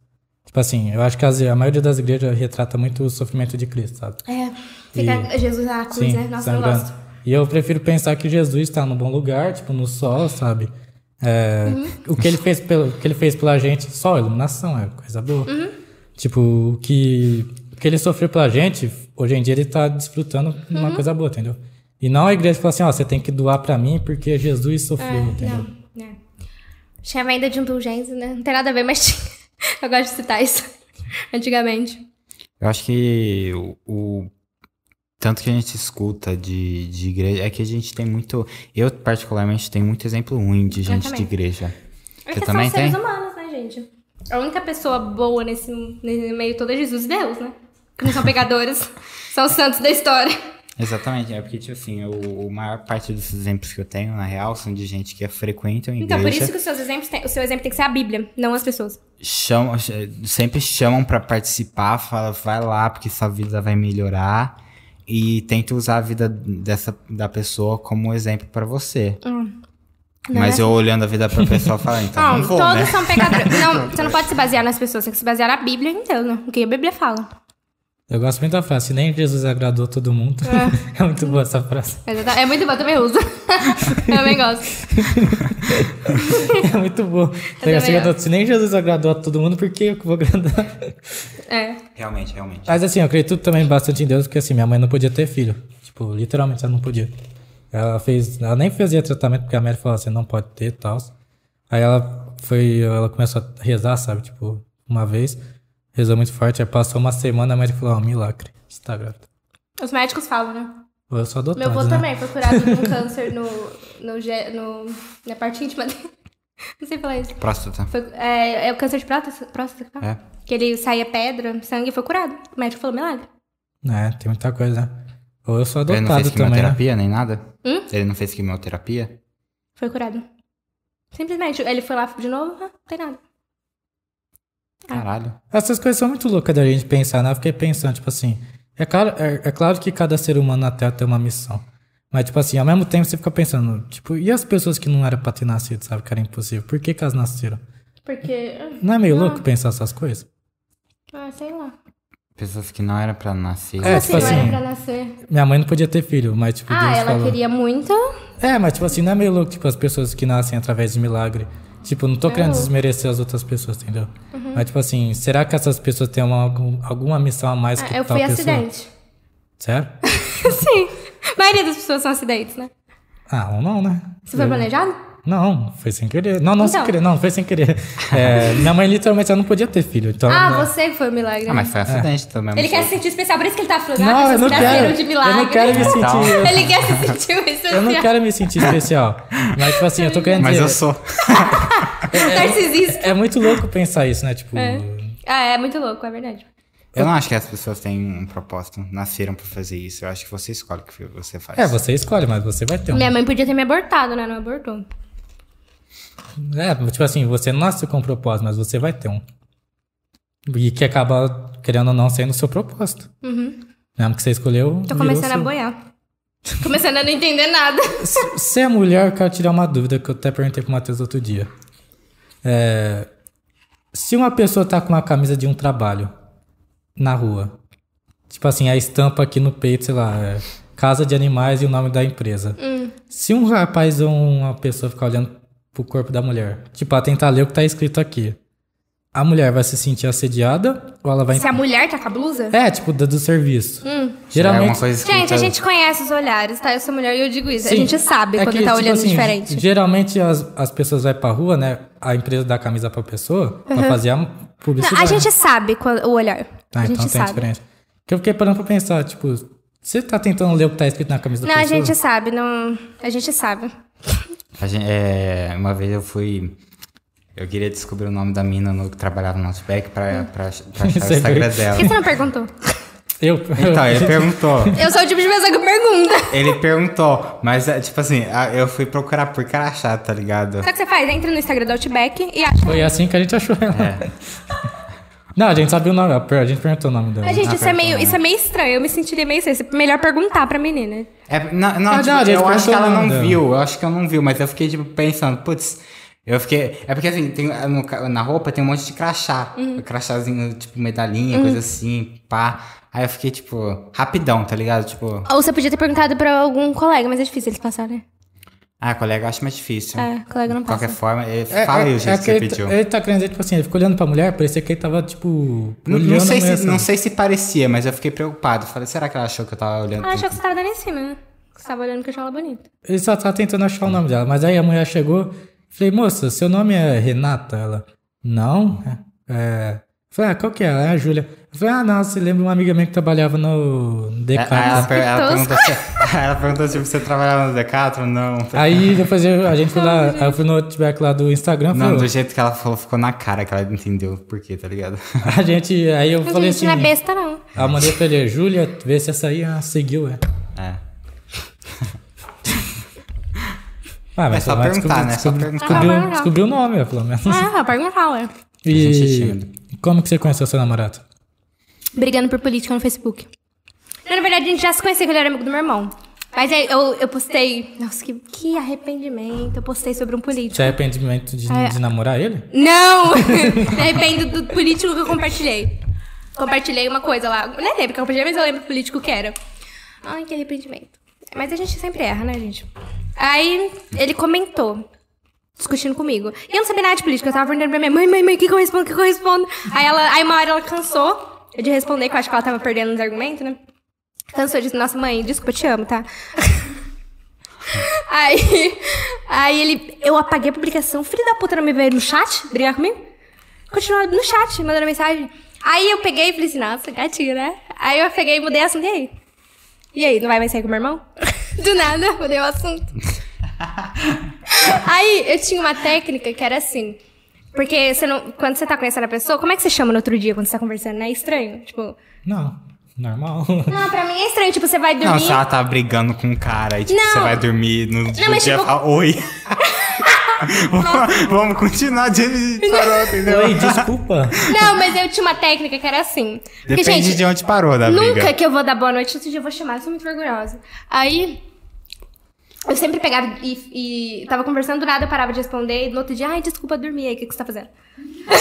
Speaker 2: Tipo assim, eu acho que as- a maioria das igrejas retrata muito o sofrimento de Cristo, sabe?
Speaker 3: É, ficar Jesus na cruz,
Speaker 1: tá
Speaker 3: né? Nossa, eu não
Speaker 2: sangrando.
Speaker 3: gosto.
Speaker 2: E eu prefiro pensar que Jesus está no bom lugar, tipo, no sol, sabe? É,
Speaker 3: Uhum.
Speaker 2: o, que ele fez
Speaker 3: Uhum.
Speaker 2: pelo, o que ele fez pela gente, sol, iluminação, é coisa boa. Tipo, o que, o que que ele sofreu pela gente, hoje em dia ele tá desfrutando de
Speaker 3: Uhum.
Speaker 2: uma coisa boa, entendeu? E não a igreja fala assim, ó, você tem que doar pra mim porque Jesus sofreu, entendeu?
Speaker 3: É, Não, não. Tinha venda de indulgência, né? Não tem nada a ver, mas *laughs* tinha. Eu gosto de citar isso. *laughs* Antigamente.
Speaker 1: Eu acho que o, o tanto que a gente escuta de, de igreja é que a gente tem muito. Eu, particularmente, tenho muito exemplo ruim de gente de
Speaker 3: também.
Speaker 1: igreja.
Speaker 3: É
Speaker 1: Você
Speaker 3: que
Speaker 1: também
Speaker 3: são seres
Speaker 1: tem?
Speaker 3: humanos, né, gente? A única pessoa boa nesse, nesse meio todo é Jesus e Deus, né? Que não são pecadores, *laughs* são os santos da história.
Speaker 1: Exatamente, é porque, tipo assim, o, a maior parte dos exemplos que eu tenho, na real, são de gente que frequenta a igreja.
Speaker 3: Então, por isso que os seus exemplos têm- o seu exemplo tem que ser a Bíblia, não as pessoas.
Speaker 1: chamam, sempre chamam pra participar, fala, vai lá porque sua vida vai melhorar e tenta usar a vida dessa da pessoa como exemplo pra você.
Speaker 2: Hum.
Speaker 3: Não
Speaker 1: Mas
Speaker 2: Né?
Speaker 3: é?
Speaker 1: eu olhando a vida pra pessoa falo, então não,
Speaker 3: Não,
Speaker 1: vou,
Speaker 3: todos
Speaker 1: né? *laughs*
Speaker 3: são pecadores. Não, você não pode se basear nas pessoas, você tem que se basear na Bíblia e em Deus, né? O que a Bíblia fala.
Speaker 2: Eu gosto muito da frase, se nem Jesus agradou todo mundo. *laughs* É, muito boa essa frase.
Speaker 3: Exata- É muito bom, eu também uso. *laughs* eu também gosto.
Speaker 2: É muito boa.
Speaker 3: também
Speaker 2: Você agradou- Se nem Jesus agradou a todo mundo, por que eu que vou agradar?
Speaker 3: É.
Speaker 1: Realmente, realmente.
Speaker 2: Mas assim, eu acredito também bastante em Deus, porque assim, minha mãe não podia ter filho. Tipo, literalmente ela não podia. Ela fez. Ela nem fazia tratamento, porque a médica falou assim, não pode ter e tal. Aí ela foi. Ela começou a rezar, sabe? Tipo, uma vez. Rezou muito forte. Aí passou uma semana, a médica falou, ó, milagre. Você tá grávida.
Speaker 3: Os médicos falam, né?
Speaker 2: Eu sou adotado,
Speaker 3: Meu avô
Speaker 2: né?
Speaker 3: também foi curado de um câncer no, no, ge- no- na parte íntima dele. *laughs* Não sei falar isso.
Speaker 1: Próstata.
Speaker 3: Foi- é, é o câncer de próstata, próstata que fala?
Speaker 1: É.
Speaker 3: Que ele saía pedra, sangue e foi curado. O médico falou milagre.
Speaker 2: É, tem muita coisa, né? Ou eu sou
Speaker 1: Ele não
Speaker 2: adotado
Speaker 1: fez
Speaker 2: também, né?
Speaker 1: quimioterapia nem nada?
Speaker 3: Hum?
Speaker 1: Ele não fez quimioterapia?
Speaker 3: Foi curado. Simplesmente. Ele foi lá de novo, ah, não tem nada.
Speaker 2: É.
Speaker 1: Caralho.
Speaker 2: Essas coisas são muito loucas da gente pensar, né? Eu fiquei pensando, tipo assim, é claro, é, é claro que cada ser humano na Terra tem uma missão. Mas, tipo assim, ao mesmo tempo você fica pensando, tipo, e as pessoas que não eram pra ter nascido, sabe, que era impossível? Por que, que elas nasceram?
Speaker 3: Porque.
Speaker 2: Não é meio
Speaker 3: Ah.
Speaker 2: louco pensar essas coisas?
Speaker 3: Ah, sei lá.
Speaker 1: Tipo Pessoas que não eram pra nascer.
Speaker 2: É,
Speaker 3: assim,
Speaker 2: tipo
Speaker 3: não era
Speaker 2: assim,
Speaker 3: pra nascer.
Speaker 2: Minha mãe não podia ter filho, mas, tipo,
Speaker 3: Ah,
Speaker 2: Deus
Speaker 3: ela
Speaker 2: falou.
Speaker 3: queria muito.
Speaker 2: É, mas, tipo assim, não é meio louco, tipo, as pessoas que nascem através de milagre. Tipo, não tô querendo
Speaker 3: louco.
Speaker 2: desmerecer as outras pessoas, entendeu?
Speaker 3: Uhum.
Speaker 2: Mas, tipo assim, será que essas pessoas têm uma, algum- alguma missão a mais
Speaker 3: Ah,
Speaker 2: que
Speaker 3: eu
Speaker 2: tal
Speaker 3: fui
Speaker 2: pessoa? *laughs*
Speaker 3: acidente.
Speaker 2: Sério?
Speaker 3: Sim. A maioria das pessoas são acidentes, né?
Speaker 2: Ah, ou não, né?
Speaker 3: Você foi planejado?
Speaker 2: Não, foi sem querer. Não, não sem
Speaker 3: Então.
Speaker 2: querer, não, foi sem querer. É, minha mãe literalmente ela não podia ter filho, então.
Speaker 3: Ah,
Speaker 2: né?
Speaker 3: você que foi o milagre. né?
Speaker 1: Ah, mas
Speaker 2: é.
Speaker 1: foi acidente também.
Speaker 3: Ele quer se sentir especial, por isso que ele tá falando. ah,
Speaker 2: Não, eu
Speaker 3: pessoas
Speaker 2: não
Speaker 3: que
Speaker 2: quero.
Speaker 3: nasceram de
Speaker 2: eu
Speaker 3: milagre.
Speaker 2: não
Speaker 3: *laughs*
Speaker 2: quero me
Speaker 1: Então.
Speaker 2: sentir.
Speaker 3: Ele quer se sentir especial.
Speaker 2: Eu não quero me sentir especial. Mas, tipo assim, eu tô querendo
Speaker 1: Mas
Speaker 2: dizer.
Speaker 1: eu sou.
Speaker 3: Narcisista.
Speaker 2: É muito louco pensar isso, né? Tipo.
Speaker 3: É. Ah, é muito louco, é verdade.
Speaker 1: Eu não acho que as pessoas têm um propósito, nasceram pra fazer isso. Eu acho que você escolhe o que você faz.
Speaker 2: É, você escolhe, mas você vai ter um.
Speaker 3: Minha mãe podia ter me abortado, né? Não abortou.
Speaker 2: É, tipo assim, você não nasce com um propósito, mas você vai ter um. E que acaba, querendo ou não, sendo o seu propósito.
Speaker 3: Uhum.
Speaker 2: Mesmo que você escolheu.
Speaker 3: Tô
Speaker 2: virou
Speaker 3: começando a
Speaker 2: seu.
Speaker 3: boiar. começando a não
Speaker 2: *laughs*
Speaker 3: entender nada.
Speaker 2: Se- Se é mulher, eu quero tirar uma dúvida que eu até perguntei pro Matheus outro dia. É, se uma pessoa tá com uma camisa de um trabalho na rua, tipo assim, a estampa aqui no peito, sei lá, é, casa de animais e o nome da empresa.
Speaker 3: Hum.
Speaker 2: Se um rapaz ou uma pessoa ficar olhando pro corpo da mulher, tipo, ela tentar ler o que tá escrito aqui, a mulher vai se sentir assediada ou ela vai.
Speaker 3: Se a Hum. mulher tá com a blusa.
Speaker 2: É, tipo, do, do serviço.
Speaker 1: Geralmente... É
Speaker 2: Geralmente.
Speaker 1: uma coisa escrita-
Speaker 3: Gente, a gente conhece os olhares, tá? Eu sou mulher e eu digo isso. A
Speaker 2: Sim.
Speaker 3: gente sabe
Speaker 2: É
Speaker 3: quando
Speaker 2: que,
Speaker 3: tá
Speaker 2: tipo
Speaker 3: olhando
Speaker 2: assim,
Speaker 3: diferente.
Speaker 2: Geralmente as, as pessoas vão pra rua, né? A empresa dá a camisa pra pessoa pra fazer a
Speaker 3: Não,
Speaker 2: publicidade.
Speaker 3: a gente sabe quando- o olhar.
Speaker 2: Ah,
Speaker 3: a
Speaker 2: então
Speaker 3: gente
Speaker 2: tem
Speaker 3: sabe.
Speaker 2: diferença. Porque eu fiquei parando pra pensar, tipo, você tá tentando ler o que tá escrito na camisa
Speaker 3: Não,
Speaker 2: da
Speaker 3: a
Speaker 2: pessoa?
Speaker 3: gente sabe, não. A gente sabe.
Speaker 1: A gente- é, uma vez eu fui. Eu queria descobrir o nome da mina no, que trabalhava no Outback pra, pra, pra
Speaker 2: *laughs*
Speaker 1: achar o
Speaker 2: Você
Speaker 1: Instagram
Speaker 2: viu?
Speaker 1: dela.
Speaker 3: Por que você não perguntou?
Speaker 2: Eu,
Speaker 1: Então,
Speaker 2: *laughs*
Speaker 1: ele perguntou.
Speaker 3: Eu sou o tipo de pessoa que pergunta.
Speaker 1: Ele perguntou, mas é, tipo assim, a- eu fui procurar por cara chata, tá ligado?
Speaker 3: Sabe o que você faz? Entra no Instagram do Outback e acha.
Speaker 2: Foi assim que a gente achou ela.
Speaker 1: É.
Speaker 2: *laughs* Não, a gente sabia o nome, a gente perguntou o nome dela.
Speaker 3: Mas, gente, isso é,
Speaker 1: perguntou,
Speaker 3: meio,
Speaker 1: né?
Speaker 3: isso é meio estranho. Eu me sentiria meio estranho. É melhor perguntar pra menina.
Speaker 1: É, não, não,
Speaker 2: Ah,
Speaker 1: tipo,
Speaker 2: não, gente,
Speaker 1: eu acho que ela não
Speaker 2: perguntou nada.
Speaker 1: viu, eu acho que eu não viu, mas eu fiquei, tipo, pensando, putz, eu fiquei. É porque assim, tem, no ca- na roupa tem um monte de crachá.
Speaker 3: Uhum.
Speaker 1: Crachazinho, tipo, medalhinha, coisa assim, pá. Aí eu fiquei, tipo, rapidão, tá ligado? Tipo.
Speaker 3: Ou você podia ter perguntado pra algum colega, mas é difícil eles passarem, né?
Speaker 1: Ah, colega, eu acho mais difícil.
Speaker 3: É, colega não
Speaker 1: De qualquer
Speaker 3: passa.
Speaker 1: forma, é, fala aí o jeito que você
Speaker 2: ele, tá-
Speaker 1: pediu.
Speaker 2: ele tá querendo dizer, tipo assim, ele ficou olhando pra mulher, parecia que ele tava, tipo.
Speaker 1: Não, não
Speaker 2: olhando
Speaker 1: sei
Speaker 2: a mulher,
Speaker 1: se, não
Speaker 2: assim.
Speaker 1: sei se parecia, mas eu fiquei preocupado. Falei, será que ela achou que eu tava olhando?
Speaker 3: Ela achou que você tava dando em cima, né? Que você tava olhando que eu achava ela bonita.
Speaker 2: Ele só tava tentando achar o nome dela. Mas aí a mulher chegou, falei, moça, seu nome é Renata? Ela, não? É. Falei, ah, qual que é? É a Júlia. Eu Falei, ah, não, você lembra uma amiga minha que trabalhava no
Speaker 1: É, Aí ela,
Speaker 2: Decathlon.
Speaker 1: per- ela
Speaker 3: Que
Speaker 1: perguntou se, *laughs* ela perguntou se você trabalhava no Decathlon, não.
Speaker 2: Aí depois eu- a gente foi lá, aí eu fui no outback lá do Instagram,
Speaker 1: Não, do
Speaker 2: falei,
Speaker 1: jeito que ela falou, ficou na cara que ela não entendeu por quê, tá ligado?
Speaker 2: a gente, aí eu
Speaker 3: Mas
Speaker 2: falei
Speaker 3: gente
Speaker 2: assim,
Speaker 3: não é besta, não.
Speaker 2: aí eu mandei pra ele, Júlia, vê se essa aí, ah, seguiu, é.
Speaker 1: É.
Speaker 2: Ah,
Speaker 1: *laughs* É só
Speaker 2: vai
Speaker 1: perguntar,
Speaker 2: descobrir-
Speaker 1: né? É só
Speaker 2: descobrir-
Speaker 1: perguntar.
Speaker 3: Ah,
Speaker 2: Descobriu,
Speaker 3: vai lá.
Speaker 2: descobriu o nome, ó, pelo menos.
Speaker 3: Ah, vai perguntar, ué.
Speaker 1: gente é
Speaker 2: E
Speaker 1: tímido.
Speaker 2: como que você conheceu seu namorado?
Speaker 3: Brigando por política no Facebook. Não, na verdade, a gente já se conhecia que ele era amigo do meu irmão. Mas aí eu, eu postei. Nossa, que, que arrependimento. Eu postei sobre um político.
Speaker 2: Você arrependimento de,
Speaker 3: É.
Speaker 2: de namorar ele?
Speaker 3: *laughs* Não! Me arrependo do político que eu compartilhei. Compartilhei uma coisa lá. Eu Nem lembro que eu compartilhei, mas eu lembro o político que era. Ai, que arrependimento. Mas a gente sempre erra, né, gente? Aí ele comentou, discutindo comigo. E eu não sabia nada de política, eu tava perguntando pra minha mãe, mãe, mãe, o que, que eu respondo, o que, que eu respondo? Aí, ela, aí uma hora ela cansou de responder, que eu acho que ela tava perdendo os argumentos, né? Cansou, disse, nossa mãe, desculpa, eu te amo, tá? Aí, aí ele, eu apaguei a publicação. Filho da puta não me veio no chat brigar comigo? Continuou no chat, mandando mensagem. Aí eu peguei e falei assim, nossa, gatinho, né? Aí eu peguei e mudei o assunto. E aí? E aí, não vai mais sair com meu irmão? *laughs* Do nada, mudei o assunto. aí eu tinha uma técnica que era assim. Porque você não, quando você tá conhecendo a pessoa, como é que você chama no outro dia quando você tá conversando? Não é estranho? Tipo,
Speaker 2: Não,
Speaker 3: *laughs*
Speaker 2: normal.
Speaker 3: não, pra mim é estranho. Tipo, você vai dormir.
Speaker 1: Não, se ela tava brigando com um cara e tipo,
Speaker 3: Não.
Speaker 1: você vai dormir no, no
Speaker 3: mas
Speaker 1: dia
Speaker 3: tipo-
Speaker 1: fala, oi. *laughs* Vamos continuar de de parou, entendeu?
Speaker 2: Oi, desculpa.
Speaker 3: Não, mas eu tinha uma técnica que era assim. Porque,
Speaker 1: Depende
Speaker 3: gente,
Speaker 1: de onde parou da briga.
Speaker 3: Nunca que eu vou dar boa noite, outro dia eu vou chamar, eu sou muito vergonhosa. Aí, eu sempre pegava e, e tava conversando do nada, eu parava de responder, e no outro dia, ai, desculpa, eu dormi aí, o que, que você tá fazendo? *laughs*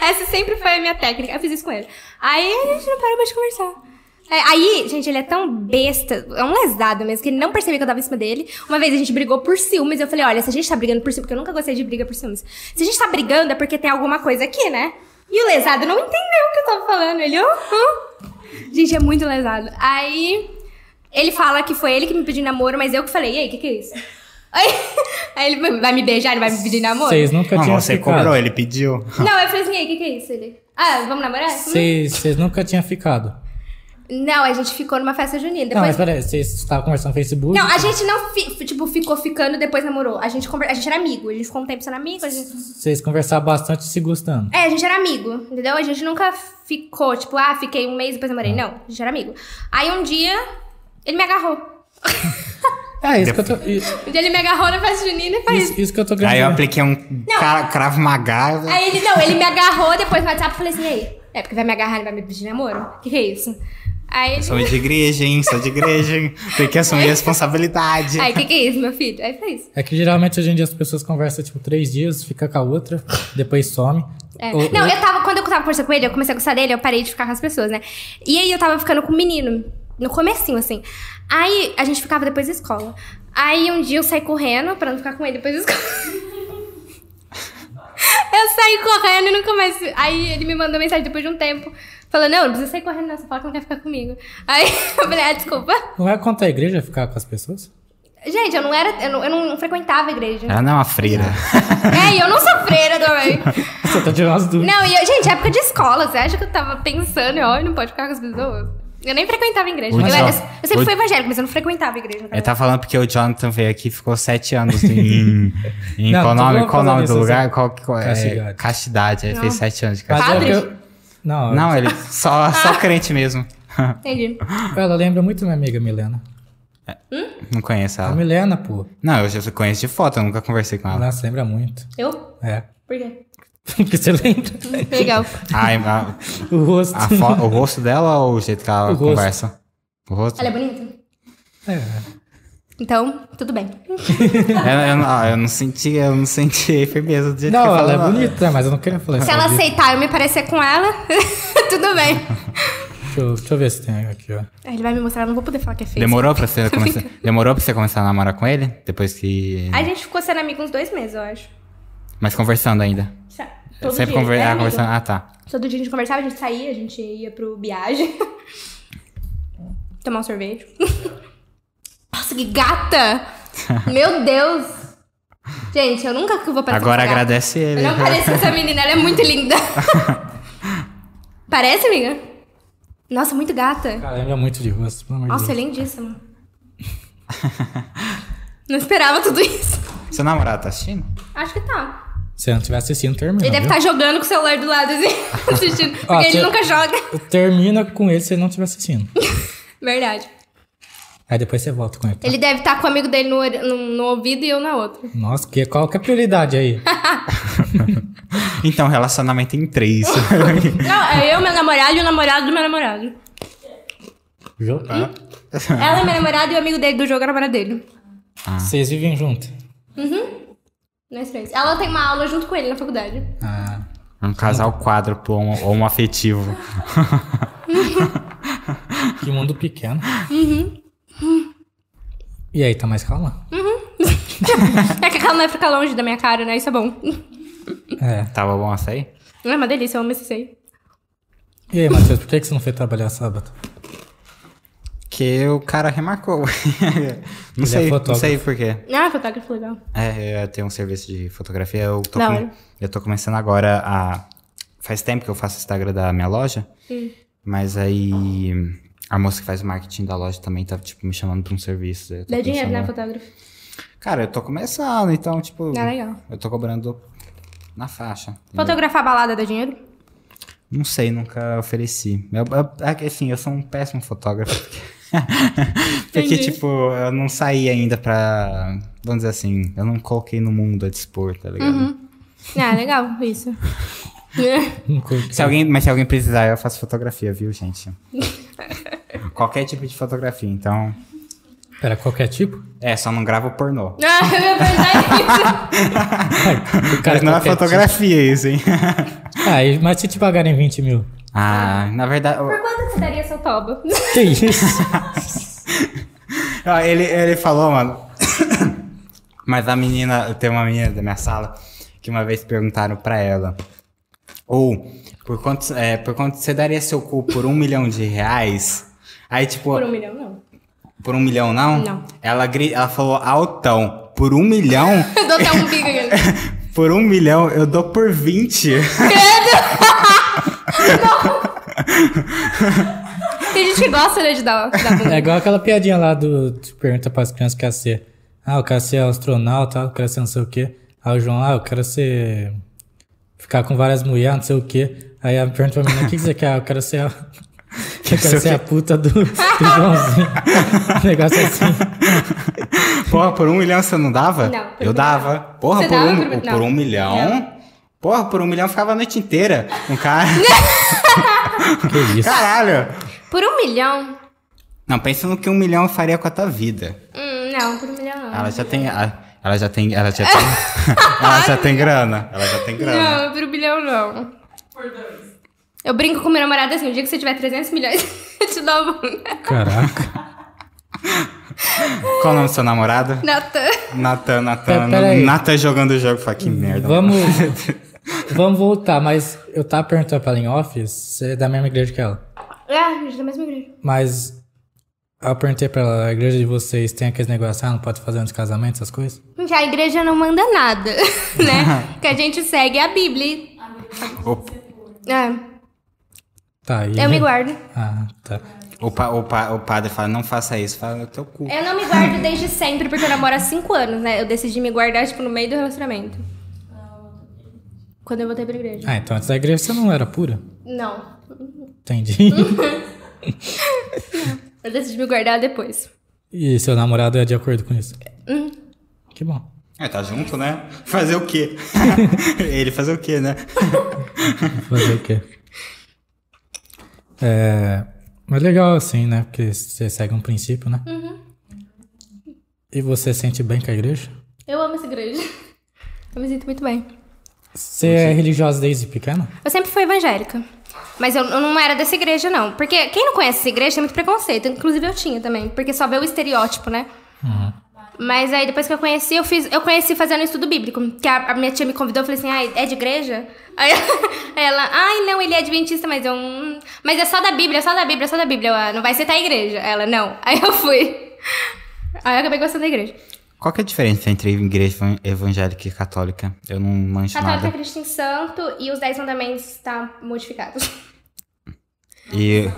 Speaker 3: Essa sempre foi a minha técnica, eu fiz isso com ele. Aí a gente não parou mais de conversar. É, aí, gente, ele é tão besta, é um lesado mesmo, que ele não percebia que eu tava em cima dele. Uma vez a gente brigou por ciúmes, eu falei, olha, se a gente tá brigando por ciúmes, porque eu nunca gostei de briga por ciúmes. Se a gente tá brigando é porque tem alguma coisa aqui, né? E o lesado não entendeu o que eu tava falando, ele, oh, Gente, é muito lesado. Aí ele fala que foi ele que me pediu namoro, mas eu que falei, e aí, o que, que é isso? *laughs* Aí, aí ele vai me beijar, ele vai me pedir namoro?
Speaker 2: Vocês nunca
Speaker 1: Não,
Speaker 2: tinham
Speaker 1: você
Speaker 2: ficado.
Speaker 1: cobrou, ele pediu.
Speaker 3: Não, eu falei assim, e aí, o que, que é isso? Ele, ah, vamos namorar?
Speaker 2: Vocês vocês nunca tinham ficado.
Speaker 3: Não, a gente ficou numa festa junina.
Speaker 2: Não,
Speaker 3: Depois.
Speaker 2: mas é
Speaker 3: Não,
Speaker 2: peraí, vocês estavam conversando no Facebook?
Speaker 3: a gente não, fi- tipo, ficou ficando, depois namorou. A gente, conver... a gente era amigo. A gente ficou um tempo sendo amigo. a gente-
Speaker 2: Vocês conversavam bastante se gostando.
Speaker 3: É, a gente era amigo, entendeu? A gente nunca ficou, tipo, ah, fiquei um mês e depois namorei. Não, a gente era amigo. Aí um dia, ele me agarrou.
Speaker 2: É, isso que eu tô. Isso,
Speaker 3: Um dia ele me agarrou na festa junina e foi isso.
Speaker 2: isso- isso que eu tô querendo
Speaker 1: Aí eu
Speaker 2: dizer.
Speaker 1: apliquei um cara, cravo magá.
Speaker 3: Aí ele, não, ele me agarrou depois no WhatsApp e falei assim, e aí? É, porque vai me agarrar, ele vai me pedir namoro? O que, que é isso? Aí ele.
Speaker 1: Sou de igreja, hein? Sou de igreja, hein? Tem que assumir responsabilidade.
Speaker 3: Aí, o que, que é isso, meu filho? Aí foi isso.
Speaker 2: É que geralmente hoje em dia as pessoas conversam tipo três dias, fica com a outra, depois some.
Speaker 3: É.
Speaker 2: Ou-
Speaker 3: não,
Speaker 2: ou-
Speaker 3: eu tava, quando eu tava conversando com ele, eu comecei a gostar dele, eu parei de ficar com as pessoas, né? E aí eu tava ficando com um menino, no comecinho, assim. Aí a gente ficava depois da escola. Aí um dia eu saí correndo pra não ficar com ele depois da escola. *laughs* eu saí correndo e nunca mais. Aí ele me mandou mensagem depois de um tempo. Falando, não, não precisa sair correndo, não. Você fala que não quer ficar comigo. Aí *laughs* eu falei, ah, desculpa.
Speaker 2: Não é contra a igreja ficar com as
Speaker 3: *laughs*
Speaker 2: pessoas?
Speaker 3: Gente, eu não era. Eu não, eu não frequentava a igreja.
Speaker 1: Ela não é uma freira.
Speaker 3: é, e eu não sou freira também.
Speaker 2: Você tá tirando as dúvidas.
Speaker 3: Não, e eu, gente, época de escola, você acha que eu tava pensando, ó, não pode ficar com as pessoas? Eu nem frequentava igreja.
Speaker 1: Ô,
Speaker 3: Eu, era-
Speaker 1: John,
Speaker 3: eu sempre
Speaker 1: ô-
Speaker 3: fui evangélica, mas eu não frequentava igreja.
Speaker 1: Ele tá falando porque o Jonathan veio aqui e ficou sete
Speaker 2: *laughs*
Speaker 1: anos em. em
Speaker 2: Hum. Não,
Speaker 1: qual
Speaker 2: tô
Speaker 1: nome,
Speaker 2: assim. falando
Speaker 1: qual
Speaker 2: por causa
Speaker 1: nome do
Speaker 2: disso,
Speaker 1: lugar? Qual, que- qual, é,
Speaker 2: Castidade.
Speaker 1: castidade. Ele fez sete anos de
Speaker 2: Mas
Speaker 1: castidade.
Speaker 2: é que
Speaker 3: Padre?
Speaker 2: eu- Não,
Speaker 1: Não,
Speaker 2: *laughs*
Speaker 1: ele só, só crente mesmo.
Speaker 3: Entendi.
Speaker 2: ela lembra muito minha amiga Milena.
Speaker 1: Não conheço
Speaker 2: A
Speaker 1: ela.
Speaker 2: Milena, pô.
Speaker 1: Não, eu já conheço de foto, eu nunca conversei com ela.
Speaker 2: Ela se lembra muito.
Speaker 3: Eu?
Speaker 2: É. *laughs*
Speaker 3: Por
Speaker 1: *laughs*
Speaker 3: quê?
Speaker 2: Porque você lembra
Speaker 3: Legal.
Speaker 1: Ai, a,
Speaker 2: o rosto.
Speaker 1: a fo- o rosto dela ou o jeito que ela
Speaker 2: O rosto.
Speaker 1: conversa? O rosto?
Speaker 3: Ela é bonita?
Speaker 2: É.
Speaker 3: Então, tudo bem.
Speaker 1: Eu, *laughs* eu não- ah, eu não senti, eu não senti *laughs* firmeza do jeito que
Speaker 2: Não,
Speaker 1: eu
Speaker 2: ela é
Speaker 1: falava. Ah,
Speaker 2: bonita, mas eu não queria falar
Speaker 3: Se
Speaker 2: isso.
Speaker 3: *laughs* ela aceitar eu me parecer com ela, tudo bem.
Speaker 2: Deixa eu, deixa eu ver se tem aqui, ó.
Speaker 3: Aí Ele vai me mostrar, eu não vou poder falar que é fake.
Speaker 1: Demorou pra, você *laughs* começar, demorou pra você começar a namorar com ele? Depois que.
Speaker 3: A gente ficou sendo amigo uns dois meses, eu acho.
Speaker 1: Mas conversando ainda.
Speaker 3: Sa- Todo
Speaker 1: Sempre
Speaker 3: dia. É,
Speaker 1: conver-
Speaker 3: era
Speaker 1: ah,
Speaker 3: amigo.
Speaker 1: conversando. Ah, tá.
Speaker 3: Todo dia a gente conversava, a gente saía, a gente ia pro viagem. *laughs* Tomar um sorvete. *laughs* Nossa, que gata! Meu Deus! Gente, eu nunca que vou parecer
Speaker 1: Agora
Speaker 3: essa gata.
Speaker 1: agradece ele.
Speaker 3: Eu não
Speaker 1: né?
Speaker 3: pareço essa menina, ela é muito linda. Parece, amiga? Nossa, muito gata.
Speaker 2: Cara, lembra muito de rosto, pelo amor de
Speaker 3: Nossa, é
Speaker 2: Deus.
Speaker 3: lindíssima. Não esperava tudo isso.
Speaker 1: *laughs* Seu namorado tá assistindo?
Speaker 3: Acho que tá.
Speaker 2: Se eu não estiver assistindo, termina.
Speaker 3: Ele deve tá-
Speaker 2: viu?
Speaker 3: estar jogando com o celular do lado assim, *laughs* assistindo. Porque
Speaker 2: Ah,
Speaker 3: ele
Speaker 2: você-
Speaker 3: nunca joga.
Speaker 2: Termina com ele se ele não estiver
Speaker 3: *laughs*
Speaker 2: assistindo.
Speaker 3: Verdade.
Speaker 2: Aí depois você volta com ele. tá?
Speaker 3: Ele deve estar com o amigo dele no, ori- no, no ouvido e eu na outra.
Speaker 2: Nossa, que, qual que é a prioridade aí?
Speaker 3: *laughs*
Speaker 1: Então, relacionamento em *laughs* três.
Speaker 3: Não, é eu, meu namorado e o namorado do meu namorado.
Speaker 2: Viu?
Speaker 3: Ela é minha namorada e o amigo dele do jogo é o namorado dele.
Speaker 2: Vocês vivem junto.
Speaker 3: Nós três. Ela tem uma aula junto com ele na faculdade.
Speaker 2: Ah,
Speaker 1: um casal quádruplo homo- homoafetivo.
Speaker 2: que mundo pequeno.
Speaker 3: Uhum.
Speaker 2: E aí, tá mais calma?
Speaker 3: *laughs* É que aquela não vai ficar longe da minha cara, né? Isso é bom.
Speaker 2: É.
Speaker 1: Tava bom essa aí?
Speaker 3: É uma delícia, eu amo esse aí.
Speaker 2: E aí, Matheus, por que que você não foi trabalhar sábado?
Speaker 1: Que o cara
Speaker 2: *laughs*
Speaker 1: remarcou. não,
Speaker 2: é
Speaker 1: sei, não
Speaker 2: fotógrafo.
Speaker 1: sei porquê.
Speaker 3: Ah, fotógrafo legal.
Speaker 1: É, eu tenho um serviço de fotografia. Eu tô,
Speaker 3: Da
Speaker 1: com-
Speaker 3: hora.
Speaker 1: eu tô começando agora a. Faz tempo que eu faço o Instagram da minha loja. Mas aí. A moça que faz o marketing da loja também tá, tipo, me chamando pra um serviço. Eu tô
Speaker 3: Dá dinheiro,
Speaker 1: começando
Speaker 3: né,
Speaker 1: a-
Speaker 3: fotógrafo?
Speaker 1: Cara, eu tô começando, então, tipo.
Speaker 3: Ah, legal.
Speaker 1: Eu tô cobrando na faixa. entendeu?
Speaker 3: Fotografar balada dá dinheiro?
Speaker 1: Não sei, nunca ofereci. Eu, eu- é que, assim, eu sou um péssimo fotógrafo. *laughs* Porque,
Speaker 3: Entendi.
Speaker 1: tipo, eu não saí ainda pra. Vamos dizer assim, eu não coloquei no mundo a dispor, tá ligado?
Speaker 3: Ah, legal, isso.
Speaker 2: Nunca-
Speaker 1: Se alguém, mas se alguém precisar, eu faço fotografia, viu, gente? Qualquer tipo de fotografia, então.
Speaker 2: Era qualquer tipo?
Speaker 1: É, só não gravo pornô.
Speaker 3: *laughs* Ah, eu ia pensar
Speaker 2: O
Speaker 1: Mas não é
Speaker 2: qualquer
Speaker 1: fotografia isso, hein?
Speaker 2: tipo. Ah, e- mas se te pagarem 20 mil?
Speaker 1: ah, na verdade. eu-
Speaker 3: *laughs* Por quanto que você daria seu toba? é
Speaker 2: Que isso?
Speaker 1: Ah, ele, ele falou, mano. *coughs* Mas a menina, tem uma menina da minha sala que uma vez perguntaram pra ela. Ou, por quanto, é, por quanto você daria seu cu por um milhão de reais? Aí, tipo,
Speaker 3: Por
Speaker 1: por
Speaker 3: um
Speaker 1: um,
Speaker 3: milhão, não.
Speaker 1: milhão não?
Speaker 3: Não.
Speaker 1: Ela, gri- ela falou altão. Por um milhão?
Speaker 3: Eu dou até um bico aqui.
Speaker 1: Por um milhão eu dou por
Speaker 3: *laughs*
Speaker 1: 20.
Speaker 3: Tem gente que gosta, né, de dar, dar bunda.
Speaker 2: É igual aquela piadinha lá do. Tu pergunta pras crianças que quer ser. Ah, eu quero ser astronauta, eu quero ser não sei o quê. Aí o João, ah, eu quero ser. ficar com várias mulheres, não sei o quê. Aí ela pergunta pra menina, o que que você quer? Ah, eu quero ser a.
Speaker 1: sei
Speaker 2: Eu
Speaker 1: o
Speaker 2: quero ser a puta do, do Joãozinho. *laughs* Um negócio assim.
Speaker 1: Porra, por um milhão você não dava?
Speaker 3: Não, por
Speaker 1: Eu
Speaker 3: um
Speaker 1: dava. Porra,
Speaker 3: Você
Speaker 1: por,
Speaker 3: dava
Speaker 1: um,
Speaker 3: por-
Speaker 1: por
Speaker 3: não.
Speaker 1: um milhão? Porra, por um milhão eu ficava a noite inteira. Um
Speaker 3: *laughs*
Speaker 1: cara.
Speaker 2: Que isso?
Speaker 1: Caralho!
Speaker 3: Por um milhão?
Speaker 1: Não, pensa no que um milhão faria com a tua vida.
Speaker 3: Hum, não, por um milhão não.
Speaker 1: Ela já tem. a- Ela já tem. Ela já
Speaker 3: *laughs*
Speaker 1: tem. ela já tem grana. Ela já tem grana.
Speaker 3: Não, por um milhão não. Por dois. Eu brinco com meu namorado assim, o dia que você tiver 300 milhões, *laughs* eu te dou um, né, a bunda.
Speaker 2: Caraca.
Speaker 1: Qual o nome do seu namorado?
Speaker 3: Natan.
Speaker 1: Natan,
Speaker 2: Pera-
Speaker 1: Natan.
Speaker 2: pera aí.
Speaker 1: Natan jogando o jogo. Fala que merda.
Speaker 2: Vamos. Vamos voltar, mas eu tava perguntando pra ela em office, você é da mesma igreja que ela.
Speaker 3: Ah, a gente tá mesmo igreja.
Speaker 2: Mas eu perguntei pra ela, a igreja de vocês tem aqueles negócios, ah, não pode fazer antes do casamento, essas coisas?
Speaker 3: Gente, a igreja não manda nada, *laughs* né? que a gente segue a Bíblia.
Speaker 1: O,
Speaker 3: É,
Speaker 2: Tá, e...
Speaker 3: eu me guardo.
Speaker 2: Ah, tá.
Speaker 1: o, pa- o, pa- o padre fala: não faça isso. Fala no teu cu.
Speaker 3: Eu não me guardo desde sempre, porque eu namoro há 5 anos, né? Eu decidi me guardar, tipo, no meio do relacionamento. Quando eu voltei pra igreja.
Speaker 2: Ah, então antes da igreja você não era pura?
Speaker 3: Não.
Speaker 2: Entendi. *laughs*
Speaker 3: Eu decidi me guardar depois.
Speaker 2: e seu namorado é de acordo com isso? Que bom.
Speaker 1: É, tá junto, né? Fazer o
Speaker 3: *laughs*
Speaker 1: quê? Ele fazer o quê, né?
Speaker 2: Fazer o quê? É... Mas legal assim, né? Porque você segue um princípio, né? E você sente bem com a igreja?
Speaker 3: Eu amo essa igreja. Eu me sinto muito bem.
Speaker 2: Você é religiosa desde pequena?
Speaker 3: Eu sempre fui evangélica. Mas eu, eu não era dessa igreja, não. Porque quem não conhece essa igreja tem muito preconceito. Inclusive eu tinha também. Porque só vê o estereótipo, né? Mas aí depois que eu conheci, eu fiz. Eu conheci fazendo estudo bíblico. Que a, a minha tia me convidou, eu falei assim, ah, é de igreja? Aí, aí ela, *laughs* ai não, ele é adventista, mas eu. hum, mas é só da Bíblia, é só da Bíblia, é só da Bíblia. Eu, "Ah, não vai ser da igreja. Ela, não. *laughs* Aí eu fui. Aí eu acabei gostando da igreja.
Speaker 1: Qual que é a diferença entre igreja evan- evangélica e católica? Eu não manjo
Speaker 3: Católica
Speaker 1: nada.
Speaker 3: acredita é em santo e os dez mandamentos tá *laughs* modificados. é
Speaker 1: E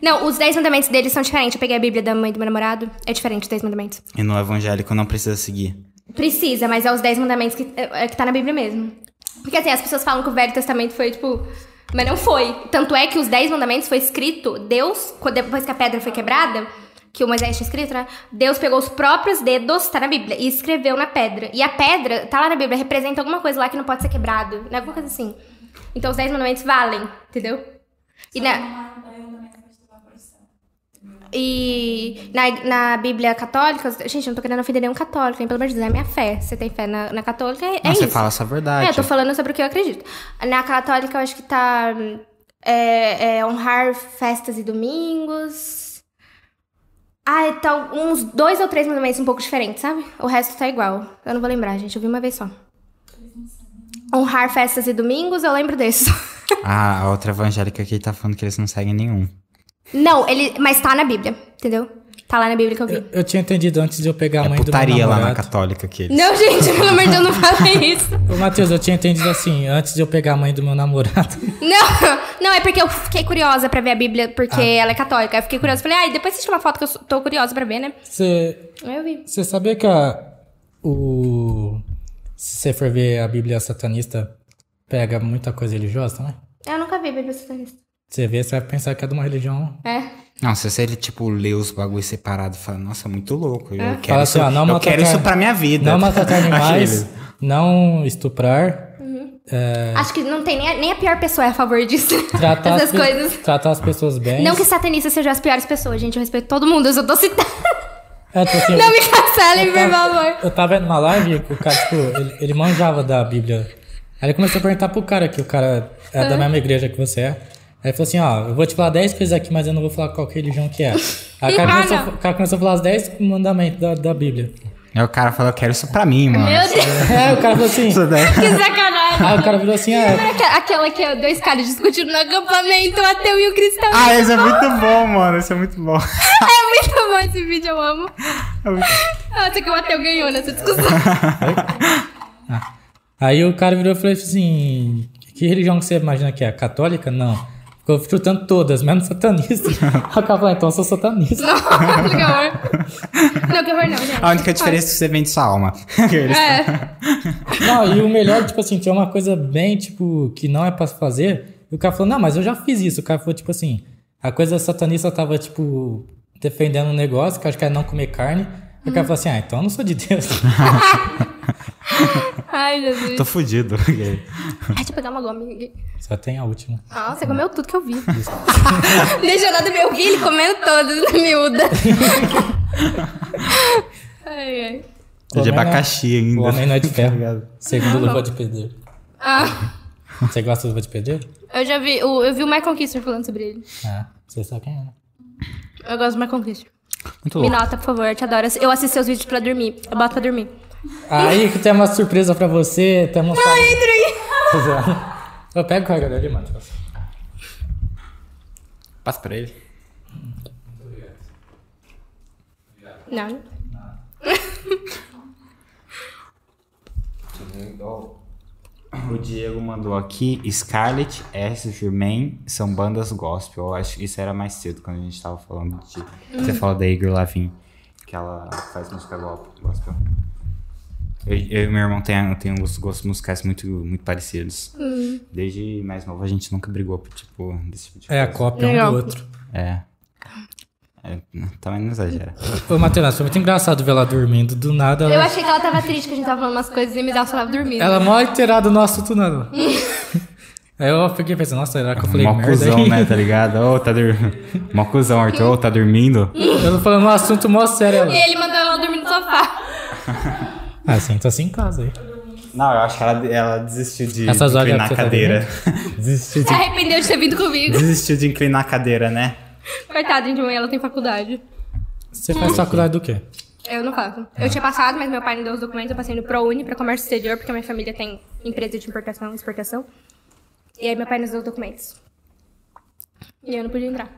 Speaker 3: Não, os dez mandamentos deles são diferentes. Eu peguei a Bíblia da mãe do meu namorado, é diferente os dez mandamentos.
Speaker 1: E no evangélico não precisa seguir.
Speaker 3: Precisa, mas é os dez mandamentos que, é, é que tá na Bíblia mesmo. Porque assim, as pessoas falam que o Velho Testamento foi tipo. Mas não foi. Tanto é que os dez mandamentos foi escrito, Deus, quando- depois que a pedra foi quebrada, que o Moisés tinha escrito, né? Deus pegou os próprios dedos, tá na Bíblia, e escreveu na pedra. E a pedra, tá lá na Bíblia, representa alguma coisa lá que não pode ser quebrado, né? Alguma coisa assim. Então os dez mandamentos valem, entendeu? E né, na, E na, na Bíblia católica, gente, eu não tô querendo ofender nenhum católico, hein? pelo amor de Deus, é minha fé. Você tem fé na, na católica, é, é
Speaker 1: Não,
Speaker 3: isso.
Speaker 1: você fala essa
Speaker 3: É, eu
Speaker 1: verdade.
Speaker 3: tô falando sobre o que eu acredito. Na católica, eu acho que tá é, é, honrar festas e domingos. Ah, então, uns dois ou três mandamentos um pouco diferentes, sabe? O resto tá igual. Eu não vou lembrar, gente, eu vi uma vez só. Honrar festas e domingos, eu lembro desse.
Speaker 1: Ah, a outra evangélica aqui tá falando que eles não seguem nenhum.
Speaker 3: *laughs* não, ele. Mas tá na Bíblia, entendeu? Tá lá na Bíblia que eu vi.
Speaker 2: Eu, eu tinha entendido antes de eu pegar a
Speaker 1: É
Speaker 2: mãe
Speaker 1: putaria
Speaker 2: do meu
Speaker 1: lá na
Speaker 2: namorado.
Speaker 1: católica que eles.
Speaker 3: Não, gente, pelo amor de Deus, não falem isso.
Speaker 2: Ô, Matheus, eu tinha entendido assim, antes de eu pegar a mãe do meu namorado. *laughs*
Speaker 3: Não, não, é porque eu fiquei curiosa pra ver a Bíblia, porque ela é católica. Eu fiquei curiosa. Falei, ai, depois você tira uma foto que eu sou- tô curiosa pra ver, né?
Speaker 2: Você
Speaker 3: Aí eu vi.
Speaker 2: Você sabia que a, o. Se você for ver a Bíblia satanista, pega muita coisa religiosa também?
Speaker 3: Eu nunca vi a Bíblia satanista.
Speaker 2: Você vê, você vai pensar que é de uma religião.
Speaker 3: É.
Speaker 1: Não, se você, tipo, lê os bagulhos separados e fala, nossa, é muito louco.
Speaker 3: É.
Speaker 1: Eu quero,
Speaker 2: Fala
Speaker 1: isso,
Speaker 2: assim, ó, não
Speaker 1: eu
Speaker 2: mata
Speaker 1: quero
Speaker 2: car-
Speaker 1: isso pra minha vida.
Speaker 2: Não matar
Speaker 1: *laughs*
Speaker 2: animais,
Speaker 1: Aquele.
Speaker 2: não estuprar,
Speaker 3: Acho que não tem nem a, nem a pior pessoa é a favor disso.
Speaker 2: tratar as,
Speaker 3: *laughs* Essas
Speaker 2: pe-
Speaker 3: coisas.
Speaker 2: tratar as pessoas bem.
Speaker 3: Não que satanistas sejam as piores pessoas, gente. Eu respeito todo mundo, eu só tô citando.
Speaker 2: É, tipo assim,
Speaker 3: *laughs* Não me cancelem, por
Speaker 2: eu tava-
Speaker 3: favor.
Speaker 2: Eu tava vendo uma live que o cara, tipo, ele, ele manjava da Bíblia. Aí ele começou a perguntar pro cara que o cara é da mesma igreja que você é. Aí ele falou assim, ó, eu vou te falar 10 coisas aqui, mas eu não vou falar qual que religião que é. Aí o cara,
Speaker 3: Ah,
Speaker 2: começou, a-
Speaker 3: não.
Speaker 2: o cara começou a falar os 10 mandamentos da, da Bíblia.
Speaker 1: Aí o cara fala, eu quero isso pra mim, mano.
Speaker 3: Meu Deus,
Speaker 2: É, o cara falou assim.
Speaker 1: Isso né? daí-
Speaker 3: que sacanagem.
Speaker 2: aí o cara virou assim,
Speaker 3: Não
Speaker 2: é.
Speaker 3: era aqua- Aquela que é dois caras discutindo no acampamento, o ateu e o cristão.
Speaker 1: Ah, esse é muito bom, mano. Esse é muito bom. *laughs*
Speaker 3: *laughs* É muito bom esse vídeo, eu amo.
Speaker 1: É muito-
Speaker 3: Nossa, Ah, que o ateu ganhou nessa discussão. *laughs*
Speaker 2: Aí o cara virou e falou assim: que religião que você imagina que é? Católica? Não. Ficou chutando todas, menos satanista. *laughs* Aí o cara falou, então eu sou satanista.
Speaker 3: Não, que horror. Não, que horror não, gente.
Speaker 1: A única diferença é que você vende sua alma. Aqueles.
Speaker 3: É.
Speaker 2: Não, e o melhor, tipo assim, tinha uma coisa bem, tipo, que não é pra se fazer. E o cara falou, não, mas eu já fiz isso. O cara falou, tipo assim, a coisa satanista tava, tipo, defendendo um negócio, que eu acho que era não comer carne. E o cara falou assim, ah, então eu não sou de Deus. *laughs*
Speaker 3: Ai,
Speaker 1: *laughs*
Speaker 3: Jesus.
Speaker 1: Tô fudido.
Speaker 3: Ai, deixa eu pegar uma goma aqui.
Speaker 2: Só tem a última.
Speaker 3: Nossa, você comeu tudo que eu vi. *laughs* deixa eu dar do meu rio, ele comendo todas, miúda. *laughs* ai, ai.
Speaker 1: É de
Speaker 2: Pelo menos
Speaker 1: abacaxi ainda.
Speaker 2: O homem não é
Speaker 1: *laughs*
Speaker 2: de
Speaker 1: Tá
Speaker 2: ferro.
Speaker 1: ligado?
Speaker 2: Segundo luva de pedreiro.
Speaker 3: Ah,
Speaker 2: Você gosta de luva de pedreiro?
Speaker 3: eu já vi, o- eu vi o Michael Kister falando sobre ele.
Speaker 2: Ah, você sabe quem é, né?
Speaker 3: Eu gosto do Michael Kister.
Speaker 1: Muito
Speaker 3: Me
Speaker 1: louco.
Speaker 3: nota, por favor, eu te adoro. Eu assisto seus vídeos pra dormir. Eu boto pra dormir.
Speaker 2: Aí que tem uma surpresa pra você, temos...
Speaker 3: Ah, entra aí.
Speaker 2: Eu pego o carregador ali, mano.
Speaker 1: Passa pra ele.
Speaker 3: Não.
Speaker 1: O Diego mandou aqui, Scarlett, S, Germain, são bandas gospel. Eu acho que isso era mais cedo quando a gente tava falando de. Você falou da Igor Lavin, que ela faz música go- gospel. Eu, eu e meu irmão tem, tem uns gostos musicais muito, muito parecidos. Desde mais novo a gente nunca brigou por tipo, desse tipo de
Speaker 2: É a
Speaker 1: coisa.
Speaker 2: cópia um
Speaker 3: Legal.
Speaker 2: do outro.
Speaker 1: É. é. Também não exagera.
Speaker 2: Ô, Matheus, foi muito engraçado ver ela dormindo. Do nada,
Speaker 3: Eu
Speaker 2: ela,
Speaker 3: achei que ela tava triste, que a gente tava falando umas coisas e me dava falava dormindo.
Speaker 2: ela é mó inteirada do nosso *laughs* tunado. Aí eu fiquei pensando, nossa, é será que eu falei
Speaker 1: Mó
Speaker 2: merda
Speaker 1: cuzão,
Speaker 2: aí?
Speaker 1: né, tá ligado? Ô, tá dormindo. *laughs* Mó cuzão, Arthur, ô, tá dormindo.
Speaker 2: Eu falando um assunto mó sério. Ela.
Speaker 3: E ele mandou ela dormir no sofá.
Speaker 2: Ah, senta assim em casa aí.
Speaker 1: Não, eu acho que ela, ela desistiu de
Speaker 2: Essas horas
Speaker 1: inclinar
Speaker 2: que
Speaker 1: a
Speaker 2: você tá
Speaker 1: cadeira. *laughs* desistiu,
Speaker 3: Se
Speaker 1: de,
Speaker 3: arrependeu de ter vindo comigo.
Speaker 1: desistiu de inclinar a cadeira, né?
Speaker 3: Coitada, gente, amanhã ela tem faculdade.
Speaker 2: Você faz faculdade do quê?
Speaker 3: Eu não faço. Eu tinha passado, mas meu pai não deu os documentos. Eu passei no ProUni pra comércio exterior, porque a minha família tem empresa de importação e exportação. E aí meu pai nos deu os documentos. E eu não podia entrar.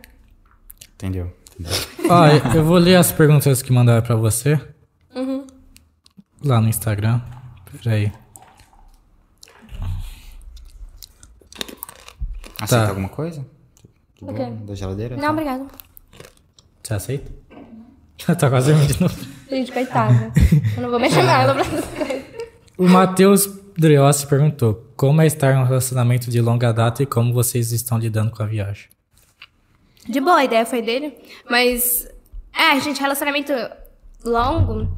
Speaker 1: Entendeu? Entendeu?
Speaker 2: Ó, eu- eu vou ler as perguntas que mandaram pra você. Lá no Instagram. Peraí.
Speaker 1: Aceita
Speaker 2: Tá.
Speaker 1: alguma coisa? Tudo
Speaker 3: O quê?
Speaker 1: bom? Da geladeira? Tá.
Speaker 3: Não, obrigada.
Speaker 2: Você aceita? *laughs* tá quase dormindo de novo.
Speaker 3: Gente, coitada. Eu não vou mexer nada pra essas coisas.
Speaker 2: O Matheus Driossi perguntou: Como é estar em um relacionamento de longa data e como vocês estão lidando com a viagem?
Speaker 3: De boa, a ideia foi dele. Mas, é, gente, relacionamento longo,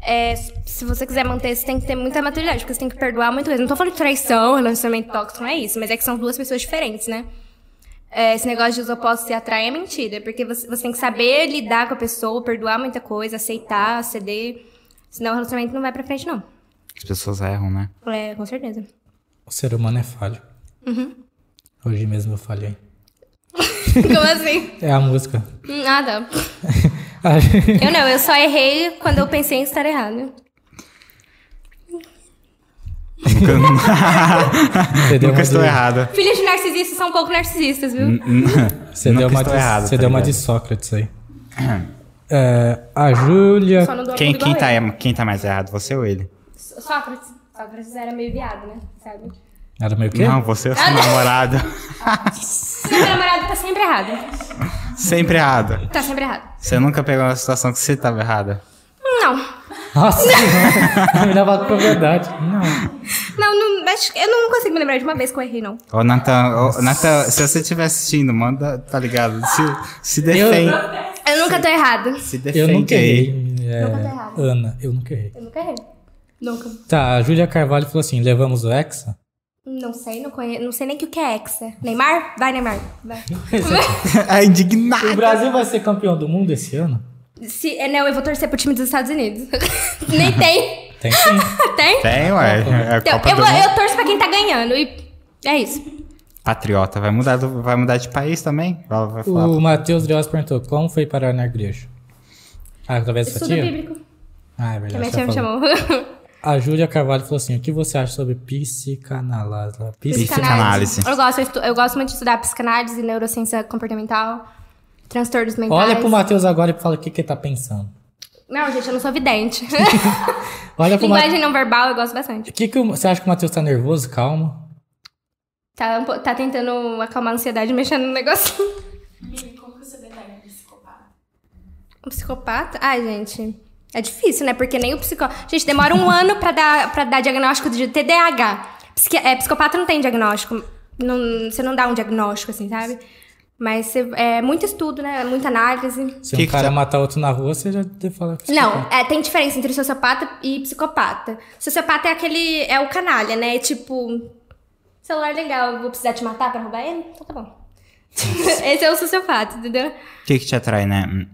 Speaker 3: é, se você quiser manter, você tem que ter muita maturidade, porque você tem que perdoar muita coisa. Não tô falando de traição, relacionamento tóxico, não é isso. Mas é que são duas pessoas diferentes, né? É, esse negócio de os opostos se atraem é mentira, porque você, você tem que saber lidar com a pessoa, perdoar muita coisa, aceitar, ceder. Senão o relacionamento não vai pra frente, não.
Speaker 1: As pessoas erram, né?
Speaker 3: É, com certeza.
Speaker 2: O ser humano é falho. Hoje mesmo eu falhei.
Speaker 3: *laughs* Como assim?
Speaker 2: É a música. *laughs*
Speaker 3: Hum, Ah, tá. Eu não, eu só errei quando eu pensei em estar errado.
Speaker 2: Você deu uma
Speaker 1: Nunca estou
Speaker 2: de-
Speaker 1: errada.
Speaker 3: Filhos de narcisistas são um pouco narcisistas, viu?
Speaker 1: Hum,
Speaker 2: Você
Speaker 1: Nunca
Speaker 2: deu uma de,
Speaker 1: estou errado,
Speaker 2: você
Speaker 1: tá
Speaker 2: deu uma de
Speaker 1: ligado?
Speaker 2: Sócrates aí. É, a Júlia.
Speaker 3: Só não dou
Speaker 1: Quem,
Speaker 3: apoio
Speaker 1: quem,
Speaker 3: igual
Speaker 1: tá,
Speaker 3: ele.
Speaker 1: quem tá mais errado, você ou ele?
Speaker 3: Só- Sócrates. Sócrates era meio viado, né? Sabe?
Speaker 2: Era meio que.
Speaker 1: Não, você ou seu namorado.
Speaker 3: Seu namorado tá sempre errado.
Speaker 1: Sempre errado.
Speaker 3: Tá sempre errado.
Speaker 1: Você nunca pegou uma situação que você tava errada.
Speaker 3: Não.
Speaker 2: Nossa, *laughs* me dava com verdade. Não.
Speaker 3: Não, não acho que- eu não consigo me lembrar de uma vez que eu errei, não.
Speaker 1: Ô, Natan, ô, Natan, se você estiver assistindo, manda, tá ligado? Se, se defende.
Speaker 3: Eu nunca tô errado.
Speaker 1: Se
Speaker 2: Eu
Speaker 1: defende
Speaker 2: nunca
Speaker 1: aí. *laughs*
Speaker 2: errei. é,
Speaker 3: Nunca tá errado.
Speaker 2: Ana, eu nunca errei.
Speaker 3: Eu nunca errei. Nunca.
Speaker 2: Tá, a Júlia Carvalho falou assim: levamos o
Speaker 3: *laughs*
Speaker 2: Hexa?
Speaker 3: Não sei, não conheço. Não sei nem o que que é Hexa. Neymar? Vai, Neymar. Vai.
Speaker 1: É
Speaker 2: O
Speaker 1: indignado.
Speaker 2: Brasil vai ser campeão do mundo esse ano?
Speaker 3: Se, é, não, eu vou torcer pro time dos Estados Unidos. *laughs* nem tem. *laughs*
Speaker 2: Tem sim.
Speaker 3: Tem?
Speaker 1: Tem, ué. É a
Speaker 3: Então,
Speaker 1: Copa
Speaker 3: eu,
Speaker 1: do
Speaker 3: vou-
Speaker 1: Mundo.
Speaker 3: eu torço pra quem tá ganhando. E é isso.
Speaker 1: Patriota. Vai mudar, do- vai mudar de país também? Ela vai falar.
Speaker 2: O Matheus Drios perguntou: como foi parar na igreja? Ah, através da sua
Speaker 3: Estudo
Speaker 2: tia?
Speaker 3: bíblico.
Speaker 2: Ah, é
Speaker 3: Que a
Speaker 2: verdade.
Speaker 3: minha
Speaker 2: você
Speaker 3: tia me
Speaker 2: falou.
Speaker 3: chamou.
Speaker 2: A Júlia Carvalho falou assim: o que você acha sobre psicanalasa? Psic...
Speaker 1: Psicanálise.
Speaker 3: Eu gosto, eu, estu- eu gosto muito de estudar psicanálise, neurociência comportamental, transtornos mentais.
Speaker 2: Olha pro Matheus agora e fala o que, que ele tá pensando.
Speaker 3: Não, gente, eu não sou vidente. *laughs*
Speaker 2: Olha pro Matheus.
Speaker 3: Linguagem não verbal eu gosto bastante.
Speaker 2: O que, que o- você acha que o Matheus tá nervoso? Calmo.
Speaker 3: Tá, um po- tá tentando acalmar a ansiedade mexendo no negocinho.
Speaker 4: Mimi, como que você detalha um psicopata?
Speaker 3: Um psicopata? Ai, gente. É difícil, né? Porque nem o psicopata. Gente, demora um ano pra dar, pra dar diagnóstico de TDAH. Psiqui- é, psicopata não tem diagnóstico. Não- você não dá um diagnóstico, assim, sabe? Mas você- é muito estudo, né? É Muita análise.
Speaker 2: Se
Speaker 1: Que
Speaker 2: um
Speaker 1: que
Speaker 2: cara
Speaker 1: tá-
Speaker 2: matar outro na rua, você já te fala que
Speaker 3: Não, é, tem diferença entre sociopata e psicopata. Sociopata é aquele. é o canalha, né? É tipo. Celular legal, eu vou precisar te matar pra roubar ele? Então tá bom. *laughs* Esse é o sociopata, entendeu?
Speaker 1: O que, que te atrai, né?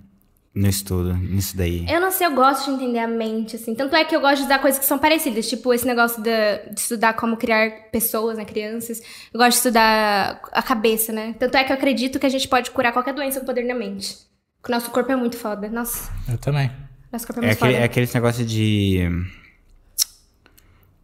Speaker 1: No estudo, nisso daí.
Speaker 3: Eu não sei, eu gosto de entender a mente, assim. Tanto é que eu gosto de usar coisas que são parecidas, tipo esse negócio da- de, estudar como criar pessoas, né, crianças. Eu gosto de estudar a cabeça, né? Tanto é que eu acredito que a gente pode curar qualquer doença com o poder da mente. O nosso corpo é muito foda. Nossa,
Speaker 2: Eu também.
Speaker 3: nosso corpo é
Speaker 1: É
Speaker 3: muito
Speaker 1: aquele,
Speaker 3: foda.
Speaker 1: é aquele negócio de.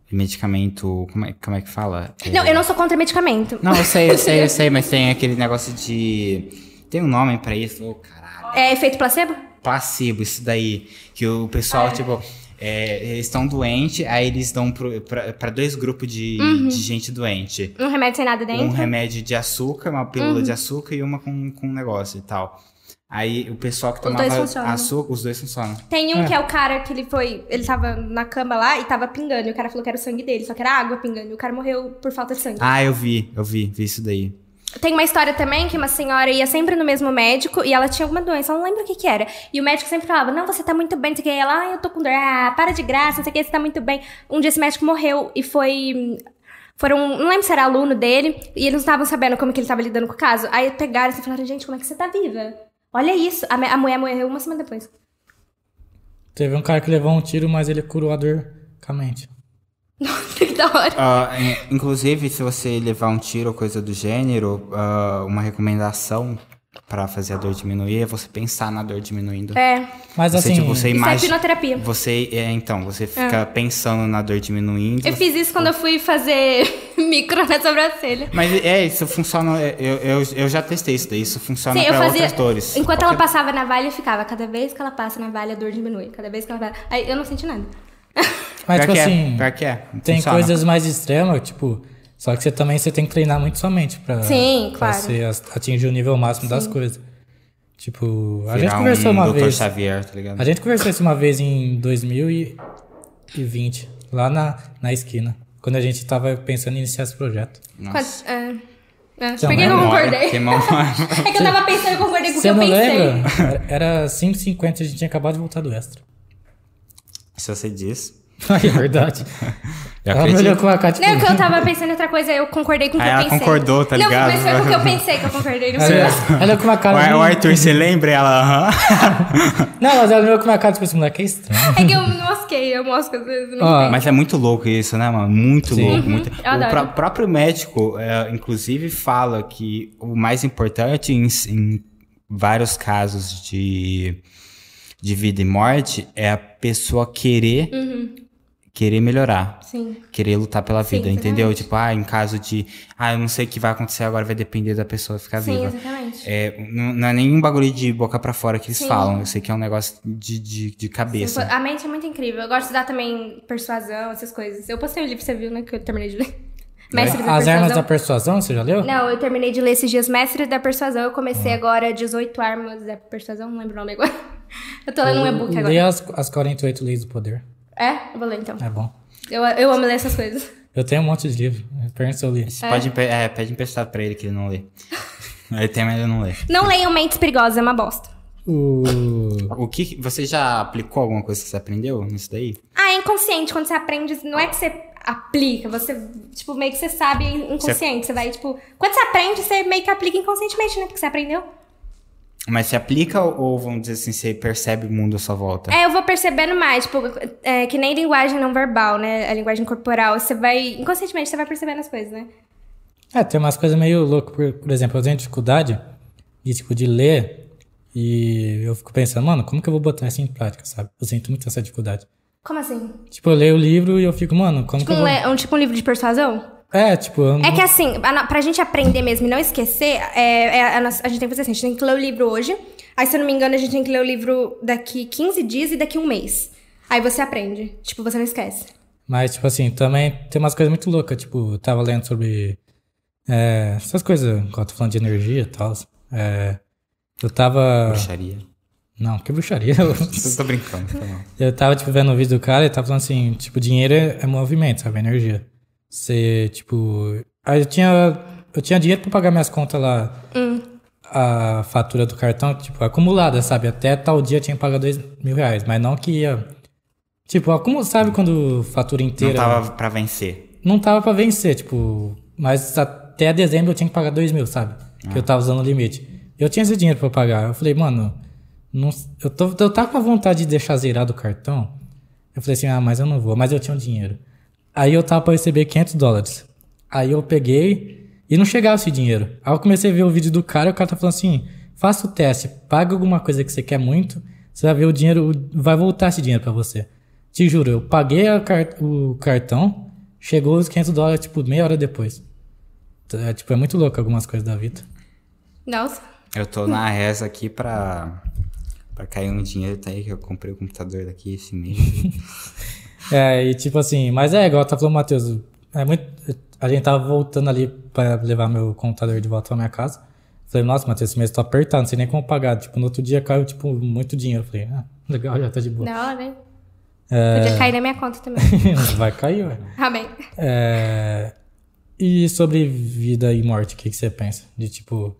Speaker 1: de Medicamento. Como é, como é que fala? É-
Speaker 3: Não, eu não sou contra medicamento.
Speaker 1: Não, eu sei, eu sei, eu sei, mas tem aquele negócio de. Tem um nome pra isso, ô caralho.
Speaker 3: É efeito placebo?
Speaker 1: Placebo, isso daí. Que o pessoal, tipo. é, eles estão doentes, aí eles dão pro- pra pra dois grupos de, de gente doente.
Speaker 3: Um remédio sem nada
Speaker 1: Um
Speaker 3: Uhum. dentro? Uhum.
Speaker 1: remédio de açúcar, uma pílula de açúcar e uma com, com um negócio e tal. Aí o pessoal que
Speaker 3: Os dois
Speaker 1: tomava
Speaker 3: funcionam.
Speaker 1: açúcar, os dois funcionam.
Speaker 3: Tem um
Speaker 2: É.
Speaker 3: que é o cara que ele foi. Ele tava na cama lá e tava pingando. E o cara falou que era o sangue dele, só que era água pingando. E o cara morreu por falta de sangue.
Speaker 1: Ah, eu vi, eu vi, vi isso daí.
Speaker 3: Tem uma história também que uma senhora ia sempre no mesmo médico e ela tinha alguma doença, eu não lembro o que que era. E o médico sempre falava: Não, você tá muito bem, não sei o que. E ela, ah, eu tô com dor, ah, para de graça, não sei o que, você tá muito bem. Um dia esse médico morreu e foi. Foram, não lembro se era aluno dele, e eles não estavam sabendo como que ele tava lidando com o caso. Aí pegaram e falaram: Gente, como é que você tá viva? Olha isso. A, me- a mulher morreu uma semana depois. *laughs*
Speaker 2: Teve um cara que levou um tiro, mas ele curou a dor com a mente.
Speaker 3: Nossa, que da hora.
Speaker 1: Ah, in- inclusive, se você levar um tiro ou coisa do gênero, ah, uma recomendação pra fazer a dor diminuir é você pensar na dor diminuindo.
Speaker 3: É.
Speaker 2: Mas
Speaker 1: Você,
Speaker 2: assim,
Speaker 1: tipo, você
Speaker 3: Isso é
Speaker 1: imagi-
Speaker 3: hipnoterapia.
Speaker 1: Você, é, então, você fica pensando na dor diminuindo.
Speaker 3: Eu fiz isso quando eu fui fazer *laughs* micro na sobrancelha.
Speaker 1: Mas é, isso funciona. é, Eu, eu, eu já testei isso daí, isso funciona
Speaker 3: Sim, eu
Speaker 1: pra
Speaker 3: fazia.
Speaker 1: outras dores.
Speaker 3: Enquanto ela
Speaker 1: Qualquer-
Speaker 3: passava na valha, eu ficava. Cada vez que ela passa na valha, a dor diminui. Cada vez que ela vai. Aí eu não senti nada. *laughs*
Speaker 2: mas
Speaker 1: Pior
Speaker 2: tipo
Speaker 1: que é,
Speaker 2: assim,
Speaker 1: pior que é,
Speaker 2: tem
Speaker 1: funciona.
Speaker 2: coisas mais extremas, tipo, só que você também você tem que treinar muito sua mente pra,
Speaker 3: Sim,
Speaker 2: pra
Speaker 3: claro.
Speaker 2: você as- atingir o nível máximo das coisas. Tipo, a gente
Speaker 1: Virar
Speaker 2: conversou
Speaker 1: um
Speaker 2: uma
Speaker 1: Dr.
Speaker 2: vez.
Speaker 1: Xavier, tá ligado?
Speaker 2: A gente conversou isso uma vez em 2020, lá na, na esquina, quando a gente tava pensando em iniciar esse projeto.
Speaker 1: Nossa.
Speaker 3: Quase- é. É.
Speaker 2: Então,
Speaker 3: Por que eu não
Speaker 1: Memória,
Speaker 3: concordei?
Speaker 1: tem memória.
Speaker 3: *laughs* É que eu tava pensando, eu concordei com o que
Speaker 2: Você
Speaker 3: eu
Speaker 2: não
Speaker 3: pensei.
Speaker 2: lembra? Era 5h50, a gente tinha acabado de voltar do extra.
Speaker 1: *laughs* Se você diz.
Speaker 2: *laughs* Ai, é verdade.
Speaker 1: Eu
Speaker 2: Ela me
Speaker 1: acredito.
Speaker 2: olhou com a cara tipo,
Speaker 3: Não, é que eu tava pensando em outra coisa, eu concordei com o que
Speaker 1: Aí
Speaker 3: eu
Speaker 1: Ah, ela
Speaker 3: pensei.
Speaker 1: concordou, tá ligado?
Speaker 3: Não, mas foi com o que eu pensei que eu concordei. Não foi
Speaker 2: Ela, ela olhou com uma cara.
Speaker 1: Ué,
Speaker 2: "Hum".
Speaker 1: o Arthur, você lembra ela? Aham.
Speaker 2: Não, mas ela olhou com uma cara, tipo, esse moleque é estranho.
Speaker 3: É que eu me mosquei, eu mosco às vezes. Não
Speaker 2: Ó,
Speaker 3: sei.
Speaker 1: Mas é muito louco isso, né, mano? Muito
Speaker 2: Sim.
Speaker 1: louco. muito-
Speaker 3: Ah. Uhum. eu
Speaker 1: O
Speaker 3: adoro.
Speaker 1: pró- próprio médico, é, inclusive, fala que o mais importante em, em vários casos de, de vida e morte é a pessoa querer, querer melhorar.
Speaker 3: Sim.
Speaker 1: Querer lutar pela
Speaker 3: Uhum. Sim,
Speaker 1: vida, entendeu? Tipo, ah, em caso de. Ah, eu não sei o que vai acontecer agora, vai depender da pessoa ficar
Speaker 3: Sim,
Speaker 1: viva.
Speaker 3: exatamente.
Speaker 1: É, não, não é nenhum bagulho de boca pra fora que eles
Speaker 3: Sim.
Speaker 1: falam. Eu sei que é um negócio de, de, de cabeça.
Speaker 3: A mente é muito incrível. Eu gosto de estudar também persuasão, essas coisas. Eu postei o livro, você viu, né? Que eu terminei de ler. Mestre da
Speaker 2: As armas da
Speaker 3: persuasão.
Speaker 2: persuasão, você já leu?
Speaker 3: Não, eu terminei de ler esses dias Mestre da Persuasão. Eu comecei agora 18 Armas da Persuasão, não lembro o nome agora. *laughs* Eu tô lendo um e-book
Speaker 2: Lê
Speaker 3: agora.
Speaker 2: as, as 48 leis do poder.
Speaker 3: É? Eu vou ler então.
Speaker 2: É bom.
Speaker 3: Eu, eu amo ler essas coisas.
Speaker 2: Eu tenho um monte de livro. Pergunta se eu li.
Speaker 1: Você pode empe- é, pede emprestado pra ele que ele não lê. ele tem, mas ele não lê.
Speaker 3: Não leiam Mentes Perigosas, é uma bosta.
Speaker 2: O...
Speaker 1: O que que- você já aplicou alguma coisa que você aprendeu nisso daí?
Speaker 3: Ah, é inconsciente. Quando você aprende, não é que você aplica, você, tipo, meio que você sabe inconsciente. Você vai, tipo. Quando você aprende, você meio que aplica inconscientemente, né? Porque você aprendeu.
Speaker 1: Mas você aplica ou vamos dizer assim, você percebe o mundo à sua volta?
Speaker 3: É, eu vou percebendo mais, tipo, é, que nem linguagem não verbal, né? A linguagem corporal. Você vai. Inconscientemente, você vai percebendo as coisas, né?
Speaker 2: É, tem umas coisas meio loucas. Por, por exemplo, eu tenho dificuldade de, tipo, de ler e eu fico pensando, mano, como que eu vou botar isso em prática, sabe? Eu sinto muito essa dificuldade.
Speaker 3: Como assim?
Speaker 2: Tipo, eu leio o livro e eu fico, mano, como que
Speaker 3: Tipo
Speaker 2: eu
Speaker 3: um,
Speaker 2: vou...
Speaker 3: le- um- tipo um livro de persuasão?
Speaker 2: É, tipo, eu não...
Speaker 3: É que assim, a no- pra gente aprender mesmo e não esquecer, é, é a, nossa- a gente tem que fazer assim, a gente tem que ler o livro hoje. Aí, se eu não me engano, a gente tem que ler o livro daqui 15 dias e daqui um mês. Aí você aprende. Tipo, você não esquece.
Speaker 2: Mas, tipo assim, também tem umas coisas muito loucas. Tipo, eu tava lendo sobre é, essas coisas, quando eu tô falando de energia e tal. É, eu tava...
Speaker 1: Bruxaria.
Speaker 2: Não, que bruxaria. *laughs*
Speaker 1: Eu tô brincando, tá bom.
Speaker 2: Eu tava, tipo, vendo o vídeo do cara e tava falando assim, tipo, dinheiro é, é movimento, sabe? É Energia. Você, tipo... Aí eu tinha, eu tinha dinheiro pra pagar minhas contas lá. A fatura do cartão, tipo, acumulada, sabe? Até tal dia eu tinha que pagar dois mil reais. Mas não que ia... Tipo, acumula, sabe quando fatura
Speaker 1: Não
Speaker 2: inteira...
Speaker 1: tava pra vencer.
Speaker 2: não tava pra vencer, tipo... Mas até dezembro eu tinha que pagar dois mil, sabe? Que eu tava usando o limite. Eu tinha esse dinheiro pra pagar. Eu falei, mano... não- eu, tô, eu tava com a vontade de deixar zerado o cartão. Eu falei assim, ah, mas eu não vou. Mas eu tinha o dinheiro. Aí eu tava pra receber 500 dólares. Aí eu peguei e não chegava esse dinheiro. Aí eu comecei a ver o vídeo do cara e o cara tá falando assim, faça o teste, paga alguma coisa que você quer muito, você vai ver o dinheiro, vai voltar esse dinheiro pra você. Te juro, eu paguei a car- o cartão, chegou os 500 dólares, tipo, meia hora depois. Então, É, tipo, é muito louco algumas coisas da vida.
Speaker 3: Nossa.
Speaker 1: Eu tô na reza aqui pra. Pra cair um dinheiro tá aí que eu comprei o computador daqui esse mês.
Speaker 2: É, e tipo assim, mas é igual tá falando, Matheus, é muito. A gente tava voltando ali pra levar meu computador de volta pra minha casa. Falei, nossa, Matheus, esse mês tá apertado, não sei nem como pagar. Tipo, no outro dia caiu, tipo, muito dinheiro. Falei, ah, legal, já tá de boa.
Speaker 3: Da hora, né? Podia cair na minha conta também.
Speaker 2: *laughs* Vai cair, ué.
Speaker 3: Amém.
Speaker 2: É, E sobre vida e morte, o que, que você pensa? De tipo,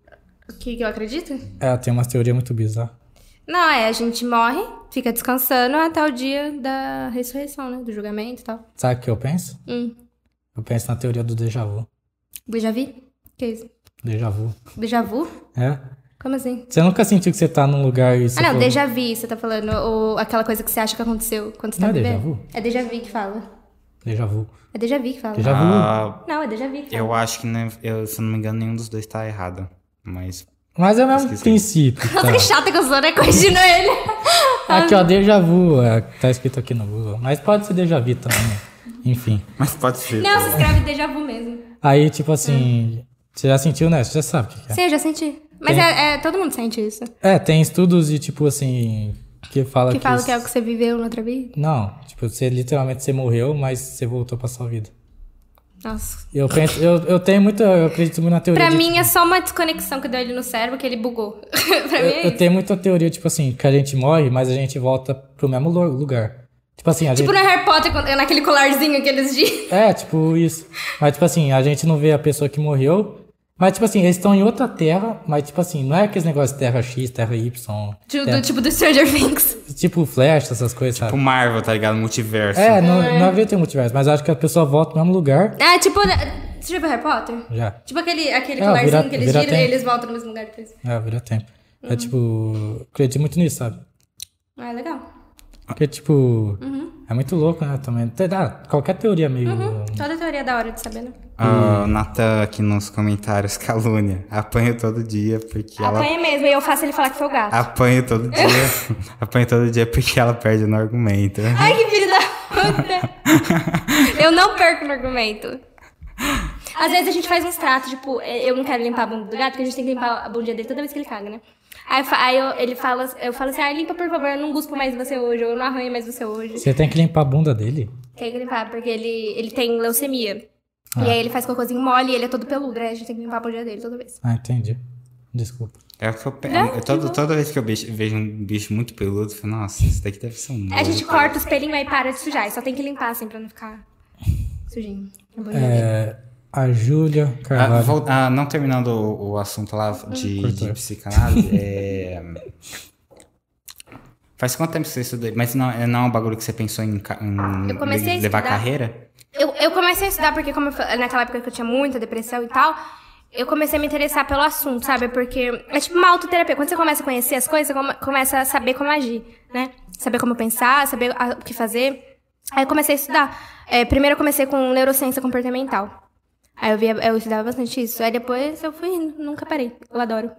Speaker 3: O que, que eu acredito?
Speaker 2: é, tem umas teorias muito bizarras.
Speaker 3: Não, é, a gente morre, fica descansando até o dia da ressurreição, né? Do julgamento e tal.
Speaker 2: Sabe o que eu penso?
Speaker 3: Hum.
Speaker 2: Eu penso na teoria do déjà vu.
Speaker 3: Déjà vu? Que isso?
Speaker 2: Déjà vu.
Speaker 3: Déjà vu?
Speaker 2: É?
Speaker 3: Como assim?
Speaker 2: Você nunca sentiu que você tá num lugar e você
Speaker 3: Ah, não,
Speaker 2: falou,
Speaker 3: déjà vu, você tá falando. Ou aquela coisa que você acha que aconteceu quando você tá
Speaker 2: Não é
Speaker 3: bebê.
Speaker 2: déjà vu?
Speaker 3: É déjà vu que fala.
Speaker 2: Deja vu.
Speaker 3: É déjà vu que fala.
Speaker 2: Déjà vu.
Speaker 1: Ah,
Speaker 3: Não, é déjà vu que fala.
Speaker 1: eu acho que, né, eu, se eu não me engano, nenhum dos dois tá errado. Mas.
Speaker 2: Mas é o mesmo
Speaker 1: Esqueci.
Speaker 2: princípio.
Speaker 3: Nossa,
Speaker 2: tá?
Speaker 3: que chata que eu sou, né? Corrigindo ele.
Speaker 2: Aqui, ó,
Speaker 3: Ah.
Speaker 2: déjà vu. é, tá escrito aqui no Google. Mas pode ser déjà vu também. né? Enfim.
Speaker 1: Mas pode ser.
Speaker 3: Não, se escreve déjà vu mesmo.
Speaker 2: Aí, tipo assim. Você já sentiu, né? Você já sabe o que que é.
Speaker 3: Sim, eu já senti. Mas
Speaker 2: Tem.
Speaker 3: é, é- todo mundo sente isso.
Speaker 2: É, tem estudos de tipo assim. Que fala
Speaker 3: Que
Speaker 2: que.
Speaker 3: fala que é o que você viveu na outra vida.
Speaker 2: Não, tipo, você literalmente você morreu, mas você voltou pra sua vida.
Speaker 3: Nossa.
Speaker 2: Eu penso, eu, eu tenho muito, eu acredito muito na teoria.
Speaker 3: Pra
Speaker 2: de,
Speaker 3: mim é só uma desconexão que deu ali no cérebro que ele bugou. *laughs* pra
Speaker 2: eu,
Speaker 3: mim é
Speaker 2: eu
Speaker 3: isso.
Speaker 2: tenho muita teoria, tipo assim, que a gente morre, mas a gente volta pro mesmo lu- lugar. Tipo assim, a
Speaker 3: Tipo no
Speaker 2: gente.
Speaker 3: Harry Potter, quando- naquele colarzinho que eles dias.
Speaker 2: É, tipo isso. Mas, tipo assim, a gente não vê a pessoa que morreu. Mas, tipo assim, eles estão em outra terra, mas, tipo assim, não é aqueles negócios de terra X, terra Y.
Speaker 3: Tipo,
Speaker 2: terra-
Speaker 3: do, tipo do Stranger Things.
Speaker 2: Tipo Flash, essas coisas,
Speaker 1: O
Speaker 2: sabe?
Speaker 1: Marvel, tá ligado? Multiverso.
Speaker 2: É, não, não acredito em multiverso, mas acho que a pessoa volta pro mesmo lugar.
Speaker 3: É, tipo. né, Você já viu Harry Potter?
Speaker 2: Já.
Speaker 3: Tipo aquele, aquele
Speaker 2: É,
Speaker 3: colarzinho
Speaker 2: vira-
Speaker 3: que eles
Speaker 2: vira
Speaker 3: giram e
Speaker 2: tempo.
Speaker 3: eles voltam no mesmo lugar depois.
Speaker 2: É, vira tempo. É tipo. Acredito muito nisso, sabe?
Speaker 3: Ah, é legal.
Speaker 2: Porque, tipo, é muito louco, né? Também. Te- ah, qualquer teoria meio.
Speaker 3: Toda teoria é da hora de saber, né?
Speaker 1: Ah, o Natan aqui nos comentários *laughs* calúnia. Apanho todo dia porque ela.
Speaker 3: Apanha mesmo, e eu faço ele falar que foi o gato.
Speaker 1: Apanho todo dia. *laughs* apanho todo dia porque ela perde no argumento.
Speaker 3: Ai, que filho da puta! eu não perco no argumento. Às vezes a gente faz uns tratos, tipo, eh, eu não quero limpar a bunda do gato, porque a gente tem que limpar a bundinha dele toda vez que ele caga, né? Aí, eu fa- aí eu- ele fala, eu falo assim, ah, limpa por favor, eu não guspo mais você hoje, ou eu não arranho mais você hoje.
Speaker 2: Você tem que limpar a bunda dele.
Speaker 3: Tem que limpar, porque ele, ele tem leucemia. E aí ele faz cocôzinho mole e ele é todo peludo, né? A gente tem que limpar a bundinha dele toda vez.
Speaker 2: Ah, entendi. Desculpa.
Speaker 1: É o que eu pego.
Speaker 3: Não,
Speaker 1: toda, toda vez que eu bicho- vejo um bicho muito peludo, eu falo, nossa, isso daqui deve ser um.
Speaker 3: A
Speaker 1: nojo."
Speaker 3: gente corta os pelinhos aí para de sujar. E só tem que limpar assim pra não ficar sujinho. na bundinha dele.
Speaker 2: É, a Júlia
Speaker 1: Ah,
Speaker 2: Carvalho.
Speaker 1: vol- ah, não terminando o, o assunto lá de, de
Speaker 2: Cortou.
Speaker 1: psicanálise, é... faz quanto tempo que você estudou? Mas não, é- não é um bagulho que você pensou em, ca- em
Speaker 3: Eu comecei a
Speaker 1: le- levar
Speaker 3: estudar.
Speaker 1: carreira?
Speaker 3: Eu, eu comecei a estudar porque, como eu, fa- naquela época que eu tinha muita depressão e tal, eu comecei a me interessar pelo assunto, sabe? Porque é tipo uma autoterapia. Quando você começa a conhecer as coisas, você come- começa a saber como agir, né? Saber como pensar, saber a- o que fazer. Aí eu comecei a estudar. É, primeiro eu comecei com neurociência comportamental. Aí eu, via, eu estudava bastante isso. Aí depois eu fui indo, nunca parei. Eu adoro.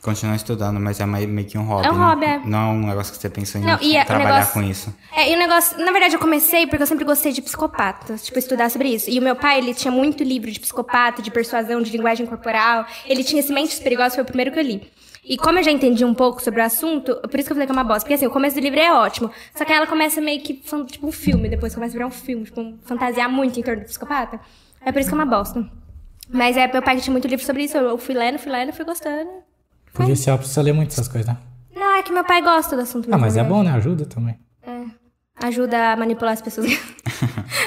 Speaker 1: Continua estudando, mas é mai- meio que um hobby.
Speaker 3: É um
Speaker 1: né?
Speaker 3: hobby, é.
Speaker 1: Não é um negócio que você pensou em
Speaker 3: Não, e é- o
Speaker 1: trabalhar
Speaker 3: negócio-
Speaker 1: com isso.
Speaker 3: É, e o negócio, na verdade, eu comecei porque eu sempre gostei de psicopatas, tipo, estudar sobre isso. E o meu pai, ele tinha muito livro de psicopata, de persuasão, de linguagem corporal. Ele tinha esse Mentes Perigosas, foi o primeiro que eu li. E como eu já entendi um pouco sobre o assunto, por isso que eu falei que é uma bosta. Porque assim, o começo do livro é ótimo. Só que aí ela começa meio que, fan- tipo, um filme, depois começa a virar um filme, tipo, um- fantasiar muito em torno do psicopata. É por isso que é uma bosta. Mas é, meu pai que tinha muito livro sobre isso, eu fui lendo, fui lendo, fui gostando.
Speaker 2: Policial precisa ler muito essas coisas, né?
Speaker 3: Não, é que meu pai gosta do assunto.
Speaker 2: Ah, mas é
Speaker 3: né?
Speaker 2: bom, né? Ajuda também.
Speaker 3: Ajuda a manipular
Speaker 1: *laughs*
Speaker 3: as pessoas.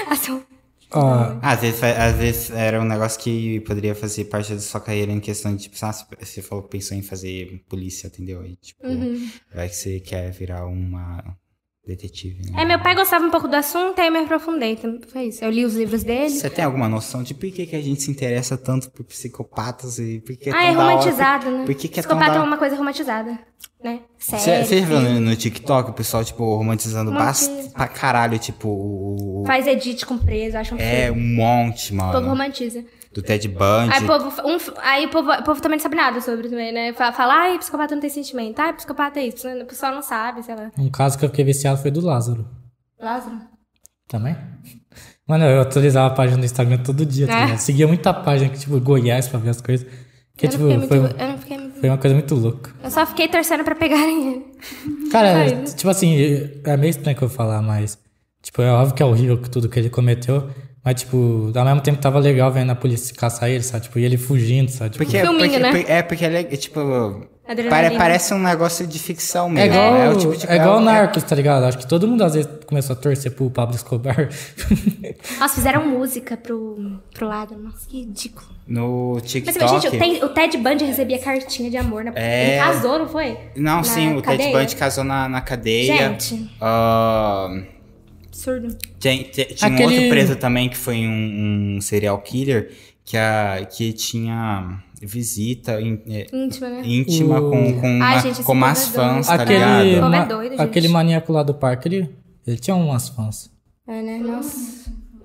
Speaker 3: assim.
Speaker 2: Ó,
Speaker 1: Ah, Às vezes, fa- às vezes era um negócio que poderia fazer parte da sua carreira em questão de, tipo, ah, você- você falou que pensou em fazer polícia, entendeu? E, tipo,
Speaker 3: Uhum.
Speaker 1: vai que você quer virar uma detetive, né?
Speaker 3: É, meu pai gostava um pouco do assunto, aí eu me aprofundei. Então, Foi isso. Eu li os livros dele.
Speaker 1: Você tem alguma noção de por que, que a gente se interessa tanto por psicopatas e por que é
Speaker 3: ah,
Speaker 1: tão
Speaker 3: é
Speaker 1: da hora?
Speaker 3: romantizado, né?
Speaker 1: Por que, que é tão
Speaker 3: Psicopata é
Speaker 1: da hora?
Speaker 3: uma coisa romantizada, né?
Speaker 1: Você
Speaker 3: Sério.
Speaker 1: você já viu no, no TikTok o pessoal, tipo, romantizando
Speaker 3: Romantiza.
Speaker 1: bastante pra caralho, tipo, o... o-
Speaker 3: Faz edit com preso, acham
Speaker 1: É,
Speaker 3: feio.
Speaker 1: um monte,
Speaker 3: O povo
Speaker 1: mano.
Speaker 3: romantiza.
Speaker 1: Do Ted Bundy.
Speaker 3: Aí, o povo, um- aí o, povo, o povo também não sabe nada sobre também, né? Fa- Fala, ai, psicopata não tem sentimento. Ai, psicopata é isso. né? O pessoal não sabe, sei lá.
Speaker 2: um caso que eu fiquei viciado foi do Lázaro.
Speaker 3: Lázaro.
Speaker 2: Também? Mano, eu atualizava a página do Instagram todo dia, tá
Speaker 3: É.
Speaker 2: ligado? Seguia muita página, que, tipo, Goiás pra ver as coisas. Que,
Speaker 3: Eu,
Speaker 2: tipo,
Speaker 3: não fiquei
Speaker 2: foi,
Speaker 3: muito, eu não fiquei muito...
Speaker 2: foi uma coisa muito louca.
Speaker 3: Eu só fiquei torcendo pra pegarem ele.
Speaker 2: Cara,
Speaker 3: Ai, né?
Speaker 2: tipo assim, é meio estranho que eu falar, mas. Tipo, é óbvio que é horrível que tudo que ele cometeu. Mas, tipo, ao mesmo tempo tava legal vendo a polícia caçar ele, sabe? Tipo, e ele fugindo, sabe? Tipo,
Speaker 1: Porque,
Speaker 3: Filminho,
Speaker 1: porque-
Speaker 3: né?
Speaker 1: porque- é, porque ele é, tipo...
Speaker 3: Adrenalina.
Speaker 1: pare- parece um negócio de ficção
Speaker 2: é
Speaker 1: mesmo.
Speaker 2: igual,
Speaker 1: né?
Speaker 2: é,
Speaker 1: o tipo de-
Speaker 2: igual
Speaker 1: é-
Speaker 2: Narcos, tá ligado? Acho que todo mundo às vezes começou a torcer pro Pablo Escobar. *laughs*
Speaker 3: Nossa, fizeram música pro, pro lado. Nossa, que ridículo.
Speaker 1: No
Speaker 3: Tipo assim, Mas,
Speaker 1: TikTok...
Speaker 3: gente, o Ted, o Ted Bundy recebia cartinha de amor. Na...
Speaker 1: É.
Speaker 3: Ele casou, não foi?
Speaker 1: Não,
Speaker 3: Na
Speaker 1: sim, o Ted
Speaker 3: cadeia.
Speaker 1: Bundy casou na, na cadeia.
Speaker 3: Gente.
Speaker 1: Ah,
Speaker 3: Absurdo.
Speaker 1: tem- te- tinha um
Speaker 2: Aquele-
Speaker 1: outro preso também que foi um, um serial killer que, a, que tinha visita in- é,
Speaker 3: Íntima, né?
Speaker 1: íntima
Speaker 2: O-
Speaker 1: com, com, uma-
Speaker 3: Ai, gente, esse
Speaker 1: com
Speaker 3: povo
Speaker 1: umas
Speaker 3: é
Speaker 1: fãs,
Speaker 3: doido.
Speaker 1: tá
Speaker 2: aquele
Speaker 1: ligado?
Speaker 3: Como é
Speaker 2: ma-
Speaker 3: doido, gente.
Speaker 2: aquele maníaco lá do parque, ele, ele tinha umas fãs.
Speaker 3: É, né? Nossa.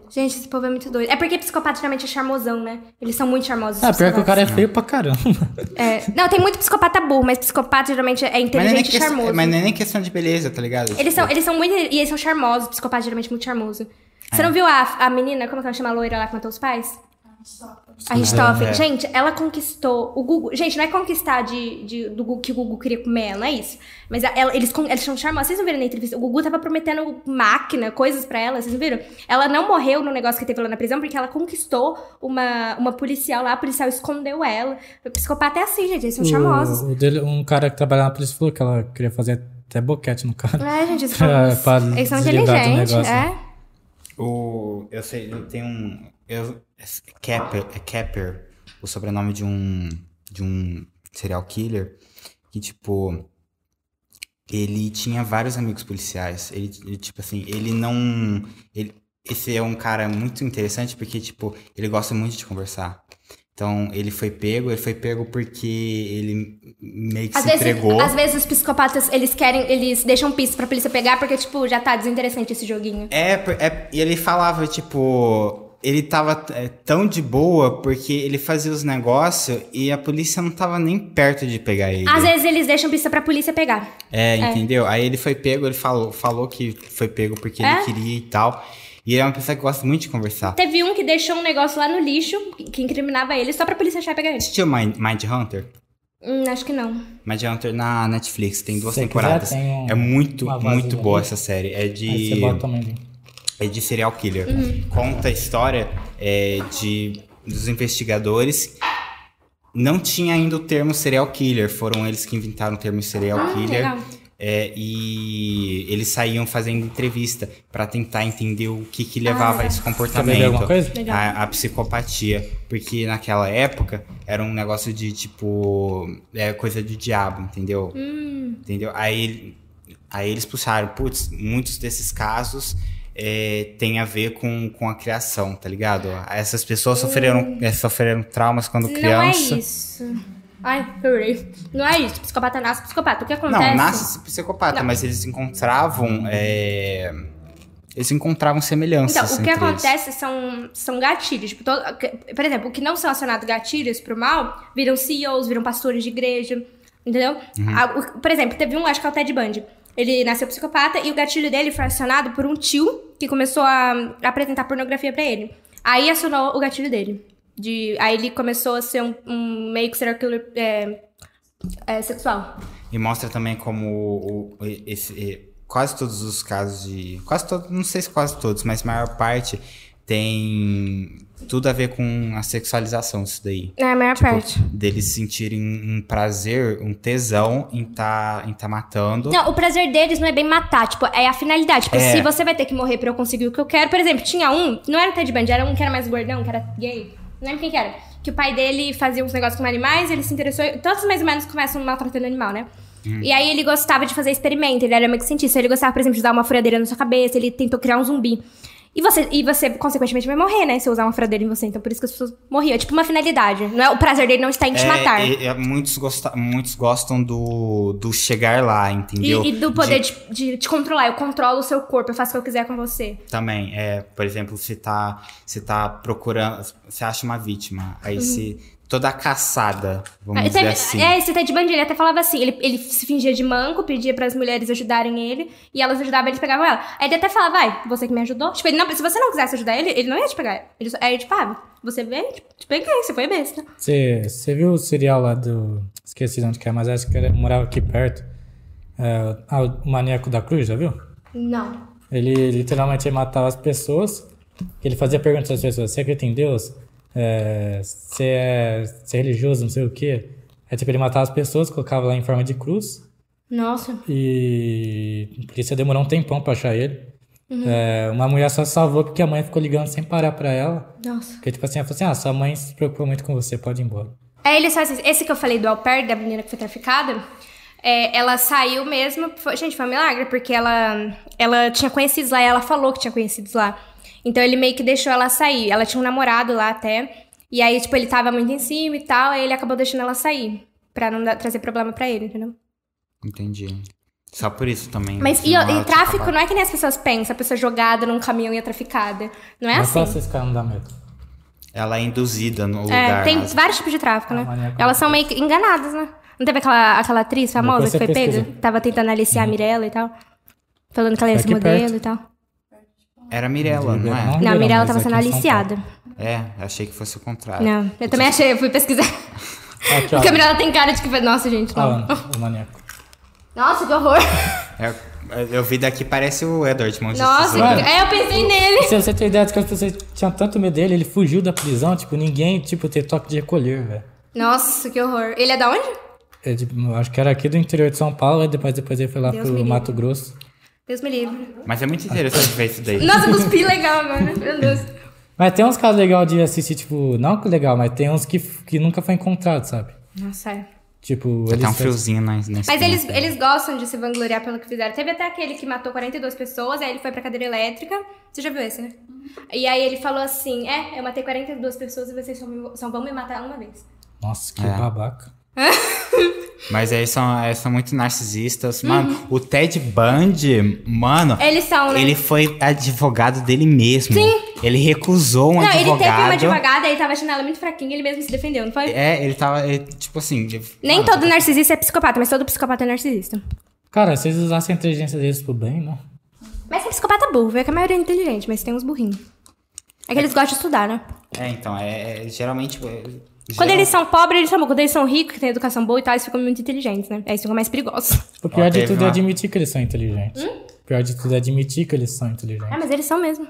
Speaker 3: Gente, esse povo é muito doido. É porque psicopata geralmente é charmosão, né? Eles são muito charmosos.
Speaker 2: Ah,
Speaker 3: os
Speaker 2: pior que o cara é
Speaker 3: psicopatas.
Speaker 2: feio pra caramba.
Speaker 3: É. Não, tem muito psicopata burro, mas psicopata geralmente
Speaker 1: Mas
Speaker 3: é
Speaker 1: não, é nem
Speaker 3: inteligente e
Speaker 1: questão-
Speaker 3: charmoso.
Speaker 1: mas não é nem questão de beleza, tá ligado?
Speaker 3: Eles
Speaker 1: Tipo,
Speaker 3: são, eles são muito. E eles são charmosos, psicopata geralmente muito charmoso. Você
Speaker 2: É.
Speaker 3: não viu a, a menina, como que ela chama a loira lá que matou os pais?
Speaker 4: Stop.
Speaker 3: A Richthofen.
Speaker 1: É.
Speaker 3: Gente, ela conquistou o Google. Gente, não é conquistar de, de- do Gugu, que o Gugu queria comer, não é isso. Mas a- ela- eles, con- eles são charmosos. Vocês não viram na entrevista? O Gugu tava prometendo máquina, coisas pra ela, vocês não viram? Ela não morreu no negócio que teve lá na prisão porque ela conquistou uma, uma policial lá, a policial escondeu ela. O psicopata é assim, gente, eles são charmosos.
Speaker 2: O, o dele, um cara que trabalhava na polícia falou que ela queria fazer até boquete no cara.
Speaker 3: É, gente,
Speaker 2: *laughs*
Speaker 3: eles são,
Speaker 2: Pra- pra
Speaker 3: eles são
Speaker 2: desligar do
Speaker 3: inteligentes,
Speaker 2: negócio.
Speaker 3: é.
Speaker 1: O, eu sei, tem um. Eu, é Capper, é Capper, o sobrenome de um. de um serial killer. Que, tipo. Ele tinha vários amigos policiais. Ele, ele, tipo assim, ele não. Ele, esse é um cara muito interessante porque, tipo, ele gosta muito de conversar. Então, ele foi pego, ele foi pego porque ele meio que
Speaker 3: Às
Speaker 1: se
Speaker 3: vezes,
Speaker 1: entregou.
Speaker 3: às vezes os psicopatas, eles querem, eles deixam pista pra polícia pegar, porque, tipo, já tá desinteressante esse joguinho.
Speaker 1: É, por- é, e ele falava, tipo, ele tava é, tão de boa porque ele fazia os negócios e a polícia não tava nem perto de pegar ele.
Speaker 3: Às vezes eles deixam pista pra polícia pegar.
Speaker 1: É, entendeu? Aí ele foi pego, ele falou, falou que foi pego porque
Speaker 3: É?
Speaker 1: ele queria e tal. E ele é uma pessoa que gosta muito de conversar.
Speaker 3: Teve um que deixou um negócio lá no lixo, que incriminava ele, só pra polícia achar e pegar ele.
Speaker 1: Assistiu Mind, Mindhunter?
Speaker 3: Hum, acho que não.
Speaker 1: Mindhunter na Netflix, tem duas
Speaker 2: Se quiser,
Speaker 1: temporadas.
Speaker 2: tem um-
Speaker 1: é muito,
Speaker 2: uma
Speaker 1: muito
Speaker 2: vasilha.
Speaker 1: boa essa série. É de.
Speaker 2: Aí você bota também.
Speaker 1: é de serial killer. Conta a história é, de, dos investigadores. Não tinha ainda o termo serial killer, foram eles que inventaram o termo serial
Speaker 3: Ah,
Speaker 1: killer.
Speaker 3: legal.
Speaker 1: É, e eles saíam fazendo entrevista pra tentar entender o que, que levava a
Speaker 3: Ah,
Speaker 1: esse
Speaker 2: Quer beber
Speaker 1: comportamento,
Speaker 2: alguma coisa?
Speaker 3: Legal.
Speaker 1: a, a psicopatia, porque naquela época era um negócio de tipo é, coisa do diabo, entendeu?
Speaker 3: Hum,
Speaker 1: Entendeu? Aí, aí eles puxaram, putz, muitos desses casos é, tem a ver com, com a criação, tá ligado? Essas pessoas sofreram, é, sofreram traumas quando
Speaker 3: Hum. não é
Speaker 1: criança.
Speaker 3: isso. Ai, chorei. Não é isso. Psicopata nasce psicopata. O que
Speaker 1: Não,
Speaker 3: acontece?
Speaker 1: nasce psicopata,
Speaker 3: Não.
Speaker 1: mas eles encontravam. é, eles encontravam
Speaker 3: Então,
Speaker 1: semelhanças.
Speaker 3: o que
Speaker 1: entre eles.
Speaker 3: acontece são, são gatilhos. Tipo, todo- por exemplo, o que não são acionados gatilhos pro mal viram CEOs, viram pastores de igreja. Entendeu? Ah, o- Por exemplo, teve um, acho que é o Ted Bundy. Ele nasceu psicopata e o gatilho dele foi acionado por um tio que começou a apresentar pornografia pra ele. Aí acionou o gatilho dele. De, aí ele começou a ser um, um meio que serial killer é, é, sexual.
Speaker 1: E mostra também como o- o- esse- eh, quase todos os casos de. Quase todos, não sei se quase todos, mas a maior parte tem tudo a ver com a sexualização disso daí.
Speaker 3: É a maior parte.
Speaker 1: Deles sentirem um prazer, um tesão em tá, em tá matando.
Speaker 3: Não, o prazer deles não é bem matar, tipo, é a finalidade. Tipo,
Speaker 1: É.
Speaker 3: se você vai ter que morrer pra eu conseguir o que eu quero. Por exemplo, tinha um, não era o Ted Bundy, era um que era mais gordão, que era gay. Não lembro quem que era. Que o pai dele fazia uns negócios com animais, ele se interessou. e Todos mais ou menos começam maltratando animal, né?
Speaker 1: Uhum.
Speaker 3: E aí ele gostava de fazer experimento, ele era meio que cientista. Ele gostava, por exemplo, de dar uma furadeira na sua cabeça, ele tentou criar um zumbi. E você, e você, consequentemente, vai morrer, né? Se eu usar uma furadeira em você. Então, por isso que as pessoas morriam. É tipo uma finalidade. Não é, o prazer dele não está em te
Speaker 1: É,
Speaker 3: matar.
Speaker 1: e- e muitos, gosta, muitos gostam do, do chegar lá,
Speaker 3: E,
Speaker 1: entendeu?
Speaker 3: e do poder de, de te controlar. Eu controlo o seu corpo, eu faço o que eu quiser com você.
Speaker 1: Também, é, por exemplo, você tá, você tá procurando, você acha uma vítima, aí você, toda caçada, vamos
Speaker 3: Ah,
Speaker 1: dizer
Speaker 3: Uhum. teve-
Speaker 1: assim.
Speaker 3: É, esse Ted Bundy, ele até falava assim, ele, ele se fingia de manco, pedia pras mulheres ajudarem ele, e elas ajudavam, eles pegavam ela. Aí ele até falava, vai, você que me ajudou. Tipo, ele não, se você não quisesse ajudar ele, ele não ia te pegar. Ele só, aí tipo, ah, você veio, tipo, te peguei, você foi besta.
Speaker 2: Você, você viu o serial lá do. Esqueci de onde que é, mas acho que era, morava aqui perto. É, ah, o Maníaco da Cruz, já viu?
Speaker 3: Não.
Speaker 2: Ele literalmente matava as pessoas. Ele fazia perguntas às pessoas: você acredita em Deus? É, você, é, você é religioso, não sei o quê. Aí tipo, ele matava as pessoas, colocava lá em forma de cruz.
Speaker 3: Nossa.
Speaker 2: E a polícia demorou um tempão pra achar ele.
Speaker 3: Uhum.
Speaker 2: É, uma mulher só salvou porque a mãe ficou ligando sem parar pra ela.
Speaker 3: Nossa.
Speaker 2: Porque, tipo assim, ela falou assim: ah, sua mãe se preocupou muito com você, pode ir embora.
Speaker 3: Aí ele só assim, esse que eu falei do au pair, da menina que foi traficada, é, ela saiu mesmo, foi- gente, foi um milagre, porque ela, ela tinha conhecidos lá, e ela falou que tinha conhecidos lá. Então ele meio que deixou ela sair, ela tinha um namorado lá até, e aí, tipo, ele tava muito em cima e tal, aí ele acabou deixando ela sair, pra não dar- trazer problema pra ele, entendeu?
Speaker 1: Entendi. Só por isso também. né,
Speaker 3: Mas e,
Speaker 1: Não,
Speaker 3: e
Speaker 1: ela
Speaker 3: tráfico
Speaker 1: tinha
Speaker 3: não é que nem as pessoas pensam, a pessoa jogada num caminhão e é traficada. Não
Speaker 2: Mas
Speaker 3: é
Speaker 2: tá
Speaker 3: assim.
Speaker 2: qual esses caras não dá
Speaker 3: *laughs*
Speaker 2: medo?
Speaker 1: Ela é induzida no lugar.
Speaker 3: É, tem
Speaker 1: nas-
Speaker 3: vários tipos de tráfico,
Speaker 2: Ah,
Speaker 3: né?
Speaker 2: maníaco.
Speaker 3: Elas são meio que enganadas, né? Não teve aquela, aquela atriz famosa
Speaker 2: Depois
Speaker 3: que
Speaker 2: você
Speaker 3: foi pega?
Speaker 2: pesquisa.
Speaker 3: Tava tentando aliciar a Mirella e tal. Falando que ela ia
Speaker 2: Tá
Speaker 3: ser
Speaker 2: aqui
Speaker 3: modelo
Speaker 2: perto.
Speaker 3: e tal.
Speaker 1: Era a Mirella, não é?
Speaker 2: Não.
Speaker 3: Não, a
Speaker 2: Ribeirão,
Speaker 3: Mirella
Speaker 2: mas
Speaker 3: tava sendo
Speaker 2: aqui em São Ah.
Speaker 3: aliciada.
Speaker 1: É, achei que fosse o contrário.
Speaker 3: Não, eu também achei, eu fui pesquisar.
Speaker 2: Tá. Aqui, ó.
Speaker 3: *laughs* Porque a Mirella tem cara de que foi. Nossa, gente,
Speaker 2: Ó,
Speaker 3: não.
Speaker 2: Ana, o maníaco.
Speaker 3: Nossa, que
Speaker 2: *laughs*
Speaker 3: horror.
Speaker 1: É, eu vi daqui, parece o Edward Mão de
Speaker 3: Nossa,
Speaker 1: Tesoura.
Speaker 2: Mano.
Speaker 3: é, eu pensei nele.
Speaker 2: Se você tem ideia de que as pessoas tinham tanto medo dele, ele fugiu da prisão, tipo, ninguém, tipo, ter toque de recolher, velho.
Speaker 3: Nossa, que horror. Ele é da onde?
Speaker 2: É de- eu acho que era aqui do interior de São Paulo, e depois, depois ele foi lá
Speaker 3: Deus me
Speaker 2: pro
Speaker 3: livre.
Speaker 2: Mato Grosso.
Speaker 3: Deus me livre.
Speaker 1: Mas é muito interessante ver isso daí.
Speaker 3: Nossa, cuspi legal agora. Meu Deus.
Speaker 2: Mas tem uns casos legais de assistir, tipo, não que legal, mas tem uns que, que nunca foi encontrado, sabe?
Speaker 3: Nossa, é.
Speaker 2: Tipo,
Speaker 1: Dá
Speaker 2: eles
Speaker 1: até um friozinho na, na
Speaker 3: Mas
Speaker 1: espinha.
Speaker 3: eles, eles gostam de se vangloriar pelo que fizeram. Teve até aquele que matou 42 pessoas, aí ele foi pra cadeira elétrica. Você já viu esse, né?
Speaker 1: Uhum.
Speaker 3: E aí ele falou assim: É, eu matei 42 pessoas e vocês só, me- só vão me matar uma vez.
Speaker 2: Nossa, que
Speaker 1: É.
Speaker 2: babaca.
Speaker 1: Mas eles são, eles são muito narcisistas.
Speaker 3: Uhum.
Speaker 1: Mano, o Ted Bundy, mano,
Speaker 3: Eles são, né?
Speaker 1: ele foi advogado dele mesmo. Sim. Ele recusou um
Speaker 3: Não, ele
Speaker 1: advogado.
Speaker 3: teve uma advogada, ele tava achando ela muito fraquinha, ele mesmo se defendeu, não foi?
Speaker 1: É, ele tava, ele, tipo assim... ele-
Speaker 3: Nem
Speaker 1: mano,
Speaker 3: todo narcisista é psicopata, mas todo psicopata é narcisista.
Speaker 2: Cara, se eles usassem a inteligência deles pro bem, né?
Speaker 3: Mas tem psicopata burro, é que a maioria é inteligente, mas tem uns burrinhos. É que eles gostam de estudar, né?
Speaker 1: É, então, é, é- geralmente... é-
Speaker 3: Quando
Speaker 1: geral-
Speaker 3: eles são pobres, eles são burros. Quando eles são ricos, que têm educação boa e tal, eles ficam muito inteligentes, né? Aí eles ficam
Speaker 1: *laughs*
Speaker 3: mais perigosos.
Speaker 2: O pior de
Speaker 1: teve
Speaker 2: tudo é
Speaker 1: uma-
Speaker 2: admitir que eles são inteligentes.
Speaker 3: Hum?
Speaker 2: O pior de tudo é admitir que eles são inteligentes.
Speaker 3: Ah, mas eles são mesmo.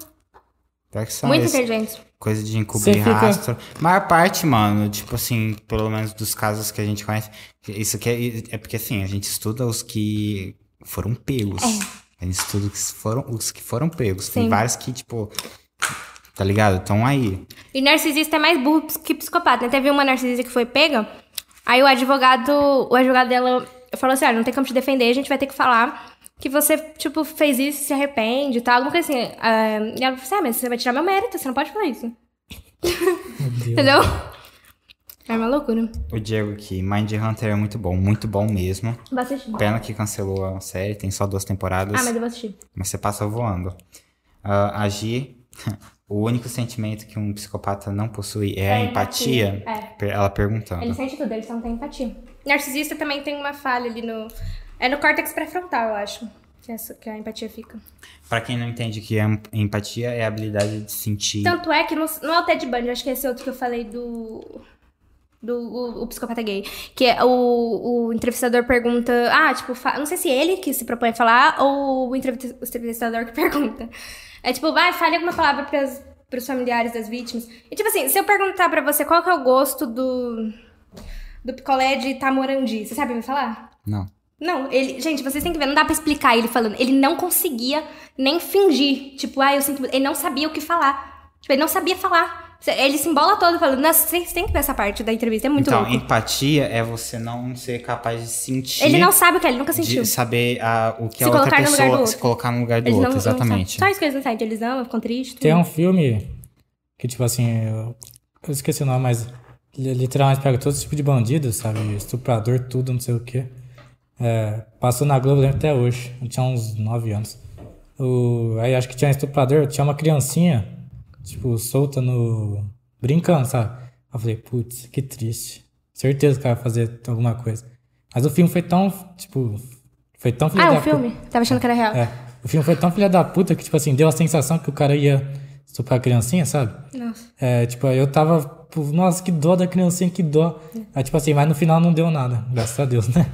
Speaker 1: Pior que são
Speaker 3: muito
Speaker 1: eles.
Speaker 3: inteligentes.
Speaker 1: Coisa de
Speaker 2: Você
Speaker 1: encobrir
Speaker 2: fica-
Speaker 1: rastro. maior parte, mano, tipo assim, pelo menos dos casos que a gente conhece, isso aqui é, é porque assim, a gente estuda os que foram pegos. A gente estuda os que foram, os que foram pegos.
Speaker 3: É. Sim.
Speaker 1: Tem vários que, tipo, tá ligado? Estão aí.
Speaker 3: E narcisista é mais burro que psicopata, né? Teve uma narcisista que foi pega, aí o advogado, o advogado dela falou assim, olha, não tem como te defender, a gente vai ter que falar que você, tipo, fez isso, se arrepende e tal, alguma coisa assim. Ah, e ela falou assim, ah, mas você vai tirar meu mérito, você não pode falar isso.
Speaker 2: Meu Deus.
Speaker 3: Entendeu? É uma loucura.
Speaker 1: O Diego aqui, Mind Hunter é muito bom, muito bom mesmo.
Speaker 3: Vou assistir.
Speaker 1: Pena que cancelou a série, tem só duas temporadas,
Speaker 3: Ah, mas eu vou assistir.
Speaker 1: mas você passa voando. Ah, a Gi, *laughs* o único sentimento que um psicopata não possui é, a empatia? Ah, tá.
Speaker 3: É.
Speaker 1: Per- Ela perguntando.
Speaker 3: Ele sente tudo, ele só não tem empatia. Narcisista também tem uma falha ali no... É no córtex pré-frontal, eu acho, que, é essa, que a empatia fica.
Speaker 1: Pra quem não entende o que é em- empatia, é a habilidade de sentir.
Speaker 3: Tanto é que não, não é o Ted Bundy, acho que é esse outro que eu falei do. Do o, o psicopata gay. Que é o, o entrevistador pergunta. Ah, tipo, fa- não sei se ele que se propõe a falar ou o entrevista- o entrevistador que *laughs* pergunta. É tipo, vai, fale alguma palavra pras, pros familiares das vítimas. E tipo assim, se eu perguntar pra você qual que é o gosto do. do picolé de Tamorandi, você sabe me falar?
Speaker 1: Não.
Speaker 3: Não, ele. Gente, vocês têm que ver, não dá pra explicar ele falando. Ele não conseguia nem fingir. Tipo, ah, eu sinto. Ele não sabia o que falar. Tipo, ele não sabia falar. Cê- Ele se embola todo falando. Nossa, vocês têm que ver essa parte da entrevista, é muito
Speaker 1: então,
Speaker 3: louco.
Speaker 1: empatia é você não ser capaz de sentir.
Speaker 3: Ele não sabe o que é, ele nunca sentiu.
Speaker 1: de saber ah, o que
Speaker 3: Se
Speaker 1: a outra
Speaker 3: colocar no lugar do
Speaker 1: pessoa
Speaker 3: outro.
Speaker 1: se colocar no lugar do
Speaker 3: Eles não,
Speaker 1: outro,
Speaker 3: não sabem.
Speaker 1: exatamente.
Speaker 3: Só isso que eles não sabem. Eles amam, ficam tristes.
Speaker 2: Tem um filme que, tipo assim, eu, eu esqueci o nome, mas li- literalmente pega todo tipo de bandido, sabe? Estuprador, tudo, não sei o quê. É, passou na Globo, eu lembro até hoje. Eu tinha uns 9 anos. O, aí acho que tinha um estuprador, tinha uma criancinha, tipo, solta no. brincando, sabe? Eu falei, putz, que triste. Certeza que ela vai fazer alguma coisa. Mas o filme foi tão, tipo. Foi tão filho
Speaker 3: Ah, é
Speaker 2: da
Speaker 3: um
Speaker 2: puta-
Speaker 3: filme? Tava achando que era real.
Speaker 2: é. O filme foi tão filha da puta que, tipo assim, deu a sensação que o cara ia estuprar a criancinha, sabe?
Speaker 3: Nossa.
Speaker 2: É, tipo, aí eu tava, pô, nossa, que dó da criancinha, que dó. Aí, tipo assim, mas no final não deu nada, graças a Deus, né?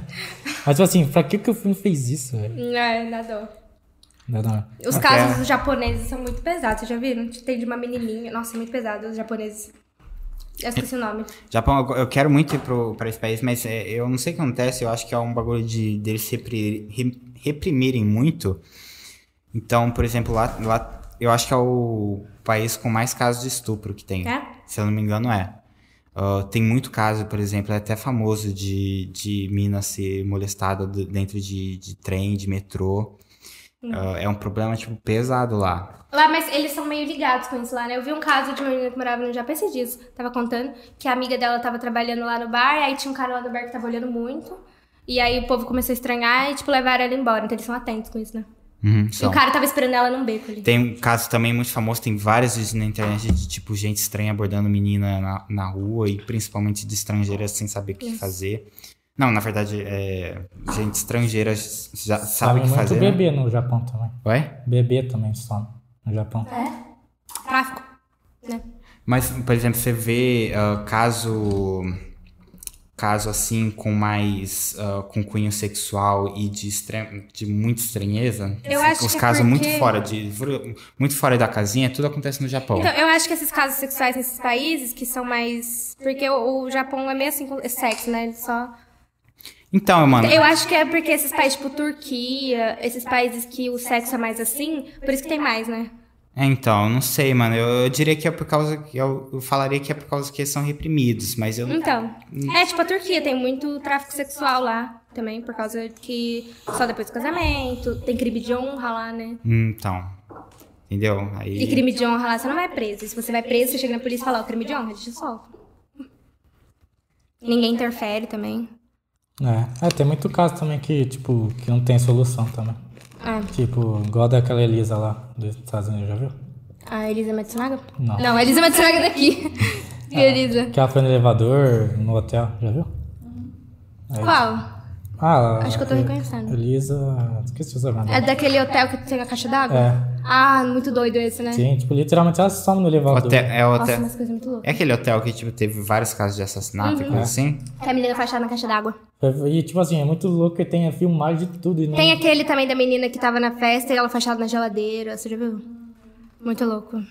Speaker 2: Mas, tipo assim, pra que que o filme fez isso, velho?
Speaker 3: É, nadou.
Speaker 2: Não, não.
Speaker 3: Os
Speaker 1: Até-
Speaker 3: casos dos japoneses são muito pesados, vocês já viram? Tem de uma menininha. Nossa, é muito pesado os japoneses. Eu esqueci o nome.
Speaker 1: Japão, eu- eu quero muito ir pro, pra esse país, mas é, eu não sei o que acontece. Eu acho que é um bagulho de deles repri- re- reprimirem muito. Então, por exemplo, lá, lá eu acho que é o país com mais casos de estupro que tem.
Speaker 3: É?
Speaker 1: Se eu não me engano, é. Ah, tem muito caso, por exemplo, é até famoso de, de mina ser molestada do- dentro de, de trem, de metrô. Ah, é um problema, tipo, pesado lá.
Speaker 3: Lá, mas eles são meio ligados com isso lá, né? Eu vi um caso de uma menina que morava no Japão esses dias. Tava contando que a amiga dela tava trabalhando lá no bar, e aí tinha um cara lá no bar que tava olhando muito. E aí o povo começou a estranhar e, tipo, levaram ela embora. Então eles são atentos com isso, né?
Speaker 1: Uhum,
Speaker 3: E
Speaker 1: são.
Speaker 3: o cara tava esperando ela num beco ali.
Speaker 1: Tem um caso também muito famoso, tem vários vídeos na internet de tipo gente estranha abordando menina na, na rua e principalmente de estrangeiras sem saber o que fazer. Não, na verdade, é, gente estrangeira já sabe o que
Speaker 2: muito
Speaker 1: fazer. né?
Speaker 2: bebê no Japão também.
Speaker 1: Ué?
Speaker 2: Bebê também some no Japão.
Speaker 3: Tráfico. Né?
Speaker 1: Mas, por exemplo, você vê ah, caso caso assim com mais ah, com cunho sexual e de, extre- de muita estranheza,
Speaker 3: Eu
Speaker 1: assim,
Speaker 3: acho
Speaker 1: os
Speaker 3: que
Speaker 1: casos muito
Speaker 3: porque-
Speaker 1: fora de muito fora da casinha, tudo acontece no Japão.
Speaker 3: Então, eu acho que esses casos sexuais nesses países que são mais. Porque o, o Japão é meio assim com é sexo, né? Ele só.
Speaker 1: Então, mano,
Speaker 3: Eu acho que é porque esses países, tipo Turquia, esses países que o sexo é mais assim, por isso que tem mais, né?
Speaker 1: É, então, não sei, mano. Eu, eu diria que é por causa que eu, eu falaria que é por causa que eles são reprimidos, mas eu não.
Speaker 3: Então.
Speaker 2: Hum.
Speaker 3: É, tipo a Turquia, tem muito tráfico sexual lá também, por causa que só depois do casamento, tem crime de honra lá, né?
Speaker 1: Então. Entendeu?
Speaker 3: E
Speaker 1: Aí.
Speaker 3: crime de honra lá, você não vai preso. E se você vai preso, você chega na polícia e fala, ó, crime de honra, deixa solto. Ninguém interfere também.
Speaker 2: É. É, tem muito caso também que, tipo, que não tem solução também.
Speaker 3: Ah,
Speaker 2: Tipo, igual daquela Elisa lá dos Estados Unidos, já viu?
Speaker 3: a Elisa Matsunaga?
Speaker 2: Não.
Speaker 3: Não, a Elisa Matsunaga
Speaker 2: *laughs*
Speaker 3: é daqui. E a Elisa?
Speaker 2: Que ela foi no elevador, no hotel, já viu?
Speaker 3: Hum.
Speaker 2: É.
Speaker 3: Qual?
Speaker 2: Ah, ela-
Speaker 3: Acho que eu tô reconhecendo.
Speaker 2: Elisa. Esqueci o sobrenome.
Speaker 3: É daquele hotel que tem a caixa d'água?
Speaker 2: É.
Speaker 3: Ah, muito doido esse, né?
Speaker 2: Sim, tipo, literalmente ela some no elevador.
Speaker 1: Hotel, é,
Speaker 3: Nossa,
Speaker 1: hotel,
Speaker 3: umas coisas muito loucas.
Speaker 1: é aquele hotel que tipo, teve vários casos de assassinato
Speaker 3: Uhum. É.
Speaker 1: e coisa assim?
Speaker 3: Que a menina foi achada na caixa d'água.
Speaker 2: E tipo assim, é muito louco que tem a filmagem de tudo e não.
Speaker 3: Tem aquele também da menina que tava na festa e ela foi achada na geladeira, você já viu? Muito louco.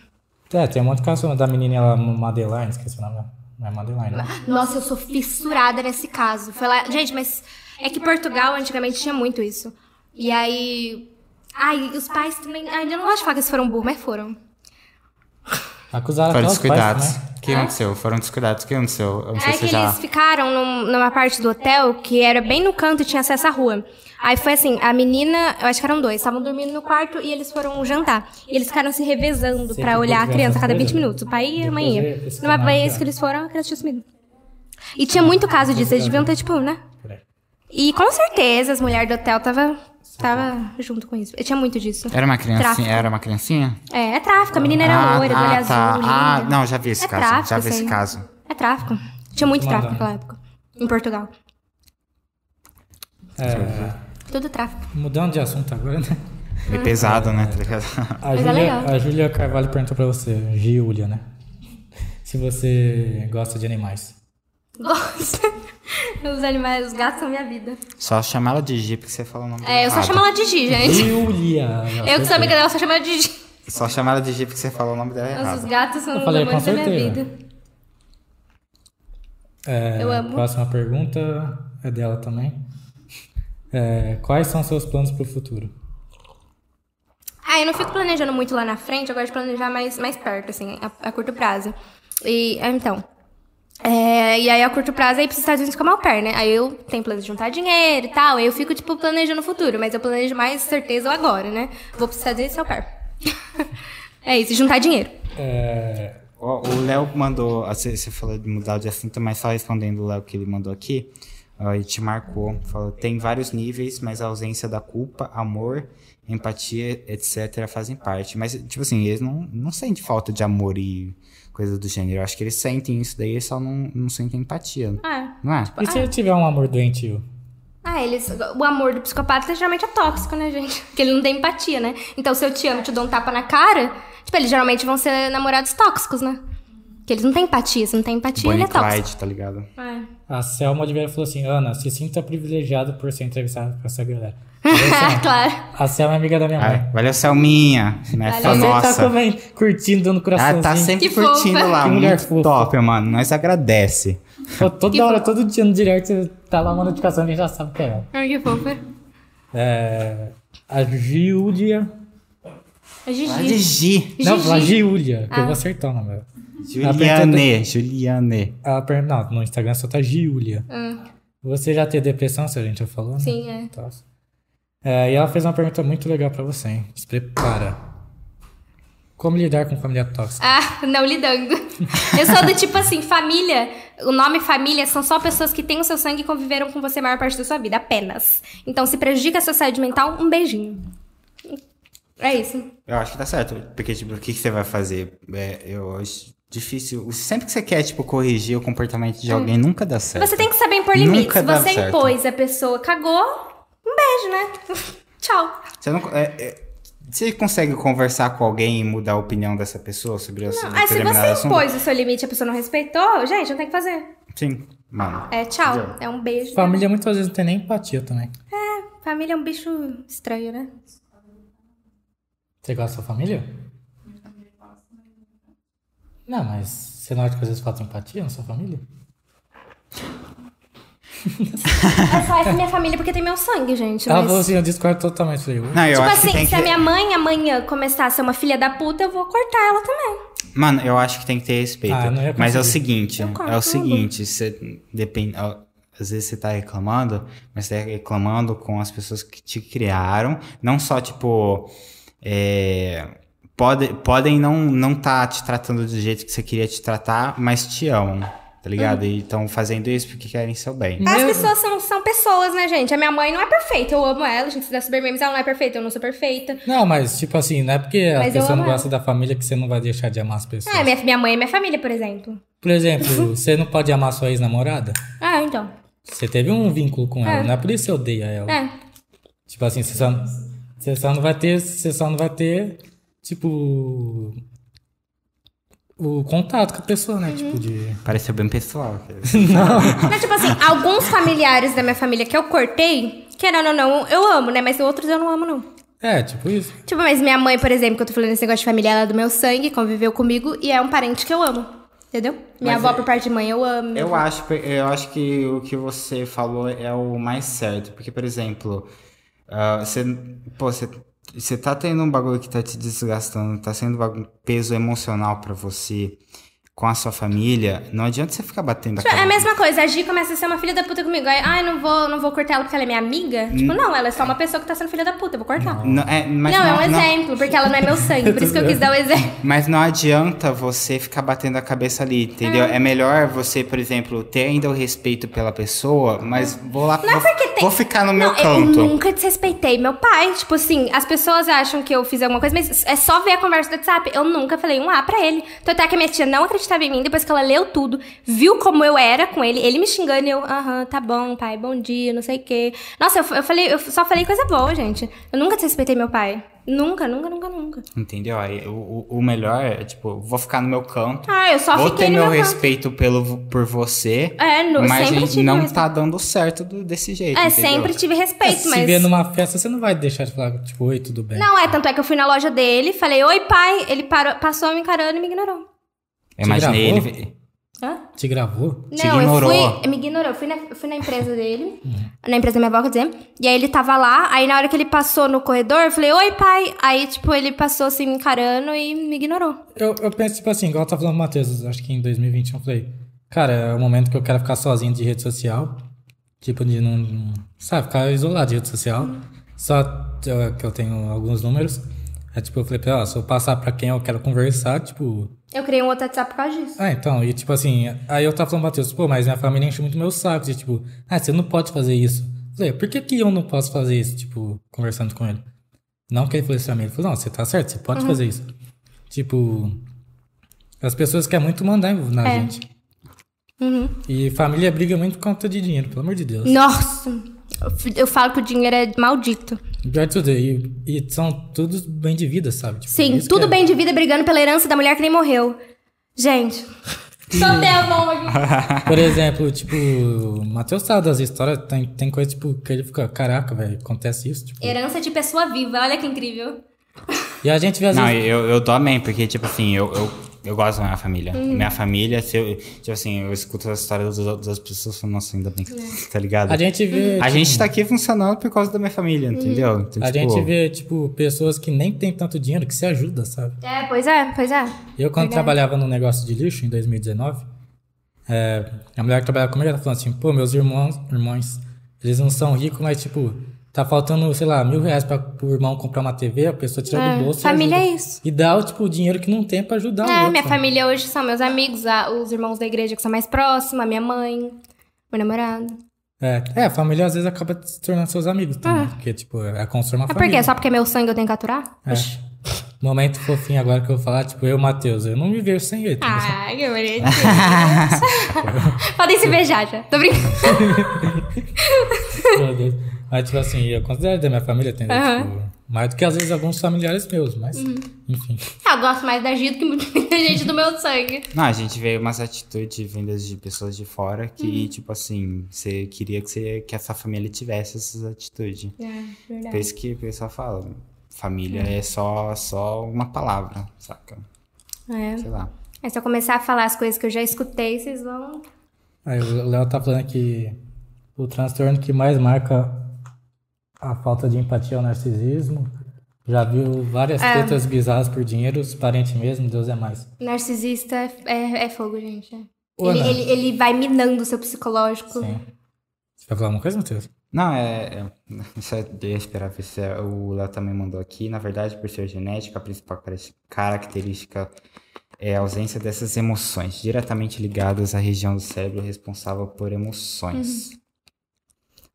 Speaker 2: É, tem um monte de caso da menina lá, Madeline, esqueci o nome dela. Não é Madeline, né?
Speaker 3: Nossa, eu sou fissurada nesse caso. Foi lá... Gente, mas é que Portugal antigamente tinha muito isso. E aí. Ai, os pais também. Ai, eu não gosto de falar que eles foram burros, mas foram.
Speaker 2: Acusaram né? até
Speaker 1: Foram
Speaker 2: os pais
Speaker 1: descuidados.
Speaker 2: também.
Speaker 1: O que aconteceu? Foram descuidados. O que aconteceu? Eu não sei
Speaker 3: né? É
Speaker 1: se
Speaker 3: que
Speaker 1: você já.
Speaker 3: eles ficaram num- numa parte do hotel que era bem no canto e tinha acesso à rua. Aí foi assim, a menina, eu acho que eram dois, estavam dormindo no quarto e eles foram jantar. E eles ficaram se revezando
Speaker 2: Sempre
Speaker 3: pra olhar a
Speaker 2: dois
Speaker 3: criança a cada
Speaker 2: garotos,
Speaker 1: né?
Speaker 3: 20 minutos. O pai e a
Speaker 2: Depois
Speaker 3: mãe ia.
Speaker 2: esse
Speaker 3: Numa
Speaker 2: canal
Speaker 3: vez
Speaker 2: já.
Speaker 3: que eles foram, a criança tinha sumido. E tinha muito caso disso, eles deviam ter, tipo, né?
Speaker 2: Peraí.
Speaker 3: E com certeza as mulheres do hotel tava, tava junto com isso. Eu tinha muito disso.
Speaker 1: Era uma
Speaker 3: Tráfico.
Speaker 1: criancinha? Era uma criancinha?
Speaker 3: É, é tráfico. A menina era
Speaker 1: É. ah,
Speaker 3: loira, do olho
Speaker 1: ah,
Speaker 3: azul.
Speaker 1: tá. Ah,
Speaker 3: linda.
Speaker 1: não, já vi esse
Speaker 3: É
Speaker 1: caso.
Speaker 3: tráfico,
Speaker 1: já vi
Speaker 3: sim.
Speaker 1: esse caso.
Speaker 3: É tráfico. Tinha muito
Speaker 2: Mandando.
Speaker 3: tráfico naquela época. Em Portugal.
Speaker 1: Hum.
Speaker 3: Uhum.
Speaker 2: É,
Speaker 3: Tudo tráfico.
Speaker 2: mudando de assunto agora, né?
Speaker 1: Meio pesado, né? Tá ligado? *laughs*
Speaker 2: A
Speaker 3: Mas é
Speaker 2: Júlia,
Speaker 3: legal.
Speaker 2: a Júlia Carvalho perguntou pra você, Júlia, né? Se você gosta de animais.
Speaker 3: Gosto. Os animais, os gatos são minha vida.
Speaker 1: Só chamar ela de G porque você falou o nome
Speaker 3: É, eu só
Speaker 1: errado.
Speaker 3: chamo ela de Gi, gente.
Speaker 2: Júlia!
Speaker 3: Eu que sou amiga dela, só chamo ela de Gi.
Speaker 1: Só chama ela de G porque você falou o nome dela
Speaker 3: Mas os
Speaker 1: errado.
Speaker 3: gatos são
Speaker 2: Eu
Speaker 3: os
Speaker 2: falei,
Speaker 3: amores
Speaker 2: com
Speaker 3: da minha
Speaker 2: certeza.
Speaker 3: vida.
Speaker 2: É,
Speaker 3: Eu amo.
Speaker 2: Próxima pergunta é dela também. É, quais são seus planos pro futuro?
Speaker 3: Ah, eu não fico planejando muito lá na frente, eu gosto de planejar mais, mais perto, assim, a, a curto prazo. E, é, então. é, e aí, a curto prazo, aí pros Estados Unidos como au pair, né? Aí eu tenho plano de juntar dinheiro e tal, aí eu fico, tipo, planejando o futuro, mas eu planejo mais certeza o agora, né? Vou pros Estados Unidos e ser au pair. *laughs* é isso, juntar dinheiro.
Speaker 2: É,
Speaker 1: Ó, O Léo mandou, ah, você você falou de mudar de assunto, mas só respondendo o Léo que ele mandou aqui, ah, ele te marcou, falou, tem vários níveis, mas a ausência da culpa, amor, empatia, etc, fazem parte. Mas, tipo assim, eles não, não sentem falta de amor e coisa do gênero. Eu acho que eles sentem isso daí, eles só não, não sentem empatia,
Speaker 3: Ah,
Speaker 1: não é?
Speaker 2: e se eu tiver um amor doentio?
Speaker 3: ah, eles. O amor do psicopata geralmente é tóxico, né, gente? *laughs* Porque ele não tem empatia, né? Então, se eu te amo e te dou um tapa na cara, tipo, eles geralmente vão ser namorados tóxicos, né? Porque eles não têm empatia, se não tem empatia,
Speaker 1: Bonnie
Speaker 3: ele é tóxico.
Speaker 1: Clyde, tá ligado?
Speaker 3: É.
Speaker 2: A Selma Oliveira falou assim, Ana, se sinta privilegiado por ser entrevistada com essa galera.
Speaker 3: *laughs* claro.
Speaker 2: A Selma é amiga da minha mãe.
Speaker 1: Ah, valeu, Selminha, né?
Speaker 3: Valeu.
Speaker 1: Fã
Speaker 2: Você
Speaker 1: nossa.
Speaker 2: tá também curtindo, dando
Speaker 1: Ela
Speaker 2: coraçãozinho.
Speaker 1: tá sempre
Speaker 3: Que
Speaker 1: curtindo
Speaker 3: fofa.
Speaker 1: lá,
Speaker 2: Que mulher
Speaker 1: muito
Speaker 2: fofa.
Speaker 1: top, mano. Nós agradece.
Speaker 2: Pô, toda hora, todo dia no direct, você tá lá uma notificação, a gente já sabe que é ela.
Speaker 3: Ai, que fofa.
Speaker 2: É, a Giulia...
Speaker 3: É
Speaker 1: Lá de
Speaker 3: Gigi.
Speaker 1: Gi.
Speaker 2: Não,
Speaker 3: Gigi.
Speaker 2: a Giulia, que
Speaker 3: Ah.
Speaker 2: eu vou acertar o nome dela.
Speaker 1: Juliane, Juliane.
Speaker 2: Ela pergunta, Ah, não, no Instagram só tá Giulia. Você já teve depressão, se a gente já falou, né?
Speaker 3: Ah. Sim, é.
Speaker 2: Tá. É, e ela fez uma pergunta muito legal pra você, hein? Se prepara. Como lidar com família tóxica?
Speaker 3: Ah, não lidando. Eu sou do tipo assim, família. O nome família são só pessoas que têm o seu sangue e conviveram com você a maior parte da sua vida, apenas. Então, se prejudica a sua saúde mental, um beijinho. É isso.
Speaker 1: Eu acho que tá certo. Porque, tipo, o que, que você vai fazer? É, eu acho difícil. Sempre que você quer, tipo, corrigir o comportamento de alguém, nunca dá certo.
Speaker 3: Hum. Você tem que saber impor
Speaker 1: É. Nunca
Speaker 3: limites.
Speaker 1: dá
Speaker 3: Você
Speaker 1: certo.
Speaker 3: impôs, a pessoa cagou, um beijo, né? *laughs* Tchau.
Speaker 1: Você não. é, é, você consegue conversar com alguém e mudar a opinião dessa pessoa sobre esse
Speaker 3: Aí é, se
Speaker 1: determinado
Speaker 3: você
Speaker 1: assunto?
Speaker 3: impôs o seu limite e a pessoa não respeitou, gente, não tem o que fazer.
Speaker 1: Sim, mano.
Speaker 3: É tchau.
Speaker 1: Entendeu?
Speaker 3: É um beijo.
Speaker 2: Família muitas vezes não tem nem empatia também.
Speaker 3: Família é um bicho
Speaker 1: *laughs*
Speaker 3: estranho, né?
Speaker 2: Você gosta da sua família? Não, mas você não acha que às vezes falta empatia na sua família?
Speaker 3: É só essa minha família porque tem meu sangue, gente.
Speaker 2: Ela
Speaker 3: mas-
Speaker 2: falou assim, eu discordo totalmente. Falei, "Ué?"
Speaker 1: Não, eu
Speaker 3: Tipo
Speaker 1: acho que
Speaker 3: assim,
Speaker 1: tem
Speaker 3: se
Speaker 1: que...
Speaker 3: a minha mãe amanhã começar a ser uma filha da puta, eu vou cortar ela também.
Speaker 1: Mano, eu acho que tem que ter respeito.
Speaker 2: Ah, não ia
Speaker 1: mas é o
Speaker 2: conseguir.
Speaker 1: seguinte,
Speaker 3: Eu concordo.
Speaker 1: é o seguinte, você depende, ó, às vezes você tá reclamando, mas você tá reclamando com as pessoas que te criaram, não só tipo é, pode, podem não não tá te tratando do jeito que você queria te tratar, mas te amam, tá
Speaker 3: Uhum.
Speaker 1: ligado? E estão fazendo isso porque querem seu bem.
Speaker 3: As
Speaker 2: Meu-
Speaker 3: pessoas são, são pessoas, né, gente? A minha mãe não é perfeita. Eu amo ela, a gente se dá super bem, mas ela não é perfeita, eu não sou perfeita.
Speaker 2: Não, mas tipo assim, não é porque a
Speaker 3: Mas eu
Speaker 2: pessoa não
Speaker 3: amo
Speaker 2: gosta da família que você não vai deixar de amar as pessoas.
Speaker 3: É, minha, minha mãe é minha família, por exemplo.
Speaker 2: Por exemplo, você não pode amar sua ex-namorada?
Speaker 3: Ah, então.
Speaker 2: Você teve um vínculo com ela,
Speaker 3: É.
Speaker 2: não é por isso que você odeia ela.
Speaker 3: É.
Speaker 2: Tipo assim, você só, você só não vai ter. Você só não vai ter, tipo. O contato com a pessoa, né?
Speaker 3: Uhum.
Speaker 2: Tipo, de.
Speaker 1: Pareceu bem pessoal. cara.
Speaker 3: Mas, tipo assim, alguns familiares da minha família que eu cortei, querendo ou não, eu amo, né? Mas outros eu não amo, não.
Speaker 2: É, tipo isso.
Speaker 3: Tipo, mas minha mãe, por exemplo, que eu tô falando esse negócio de família, ela é do meu sangue, conviveu comigo e é um parente que eu amo. Entendeu? Minha
Speaker 1: Mas é-
Speaker 3: avó por parte de mãe eu amo.
Speaker 1: Eu acho, que- eu acho que o que você falou é o mais certo. Porque, por exemplo, ah, você, pô, você, você tá tendo um bagulho que tá te desgastando, tá sendo um bagu- peso emocional pra você com a sua família, não adianta você ficar batendo
Speaker 3: Tipo,
Speaker 1: aquela-
Speaker 3: É a mesma coisa, a Gi começa a ser uma filha da puta comigo. Aí, ai, não vou, não vou cortar ela porque ela é minha amiga. Tipo, não, ela é só uma pessoa que tá sendo filha da puta, eu vou cortar. Não,
Speaker 1: Não, é, Hum. mas
Speaker 3: é
Speaker 1: não,
Speaker 3: um
Speaker 1: não-
Speaker 3: exemplo, porque ela não é meu sangue. Por isso que eu quis
Speaker 1: *laughs*
Speaker 3: dar o exemplo.
Speaker 1: Mas não adianta você ficar batendo a cabeça ali, entendeu? É, melhor você, por exemplo, ter ainda o respeito pela pessoa, mas vou lá.
Speaker 3: Não é
Speaker 1: vou,
Speaker 3: porque tem-
Speaker 1: vou ficar no meu
Speaker 3: não, é,
Speaker 1: canto.
Speaker 3: eu nunca desrespeitei meu pai. Tipo assim, as pessoas acham que eu fiz alguma coisa, mas é só ver a conversa do WhatsApp. Eu nunca falei um A pra ele. Então até que a minha tia não acreditava em mim, depois que ela leu tudo, viu como eu era com ele, ele me xingando e eu, aham, tá bom, pai, bom dia, não sei o quê. Nossa, eu, eu falei, eu só falei coisa boa, gente. Eu nunca desrespeitei meu pai. Nunca, nunca, nunca, nunca.
Speaker 1: Entendeu? Aí, o- O, o melhor é, tipo, vou ficar no meu canto.
Speaker 3: Ah, eu só
Speaker 1: vou
Speaker 3: fiquei
Speaker 1: ter
Speaker 3: no
Speaker 1: meu
Speaker 3: meu canto.
Speaker 1: respeito pelo, por você.
Speaker 3: É, no-
Speaker 1: mas
Speaker 3: sempre
Speaker 1: gente
Speaker 3: tive
Speaker 1: não
Speaker 3: respeito.
Speaker 1: tá dando certo do- desse jeito.
Speaker 3: É,
Speaker 1: entendeu?
Speaker 3: sempre tive respeito,
Speaker 2: Se
Speaker 3: mas.
Speaker 2: vê numa festa, você não vai deixar de falar, tipo, oi, tudo bem.
Speaker 3: Não, é, tanto é que eu fui na loja dele, falei, oi, pai. Ele parou, passou me encarando e me ignorou.
Speaker 1: Eu imaginei
Speaker 2: Te gravou?
Speaker 1: ele.
Speaker 3: Hã?
Speaker 2: Te gravou?
Speaker 1: Te
Speaker 3: Não, eu
Speaker 1: ignorou.
Speaker 3: fui. eu Me ignorou. Eu fui na, eu fui na
Speaker 2: *laughs*
Speaker 3: empresa dele.
Speaker 2: Hum.
Speaker 3: na empresa da minha avó, quer dizer. E aí ele tava lá. Aí na hora que ele passou no corredor, eu falei, oi, pai. Aí, tipo, ele passou assim, me encarando e me ignorou.
Speaker 2: Eu, eu penso, tipo assim, igual tá falando o Matheus, acho que em 2021 eu falei, cara, é o momento que eu quero ficar sozinho de rede social. Tipo, de não. não- Sabe, ficar isolado de rede social. Só eu- que eu tenho alguns números. Aí, tipo, eu falei, pra ela, ó, se eu passar pra quem eu quero conversar, tipo.
Speaker 3: Eu criei um outro WhatsApp por causa disso.
Speaker 2: Ah, então, e tipo assim, aí eu tava falando, Matheus, pô, mas minha família enche muito meu saco. De, tipo, ah, você não pode fazer isso. Eu Falei, por que, que eu não posso fazer isso? Tipo, conversando com ele. Não que ele falou isso pra mim. Ele falou, não, você tá certo, você
Speaker 3: Uhum.
Speaker 2: pode fazer isso. Tipo, as pessoas querem muito mandar na
Speaker 3: É.
Speaker 2: gente.
Speaker 3: Uhum.
Speaker 2: E família briga muito por conta de dinheiro, pelo amor de Deus.
Speaker 3: Nossa! Eu f- Eu falo que o dinheiro é maldito.
Speaker 2: E Pior de tudo, e, e são todos bem de vida, sabe? Tipo,
Speaker 3: Sim,
Speaker 2: isso que
Speaker 3: tudo
Speaker 2: é-
Speaker 3: bem de vida brigando pela herança da mulher que nem morreu. Gente. Só tem a
Speaker 2: *laughs*
Speaker 3: mão aqui.
Speaker 2: Por exemplo, tipo, o Matheus sabe das histórias, tem, tem coisa, tipo, que ele fica, caraca, velho, acontece isso. Tipo.
Speaker 3: Herança de pessoa viva, olha que incrível.
Speaker 2: E a gente vê às
Speaker 1: Não,
Speaker 2: vezes.
Speaker 1: eu, eu dou amém, porque, tipo assim, eu, eu, eu gosto da minha família.
Speaker 3: Hum.
Speaker 1: Minha família, se eu, tipo assim, eu escuto as histórias das, das pessoas falando, nossa, ainda bem que
Speaker 3: É.
Speaker 1: tá ligado?
Speaker 2: A gente vê.
Speaker 3: Uhum.
Speaker 1: A
Speaker 2: tipo,
Speaker 1: gente tá aqui funcionando por causa da minha família,
Speaker 3: Hum.
Speaker 1: entendeu? Então,
Speaker 2: A
Speaker 1: tipo,
Speaker 2: gente vê, tipo, pessoas que nem tem tanto dinheiro que se ajuda, sabe?
Speaker 3: É, pois é, pois é.
Speaker 2: Eu, quando
Speaker 3: Verdade.
Speaker 2: trabalhava no negócio de lixo, em 2019, é, a mulher que trabalhava comigo, ela falou assim, pô, meus irmãos, irmãos, eles não são ricos, mas, tipo, Tá faltando, sei lá, mil reais pra, pro irmão comprar uma TV, a pessoa tira
Speaker 3: É,
Speaker 2: do bolso. e
Speaker 3: família
Speaker 2: ajuda.
Speaker 3: é isso.
Speaker 2: E dá, tipo, o dinheiro que não tem pra ajudar o
Speaker 3: É,
Speaker 2: outro.
Speaker 3: minha família hoje são meus amigos, a- os irmãos da igreja que são mais próximos, a minha mãe, meu namorado.
Speaker 2: É, é, a família às vezes acaba se tornando seus amigos também. Porque, tipo, é construir uma
Speaker 3: É Ah. por
Speaker 2: família.
Speaker 3: quê? Só porque é meu sangue eu tenho que aturar?
Speaker 2: É. Momento fofinho agora que eu vou falar, tipo, eu, Matheus, eu não me vejo sem ele. entendeu?
Speaker 3: Ah, que bonitinho. *laughs* Podem se beijar já. Tô brincando.
Speaker 2: Meu Deus. Mas, tipo assim, eu considero da minha família, entendeu? Tipo, mais do que às vezes alguns familiares meus, mas,
Speaker 3: Uhum.
Speaker 2: enfim.
Speaker 3: Ah, Eu gosto mais da Gito que muita gente do meu sangue.
Speaker 1: Não, a gente vê umas atitudes vindas de pessoas de fora que, tipo assim, você queria que, você, que essa família tivesse essas atitudes.
Speaker 3: *laughs* É,
Speaker 1: Por isso que o pessoal fala, família é só, só uma palavra, saca? Sei lá.
Speaker 3: É. Se eu começar a falar as coisas que eu já escutei, vocês vão.
Speaker 2: Aí o Léo tá falando que o transtorno que mais marca a falta de empatia é o narcisismo. Já viu várias
Speaker 3: É.
Speaker 2: tretas bizarras por dinheiro, os parentes mesmo, Deus é mais.
Speaker 3: Narcisista é, é- é fogo, gente. é.
Speaker 2: Ô,
Speaker 3: Ele,
Speaker 2: Ana.
Speaker 3: ele, ele vai minando o seu psicológico.
Speaker 2: Sim. Você vai falar alguma coisa, Matheus?
Speaker 1: Não, é. é *laughs* só eu ia esperar ver se é- o Léo também mandou aqui. Na verdade, por ser genética, a principal cara- característica é a ausência dessas emoções, diretamente ligadas à região do cérebro responsável por emoções.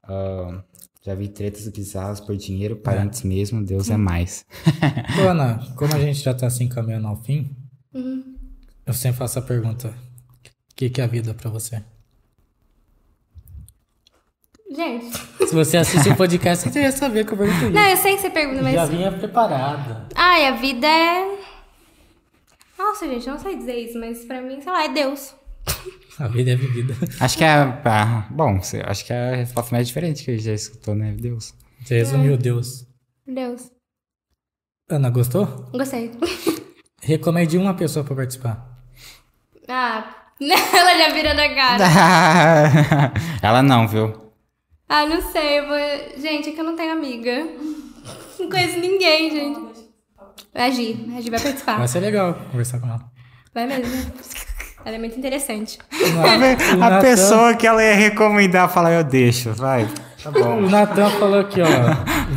Speaker 1: Ah, já vi tretas bizarras por dinheiro, parentes mesmo, Deus é mais.
Speaker 2: Ô, Ana, como a gente já tá se encaminhando ao fim,
Speaker 3: Uhum.
Speaker 2: eu sempre faço a pergunta: o que, que é a vida pra você?
Speaker 3: Gente.
Speaker 2: Se você assiste o podcast, você ia saber que eu perguntei
Speaker 3: Não, eu sei que você pergunta,
Speaker 2: isso. Já
Speaker 3: mas.
Speaker 2: vinha preparada.
Speaker 3: Ai, a vida é. Nossa, gente, eu não sei dizer isso, mas pra mim, sei lá, é Deus.
Speaker 2: A vida é vivida.
Speaker 1: Acho que é. ah, bom, cê- acho que é a resposta mais diferente que ele já escutou, né? Deus.
Speaker 2: Você
Speaker 3: É.
Speaker 2: resumiu Deus.
Speaker 3: Deus.
Speaker 2: Ana, gostou?
Speaker 3: Gostei.
Speaker 2: Recomende uma pessoa pra participar.
Speaker 3: *laughs* Ah, *laughs* ela já vira na cara.
Speaker 1: *laughs* Ela não, viu?
Speaker 3: Ah, não sei. eu vou- Gente, é que eu não tenho amiga. Não conheço ninguém, gente. A Gi. A Gi vai
Speaker 2: Vai
Speaker 3: participar.
Speaker 2: ser legal conversar com ela.
Speaker 3: Vai mesmo. Ela é muito interessante. *laughs*
Speaker 2: O
Speaker 1: Tá A
Speaker 2: Natan-
Speaker 1: pessoa que ela ia recomendar, falar, eu deixo, vai. Tá bom.
Speaker 2: O Natan falou aqui, ó.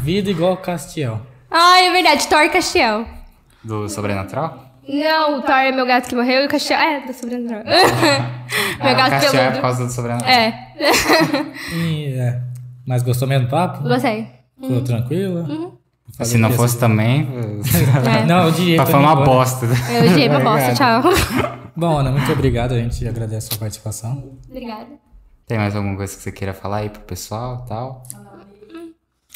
Speaker 2: Vida igual Castiel.
Speaker 3: Ah, é verdade. Thor e Castiel.
Speaker 1: Do Sobrenatural?
Speaker 3: Não, o Thor é meu gato que morreu e o Castiel... É, do sobrenatural. *laughs* meu
Speaker 1: Ah, o
Speaker 3: gato
Speaker 1: Castiel é por
Speaker 3: peludo.
Speaker 1: causa do Sobrenatural.
Speaker 3: É,
Speaker 2: E, é, mas gostou mesmo do papo?
Speaker 3: gostei.
Speaker 1: *laughs*
Speaker 2: Ficou tranquila?
Speaker 3: Uhum.
Speaker 1: Se não fosse
Speaker 3: *laughs*
Speaker 1: também,
Speaker 3: É.
Speaker 2: Não, eu diria.
Speaker 1: tá
Speaker 2: que
Speaker 1: falando
Speaker 2: eu
Speaker 1: uma
Speaker 2: não gosto.
Speaker 1: bosta.
Speaker 3: Eu odiei pra bosta. Tchau.
Speaker 2: Bom, Ana, muito obrigado. A gente agradece a sua participação.
Speaker 3: Obrigada.
Speaker 1: Tem mais alguma coisa que você queira falar aí pro pessoal e tal?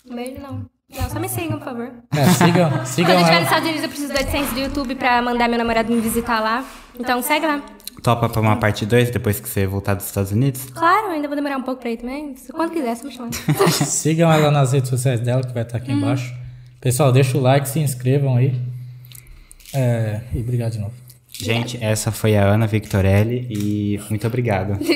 Speaker 3: Um beijo, não. Não, só me sigam, por favor.
Speaker 2: É, sigam, sigam
Speaker 3: *laughs* Quando eu estiver nos
Speaker 2: ela.
Speaker 3: Estados Unidos, eu preciso do AdSense do YouTube pra mandar meu namorado me visitar lá. Então segue lá.
Speaker 1: Topa pra uma parte 2 depois que você voltar dos Estados Unidos?
Speaker 3: Claro, ainda vou demorar um pouco pra ir também. Se- Quando quiser, só me chamar.
Speaker 2: *laughs* Sigam ela nas redes sociais dela, que vai estar aqui embaixo. Pessoal, deixa o like, se inscrevam aí. É, e obrigado de novo.
Speaker 1: Gente, essa foi a Ana Victorelli e muito obrigado.